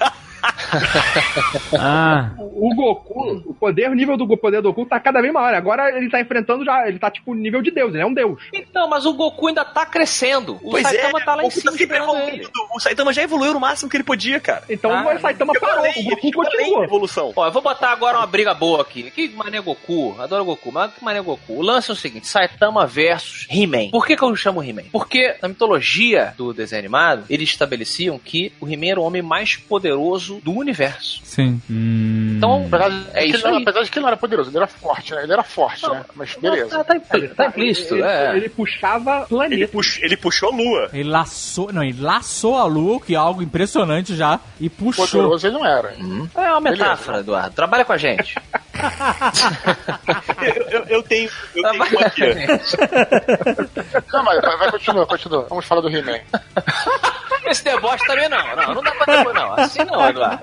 B: Ah.
D: O o Goku, o poder, o nível do poder do Goku tá cada vez maior. Agora ele tá enfrentando já, ele tá tipo nível de Deus, ele é um Deus.
C: Então, mas o Goku ainda tá crescendo. O
F: Pois é,
C: Saitama tá lá em
F: o Goku tá
C: cima
F: sempre
C: esperando ele.
F: O Saitama já evoluiu no máximo que ele podia, cara.
D: Então o Saitama parou, o Goku continua.
F: Evolução.
C: Ó, eu vou botar agora uma briga boa aqui. Que mané Goku, adoro Goku, mas que mané Goku. O lance é o seguinte, Saitama versus He-Man. Por que, que eu chamo He-Man? Porque na mitologia do desenho animado, eles estabeleciam que o He-Man era o homem mais poderoso do universo.
E: Sim.
C: Então, apesar de- é
G: que
C: isso
G: ele não-
C: aí.
G: Apesar de que ele não era poderoso, ele era forte, né? Ele era forte, né? Mas beleza.
C: tá, implícito, tá implícito,
G: Ele-
C: é.
D: Ele puxava planeta.
F: Ele, pux- ele puxou a lua.
E: Ele laçou, não, ele laçou a lua, que é algo impressionante já, e puxou.
G: Poderoso ele não era.
C: É uma metáfora, Eduardo. Trabalha com a gente.
F: Eu, eu- eu tenho. Eu tenho
C: Trabalha
F: uma aqui. ó.
G: Não, mas vai, vai, continua, continua. Vamos falar do He-Man.
C: Esse deboche também não. Não, não dá pra deboche, não. Assim não, Eduardo.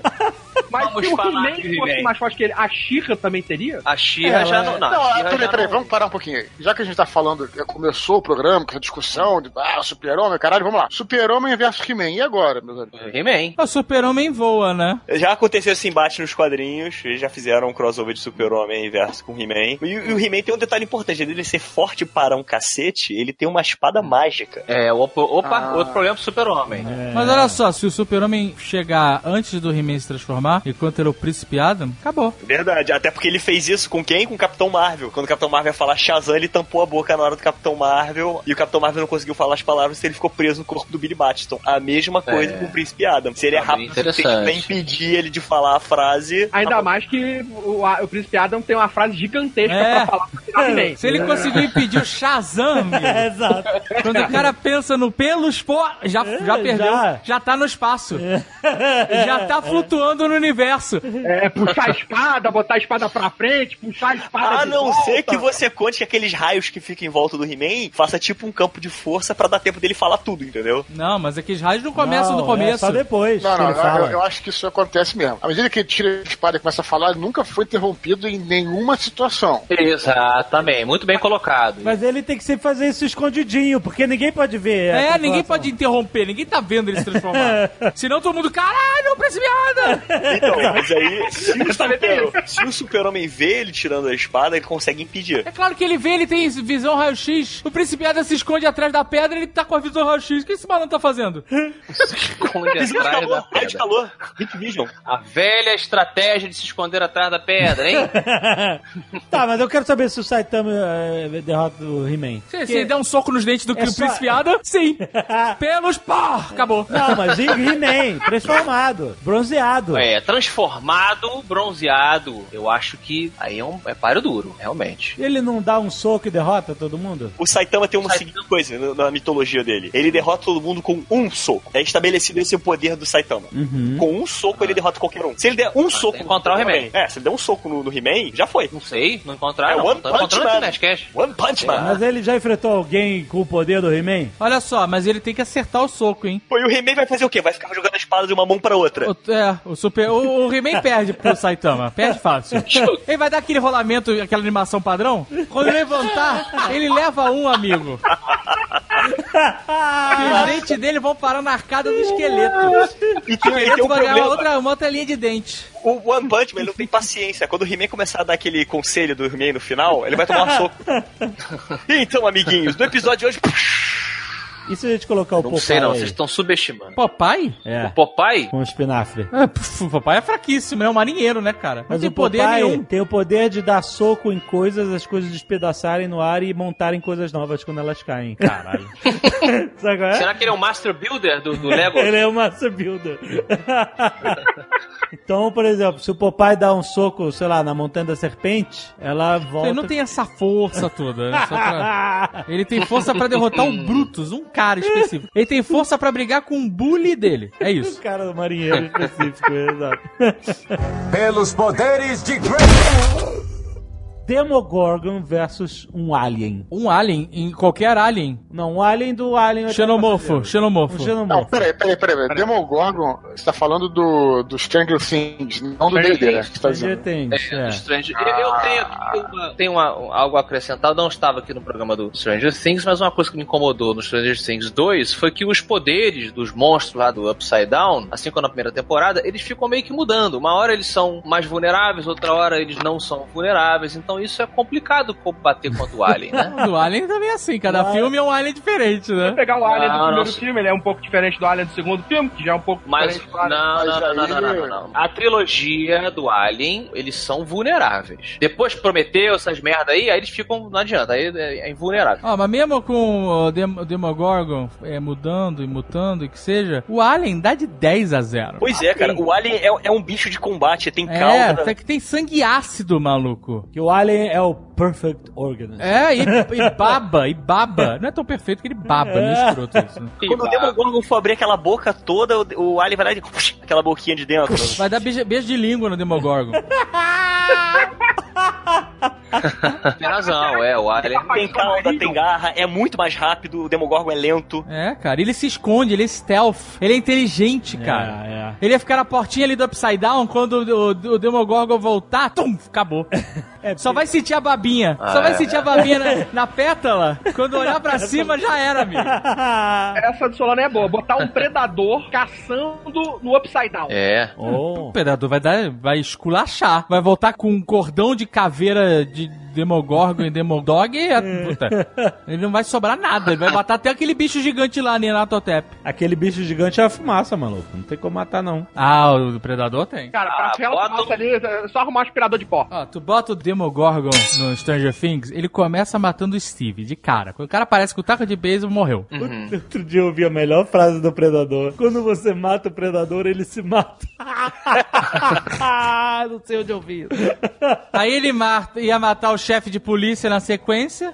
D: Mas
C: Vamos
D: se o
C: falar
D: He-Man
C: de He-Man.
D: fosse mais forte que ele, a She-Ra também teria?
C: A Xirra já não. Não, a She-Ra
G: peraí,
C: Ah, já
G: peraí,
C: não-
G: vamos parar um pouquinho aí. Já que a gente tá falando, eh, começou o programa, com essa discussão de ah, super-homem, caralho, vamos lá. Super-homem versus He-Man. E agora, meus amigos?
C: He-Man.
E: O super-homem voa, né?
F: Já aconteceu esse embate nos quadrinhos, eles já fizeram um crossover de Super-Homem versus com He-Man. E, e o He-Man tem um detalhe importante, ele ser forte para um cacete, ele tem uma espada mágica.
C: É, opa, opa,
F: Ah.
C: outro problema pro super-homem.
E: Mas olha só, se o super-homem chegar antes do He-Man se transformar, enquanto ele é o príncipe Adam, acabou.
F: Verdade, até porque ele fez isso com quem? Com o Capitão Marvel. Quando o Capitão Marvel ia falar Shazam, ele tampou a boca na hora do Capitão Marvel e o Capitão Marvel não conseguiu falar as palavras se ele ficou preso no corpo do Billy Batson. A mesma coisa
C: É.
F: com o Príncipe Adam. Se ele é
C: Tá bem
F: rápido o suficiente pra
C: interessante.
F: impedir ele de falar a frase.
D: Ainda
C: Tá
F: a-
D: mais que o, a- o Príncipe Adam tem uma frase gigantesca
E: É.
D: pra falar pra tirar He-Man.
E: Se ele conseguir impedir o Shazam, amigo,
B: Exato. É,
E: quando o cara pensa no pelos po, já, já perdeu, já.
B: já. É.
E: tá no espaço. Já tá flutuando no universo.
D: É, puxar a espada, botar a espada pra frente, puxar a espada
F: Ah, A
D: de
F: não
D: volta.
F: ser que você conte que aqueles raios que ficam em volta do He-Man faça tipo um campo de força pra dar tempo dele falar tudo, entendeu?
E: Não, mas é que os raios não começam
B: Não,
E: no começo.
B: É só depois
G: Não,
B: que
G: não,
B: ele fala.
G: eu, eu acho que isso acontece mesmo. À medida que ele tira a espada e começa a falar, ele nunca foi interrompido em nenhuma situação.
C: Exatamente, muito bem colocado.
B: Mas ele tem que sempre fazer isso escondidinho, porque ninguém pode ver. a
E: É,
B: transformação.
E: ninguém pode interromper, ninguém tá vendo ele se transformar. Senão todo mundo, caralho, príncipe Adam!
F: Então, mas aí, se o super- se o super-homem vê ele tirando a espada, ele consegue impedir.
E: É claro que ele vê, ele tem visão raio-x. O príncipe Adam se esconde atrás da pedra, ele tá com a visão raio-x. O que esse malandro tá fazendo?
C: Esconde
F: Visão de
C: atrás da
F: calor, raio de
C: pedra.
F: calor, Hit Vision.
C: A velha estratégia de se esconder atrás da pedra, hein?
B: Tá, mas eu quero saber se o Saitama eh, derrota o He-Man.
E: Você
B: Porque-
E: você dá um soco nos dentes do
B: É só-
E: príncipe Adam? Sim! Pelos pá! Acabou.
B: Não, mas e- He-Man, transformado, bronzeado.
C: É, transformado, bronzeado. Eu acho que aí é, um, é páreo duro, realmente.
B: Ele não dá um soco e derrota todo mundo?
F: O Saitama tem uma seguinte coisa na, na mitologia dele. Ele derrota todo mundo com um soco. É estabelecido esse poder do Saitama.
E: Uhum.
F: Com um soco, ele derrota qualquer um. Se ele der um soco...
C: Ah. tem que encontrar o He-Man.
F: É, se ele der um soco no, no He-Man, já foi.
C: Não sei, não encontraram.
F: É
C: não,
F: One
C: Tô
F: Punch
C: encontrando
F: Man.
C: aqui na Sketch.
F: One
E: É,
F: Punch Man.
B: Mas ele já enfrentou alguém com o poder do He-Man?
E: Olha só, mas ele tem que acertar o soco, hein?
F: Pô, e o He-Man vai fazer o quê? Vai ficar jogando a espada de uma mão pra outra.
E: O, é, o Super. O, o He-Man perde pro Saitama. Perde fácil. Ele vai dar aquele rolamento, aquela animação padrão. Quando levantar, ele leva um, amigo. E os dentes dele vão parar na arcada do esqueleto.
F: E tem,
E: O
F: ele tem
E: esqueleto
F: um
E: vai ganhar uma
F: problema.
E: outra, uma outra linha de dente.
F: O One Punch Man ele não tem paciência. Quando o He-Man começar a dar aquele conselho do He-Man no final, ele vai tomar um soco. então, amiguinhos, no episódio de hoje.
B: E se a gente colocar o
C: Não
B: Popeye
C: sei não,
B: aí?
C: vocês estão subestimando.
E: Papai?
B: É,
C: Popeye?
B: com o espinafre.
E: É, puf, o papai é fraquíssimo, é um marinheiro, né, cara? Não
B: Mas
E: tem
B: o
E: poder
B: Popeye
E: nenhum.
B: tem o poder de dar soco em coisas, as coisas despedaçarem no ar e montarem coisas novas quando elas caem. Caralho. Sabe qual é?
C: Será que ele é o Master Builder do, do Lego?
B: Ele é o Master Builder. então, por exemplo, se o Popeye dá um soco, sei lá, na Montanha da Serpente, ela volta...
E: Ele não tem essa força toda. né? Só pra- Ele tem força pra derrotar um Brutus, um cara específico. Ele tem força pra brigar com um bully dele. É isso.
B: O cara do marinheiro específico, exato.
K: Pelos poderes de Grayskull.
B: Demogorgon versus um alien.
E: Um alien? Em qualquer alien?
B: Não, um alien do alien...
E: Xenomorfo, xenomorfo.
B: Um xenomorfo.
G: Não, peraí, peraí, peraí. peraí. Demogorgon, você tá falando do, do Stranger Things, não do
B: Stranger
G: D&D, né?
B: Things,
G: que você tá
B: Stranger
G: dizendo.
B: Things,
C: É, do Stranger- eu- Eu tenho aqui uma- tenho uma- um- algo a acrescentar. Eu não estava aqui no programa do Stranger Things, mas uma coisa que me incomodou no Stranger Things 2 foi que os poderes dos monstros lá do Upside Down, assim como na primeira temporada, eles ficam meio que mudando. Uma hora eles são mais vulneráveis, outra hora eles não são vulneráveis. Então isso é complicado combater contra o Alien, né?
E: Do Alien também é assim, cada filme é um Alien diferente, né?
D: Vou pegar o Alien
C: Ah, Não,
D: do primeiro
C: não.
D: filme, ele é um pouco diferente do Alien do segundo filme, que já é um pouco
C: Mas,
D: diferente do
C: não,
D: Alien.
C: não,
D: Mas
C: não, não,
D: aí-
C: não, não, não. A trilogia do Alien, eles são vulneráveis. Depois que prometeu essas merda aí, aí eles ficam, não adianta, aí é é invulnerável.
E: Ó, mas mesmo com o Dem- o Demogorgon é, mudando e mutando e que seja, o Alien dá de 10 a 0.
F: Pois é, cara. O Alien é, é um bicho de combate, tem
E: É,
F: cauda.
E: até que tem sangue ácido, maluco.
B: Que o Alien é o Perfect Organism.
E: É, e, e baba, e baba. Não é tão perfeito que ele baba,
F: É.
E: meio escroto isso. né?
F: Quando o Demogorgon for abrir aquela boca toda, o, o Alien vai lá e... Aquela boquinha de dentro.
E: Vai dar beijo, beijo de língua no Demogorgon.
C: Tem razão, é, o Alien
F: Tem cauda, tem garra, é muito mais rápido, o Demogorgon é lento.
E: É, cara, ele se esconde, ele é stealth, ele é inteligente, cara.
B: É,
E: Ele ia ficar na portinha ali do Upside Down, quando o, o- o Demogorgon voltar, tum, acabou. Só vai sentir a babinha.
B: Ah,
E: Só vai
B: é.
E: sentir a babinha na, na pétala. Quando olhar pra cima, já era, amigo.
D: Essa do Solano é boa. Botar um predador caçando no Upside Down.
C: É.
B: Oh,
E: O predador vai dar, vai esculachar. Vai voltar com um cordão de caveira de Demogorgon e Demodog e a, puta, Ele não vai sobrar nada. Ele vai matar até aquele bicho gigante lá, Nenatotep.
B: Aquele bicho gigante é a fumaça, maluco. Não tem como matar, não.
E: Ah, o predador tem.
D: Cara,
F: Ah,
D: pra aquela fumaça ali, é só arrumar um aspirador de pó.
E: Ó, tu bota o Demogorgon no Stranger Things, ele começa matando o Steve, de cara. Quando o cara aparece com o taco de beisebol, morreu.
B: Outro dia eu ouvi a melhor frase do predador. Quando você mata o predador, ele se mata.
E: não sei onde eu vi. Aí ele ma- ia matar o chefe de polícia na sequência.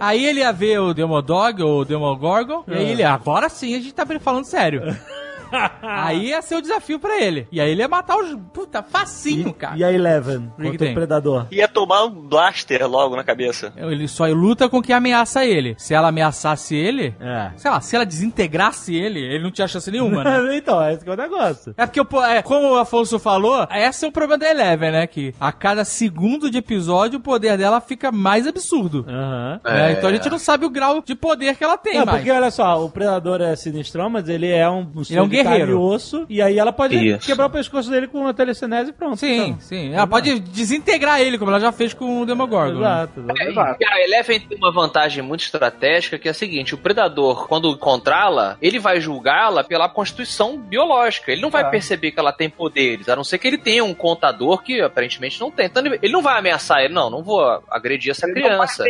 E: aí ele ia ver o Demodog ou o Demogorgon. E aí ele,
B: É.
E: agora sim, a gente tá falando sério. aí ia ser o desafio pra ele. E aí ele ia matar os. Puta, facinho, cara.
B: E a Eleven,
E: que
B: contra
E: tem?
B: o predador.
F: Ia tomar um blaster logo na cabeça.
E: Ele só luta com quem ameaça ele. Se ela ameaçasse ele,
B: É.
E: sei lá, se ela desintegrasse ele, ele não tinha chance nenhuma, né?
B: então, esse que é o negócio.
E: É porque, pô, é, como o Afonso falou, esse é o problema da Eleven, né? Que a cada segundo de episódio o poder dela fica mais absurdo. Né?
B: É.
E: Então a gente não sabe o grau de poder que ela tem,
B: Não,
E: mais.
B: É, porque olha só, o predador é sinistrão, mas ele é um, um
E: Ele é um
B: ser de carne
E: guerreiro.
B: e osso. E aí ela pode
E: Isso.
B: quebrar o pescoço dele com a telecinese e pronto. então.
E: Sim, sim. Ela pode desintegrar ele, como ela já fez com o Demogorgon. né?
B: Exato,
C: É, E a Eleven tem uma vantagem muito estratégica que é a seguinte: o predador, quando encontrá-la, ele vai julgá-la pela constituição biológica. Ele não vai
E: Tá.
C: perceber que ela tem poderes, a não ser que ele tenha um contador que aparentemente não tem. Então ele ele não vai ameaçar ele, não, não vou agredir essa criança.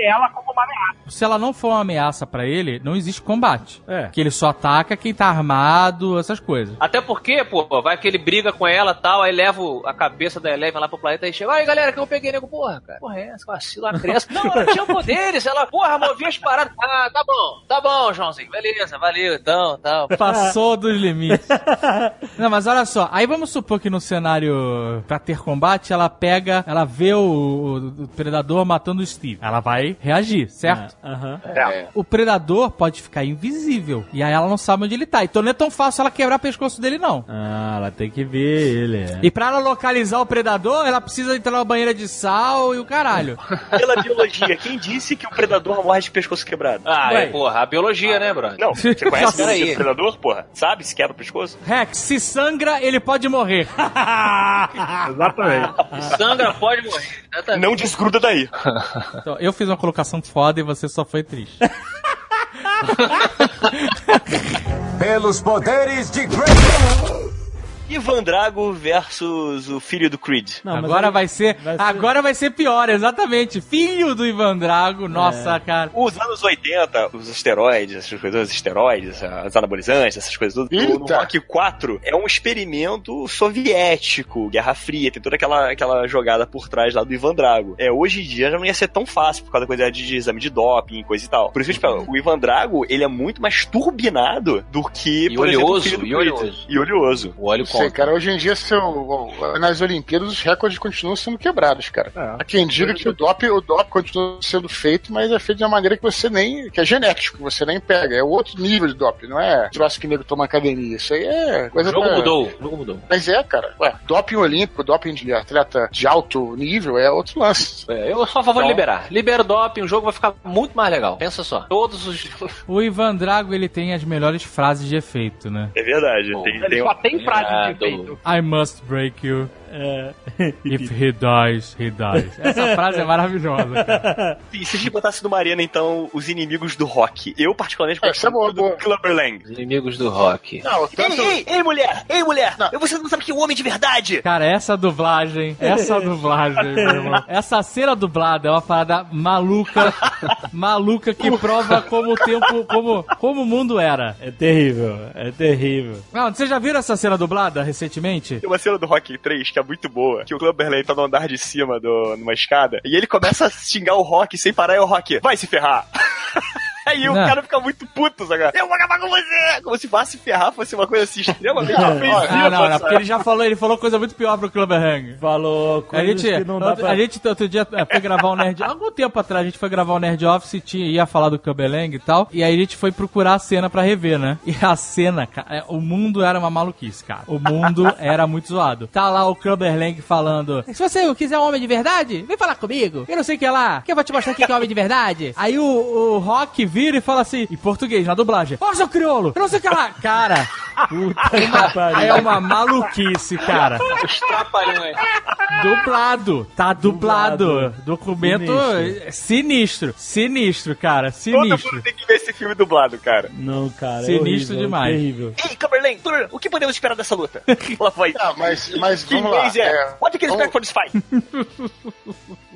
E: Se ela não for uma ameaça pra ele, não existe combate.
B: É.
E: Que ele só ataca quem tá armado, essas coisas.
C: Até porque, pô, vai que ele briga com ela e tal, aí leva o- a cabeça da Eleven lá pro planeta e chega, ai galera, que eu peguei nego, porra, cara, porra é essa, vacila a criança. Não, ela tinha poderes, ela, porra, movia as paradas. Ah, tá bom, tá bom, Joãozinho, beleza, valeu, então, tal.
E: Passou dos limites. Não, mas olha só. Aí vamos supor que no cenário pra ter combate, ela pega, ela vê o, o- o predador matando o Steve. Ela vai reagir, É, certo?
B: É,
C: É.
E: O predador pode ficar invisível. E aí ela não sabe onde ele tá. Então não é tão fácil ela quebrar o pescoço dele, não.
B: Ah, ela tem que ver ele. é.
E: E pra ela localizar o predador, ela precisa entrar na banheira de sal e o caralho.
F: Pela biologia, quem disse que o predador morre de pescoço quebrado?
C: Ah, é, porra, a biologia, né, brother?
F: Não, você conhece a biologia
C: Peraí.
F: do predador, porra? Sabe se quebra o pescoço?
E: Rex, se sangra, ele pode morrer.
F: Exatamente.
C: Ah. Sangra pode morrer.
F: Não desgruda daí.
E: Então, eu fiz uma colocação foda e você só foi triste.
K: Pelos poderes de Grayskull.
F: Ivan Drago versus o filho do Creed.
E: agora vai ser, agora vai ser pior, exatamente. Filho do Ivan Drago, nossa, cara.
F: Os anos 80, os esteroides, essas coisas, os esteroides, as anabolizantes, essas coisas tudo. No, no Rock 4 é um experimento soviético, Guerra Fria, tem toda aquela, aquela jogada por trás lá do Ivan Drago. É, hoje em dia já não ia ser tão fácil por causa da coisa de, de exame de doping, coisa e tal. Por isso, tipo, o Ivan Drago, ele é muito mais turbinado do que,
C: E
F: por exemplo, o
C: oleoso,
F: filho do
C: e
F: Creed.
C: oleoso.
F: E oleoso.
C: O óleo
G: sei, cara. Hoje em dia, se eu- nas Olimpíadas, os recordes continuam sendo quebrados, cara.
B: É.
G: Há quem diga que o DOP, o DOP continua sendo feito, mas é feito de uma maneira que você nem. que é genético, que você nem pega. É outro nível de DOP, não é troço que nego toma academia. Isso aí é
C: O
G: coisa
C: jogo
G: pra-
C: mudou, o jogo mudou.
G: Mas é, cara. Ué, doping olímpico, doping de atleta de alto nível é outro lance.
C: É, eu sou a favor de liberar. Libera o doping, o jogo vai ficar muito mais legal. Pensa só. Todos os.
E: O Ivan Drago, ele tem as melhores frases de efeito, né?
F: É verdade. tem,
D: Ele só tem
F: Ah,
D: frase de efeito.
E: I must break you.
B: É,
E: If he dies, he dies. Essa frase é maravilhosa, cara.
F: E se a gente botasse numa arena, então, os inimigos do rock? Eu, particularmente,
C: É,
F: gosto muito do Clubberlang. Os
C: inimigos do rock.
G: Não,
F: Ei, ei, ei, mulher! Ei, mulher! Eu Você não sabe que é o homem de verdade!
E: Cara, essa dublagem, essa dublagem, meu irmão. Essa cena dublada é uma parada maluca, maluca que prova como o tempo, como, como o mundo era.
B: É terrível, é terrível.
E: Não, vocês já viram essa cena dublada recentemente?
F: Tem uma cena do Rock 3 que é muito boa, que o Clubberley tá no andar de cima do, numa escada, e ele começa a xingar o Rock sem parar, e o Rock, vai se ferrar! Aí o
K: Não.
F: cara fica muito puto, saca? Eu vou acabar com você! Como se vá se ferrar fosse uma coisa assim, extremamente ofensiva,
E: Ah, não, não,
F: sabe?
E: porque ele já falou, ele falou coisa muito pior pro Clubber Hang.
B: Falou
E: a
B: coisas
E: gente,
B: que não dá
E: outro-
B: pra-
E: a gente outro dia é, foi gravar um Nerd... Algum tempo atrás a gente foi gravar um Nerd Office e tinha, ia falar do Clubber Hang e tal, e aí a gente foi procurar a cena pra rever, né? E a cena, cara, é, o mundo era uma maluquice, cara. O mundo era muito zoado. Tá lá o Clubber Hang falando, se você quiser um homem de verdade, vem falar comigo. Eu não sei o que lá, que eu vou te mostrar o que que é homem de verdade. Aí o, o Rock vira e fala assim, em português, na dublagem, ó, seu crioulo, eu não sei o que é lá. Cara, puta que pariu. É uma maluquice, cara.
C: Os trapalhões.
E: Dublado, tá dublado.
B: Dublado.
E: Documento
B: Sinistro.
E: sinistro. sinistro, cara,
F: Todo
E: é sinistro.
F: mundo tem que ver esse filme dublado, cara.
B: Não, cara. é
E: Sinistro demais.
F: Ei, Cumberland, Turner, o que podemos esperar dessa luta? Lá vai.
G: Ah, mas, mas
F: que
G: vamos
F: inglês
G: lá.
F: é?
G: é,
F: What do you expect for this fight?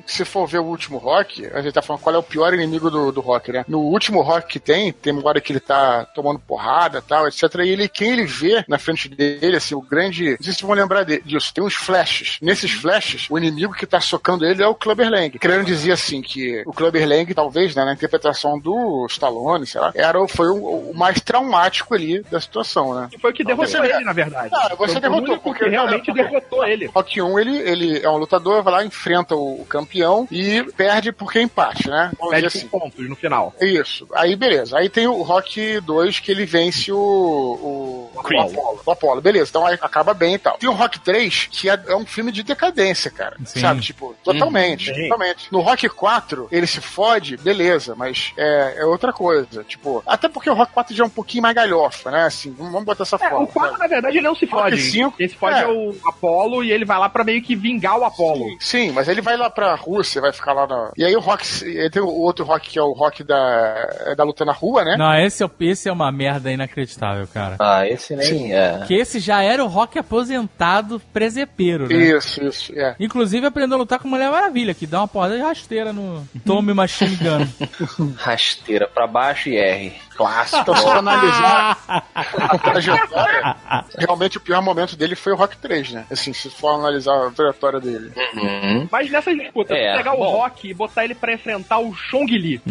G: se for ver o último rock, a gente tá falando qual é o pior inimigo do, do rock, né? No último rock que tem, tem uma hora que ele tá tomando porrada e tal, etc. E ele, quem ele vê na frente dele, assim, o grande. Não sei se vocês vão lembrar de- disso, tem uns flashes. Nesses flashes, o inimigo que tá socando ele é o Clubber Lang. Querendo dizer assim que o Clubber Lang, talvez, né, na interpretação do Stallone, sei lá, era, o- foi o, o mais traumático ali da situação, né?
D: Foi o que derrotou
G: Você-
D: ele, na verdade.
G: Cara, você
D: Foi o
G: derrotou,
D: único
G: porque
D: que realmente derrotou ele.
G: Rock 1, ele, ele é um lutador, vai lá, enfrenta o campeão e perde porque é empate, né? Vamos
D: Pede
G: dizer
D: por pontos no final.
G: Isso. Aí, beleza. Aí tem o Rock 2 que ele vence o. o... O
D: Creed.
G: Apollo. O Apollo, beleza. Então aí acaba bem e tal. Tem o Rock 3, que é, é um filme de decadência, cara.
K: Sim.
G: Sabe? Tipo, totalmente.
K: Hum,
D: Uhum.
K: sim.
G: totalmente. No Rock 4, ele se fode, beleza, mas é, é outra coisa. Tipo, até porque o Rock 4 já é um pouquinho mais galhofa, né? Assim, vamos vamos botar essa
D: É,
G: forma. né?
D: o 4, na verdade, ele não se
G: Rock
D: fode.
G: cinco,
D: Quem se fode
G: é.
D: é. o Apollo e ele vai lá pra meio que vingar o Apollo.
G: Sim, mas ele vai lá pra Rússia, vai ficar lá na. E aí o rock. e Tem o outro rock que é o rock da, é da luta na rua, né?
E: Não, esse é, o- esse é uma merda inacreditável, cara.
C: Ah, esse nem é.
E: Que esse já era o rock aposentado presepeiro, né?
G: Isso, isso, é.
E: Inclusive aprendeu a lutar com Mulher Maravilha, que dá uma porrada de rasteira no Tome Machine Gun.
C: Rasteira pra baixo e R. Clássico.
G: Então, se for analisar a trajetória, realmente o pior momento dele foi o Rock 3, né? Assim, se for analisar a trajetória dele.
D: Mas nessa disputa,
G: É,
D: se pegar
G: bom.
D: o Rock e botar ele pra enfrentar o Chong Li.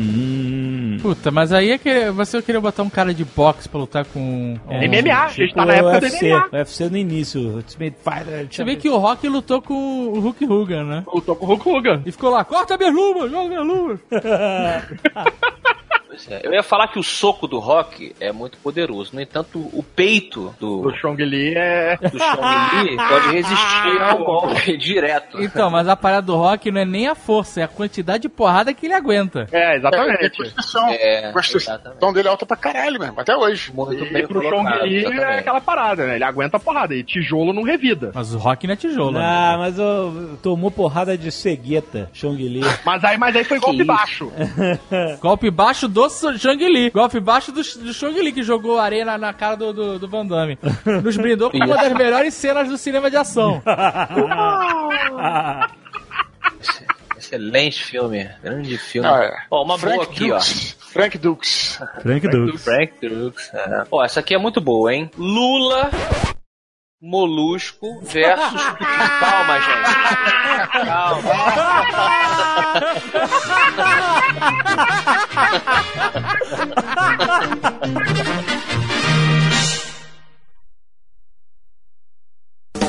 E: Puta, mas aí é que você queria botar um cara de boxe pra lutar com.
D: É MMA, a gente tá na
B: O
D: época do
B: Tipo, UFC,
D: MMA.
B: O UFC no início. Ultimate Fighter.
E: Você vê que o Rock lutou com o Hulk Hogan, né?
D: Lutou com o Hulk Hogan.
E: E ficou lá, corta minhas luvas, joga minhas luvas.
C: Pois é. Eu ia falar que o soco do Rock é muito poderoso. No entanto, o peito do,
D: O Chong Li é.
C: do Chong Li pode resistir
D: Ah,
C: ao golpe direto.
E: Então, mas a parada do Rock não é nem a força, é a quantidade de porrada que ele aguenta.
D: É,
G: É, a Constituição. a Constituição dele é alta pra caralho mesmo, até hoje.
C: Muito
D: E pro Chong Li é aquela parada, né? Ele aguenta a porrada e tijolo não revida.
E: Mas o Rock não é tijolo.
B: Ah, mas ô, tomou porrada de cegueta, Chong Li.
D: Mas aí, mas aí foi golpe baixo.
E: Golpe baixo do Su- Shang Li. Golpe baixo do, do Shang Li, que jogou areia na, na cara do, do, do Van Damme. Nos brindou com uma das melhores cenas do cinema de ação.
C: Excelente filme. Grande filme.
G: Ah, é.
C: Ó, uma
G: Frank
C: boa aqui,
G: Dukes. Frank Dukes.
B: Frank Dukes.
C: Frank Dukes. é. Ó, essa aqui é muito boa, hein? Lula Molusco versus. Calma, gente. Calma.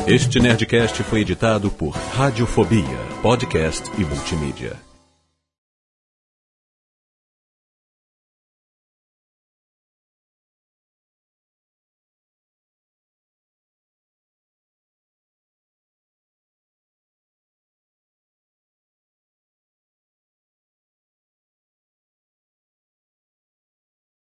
A: Este Nerdcast foi editado por Radiofobia, podcast e multimídia.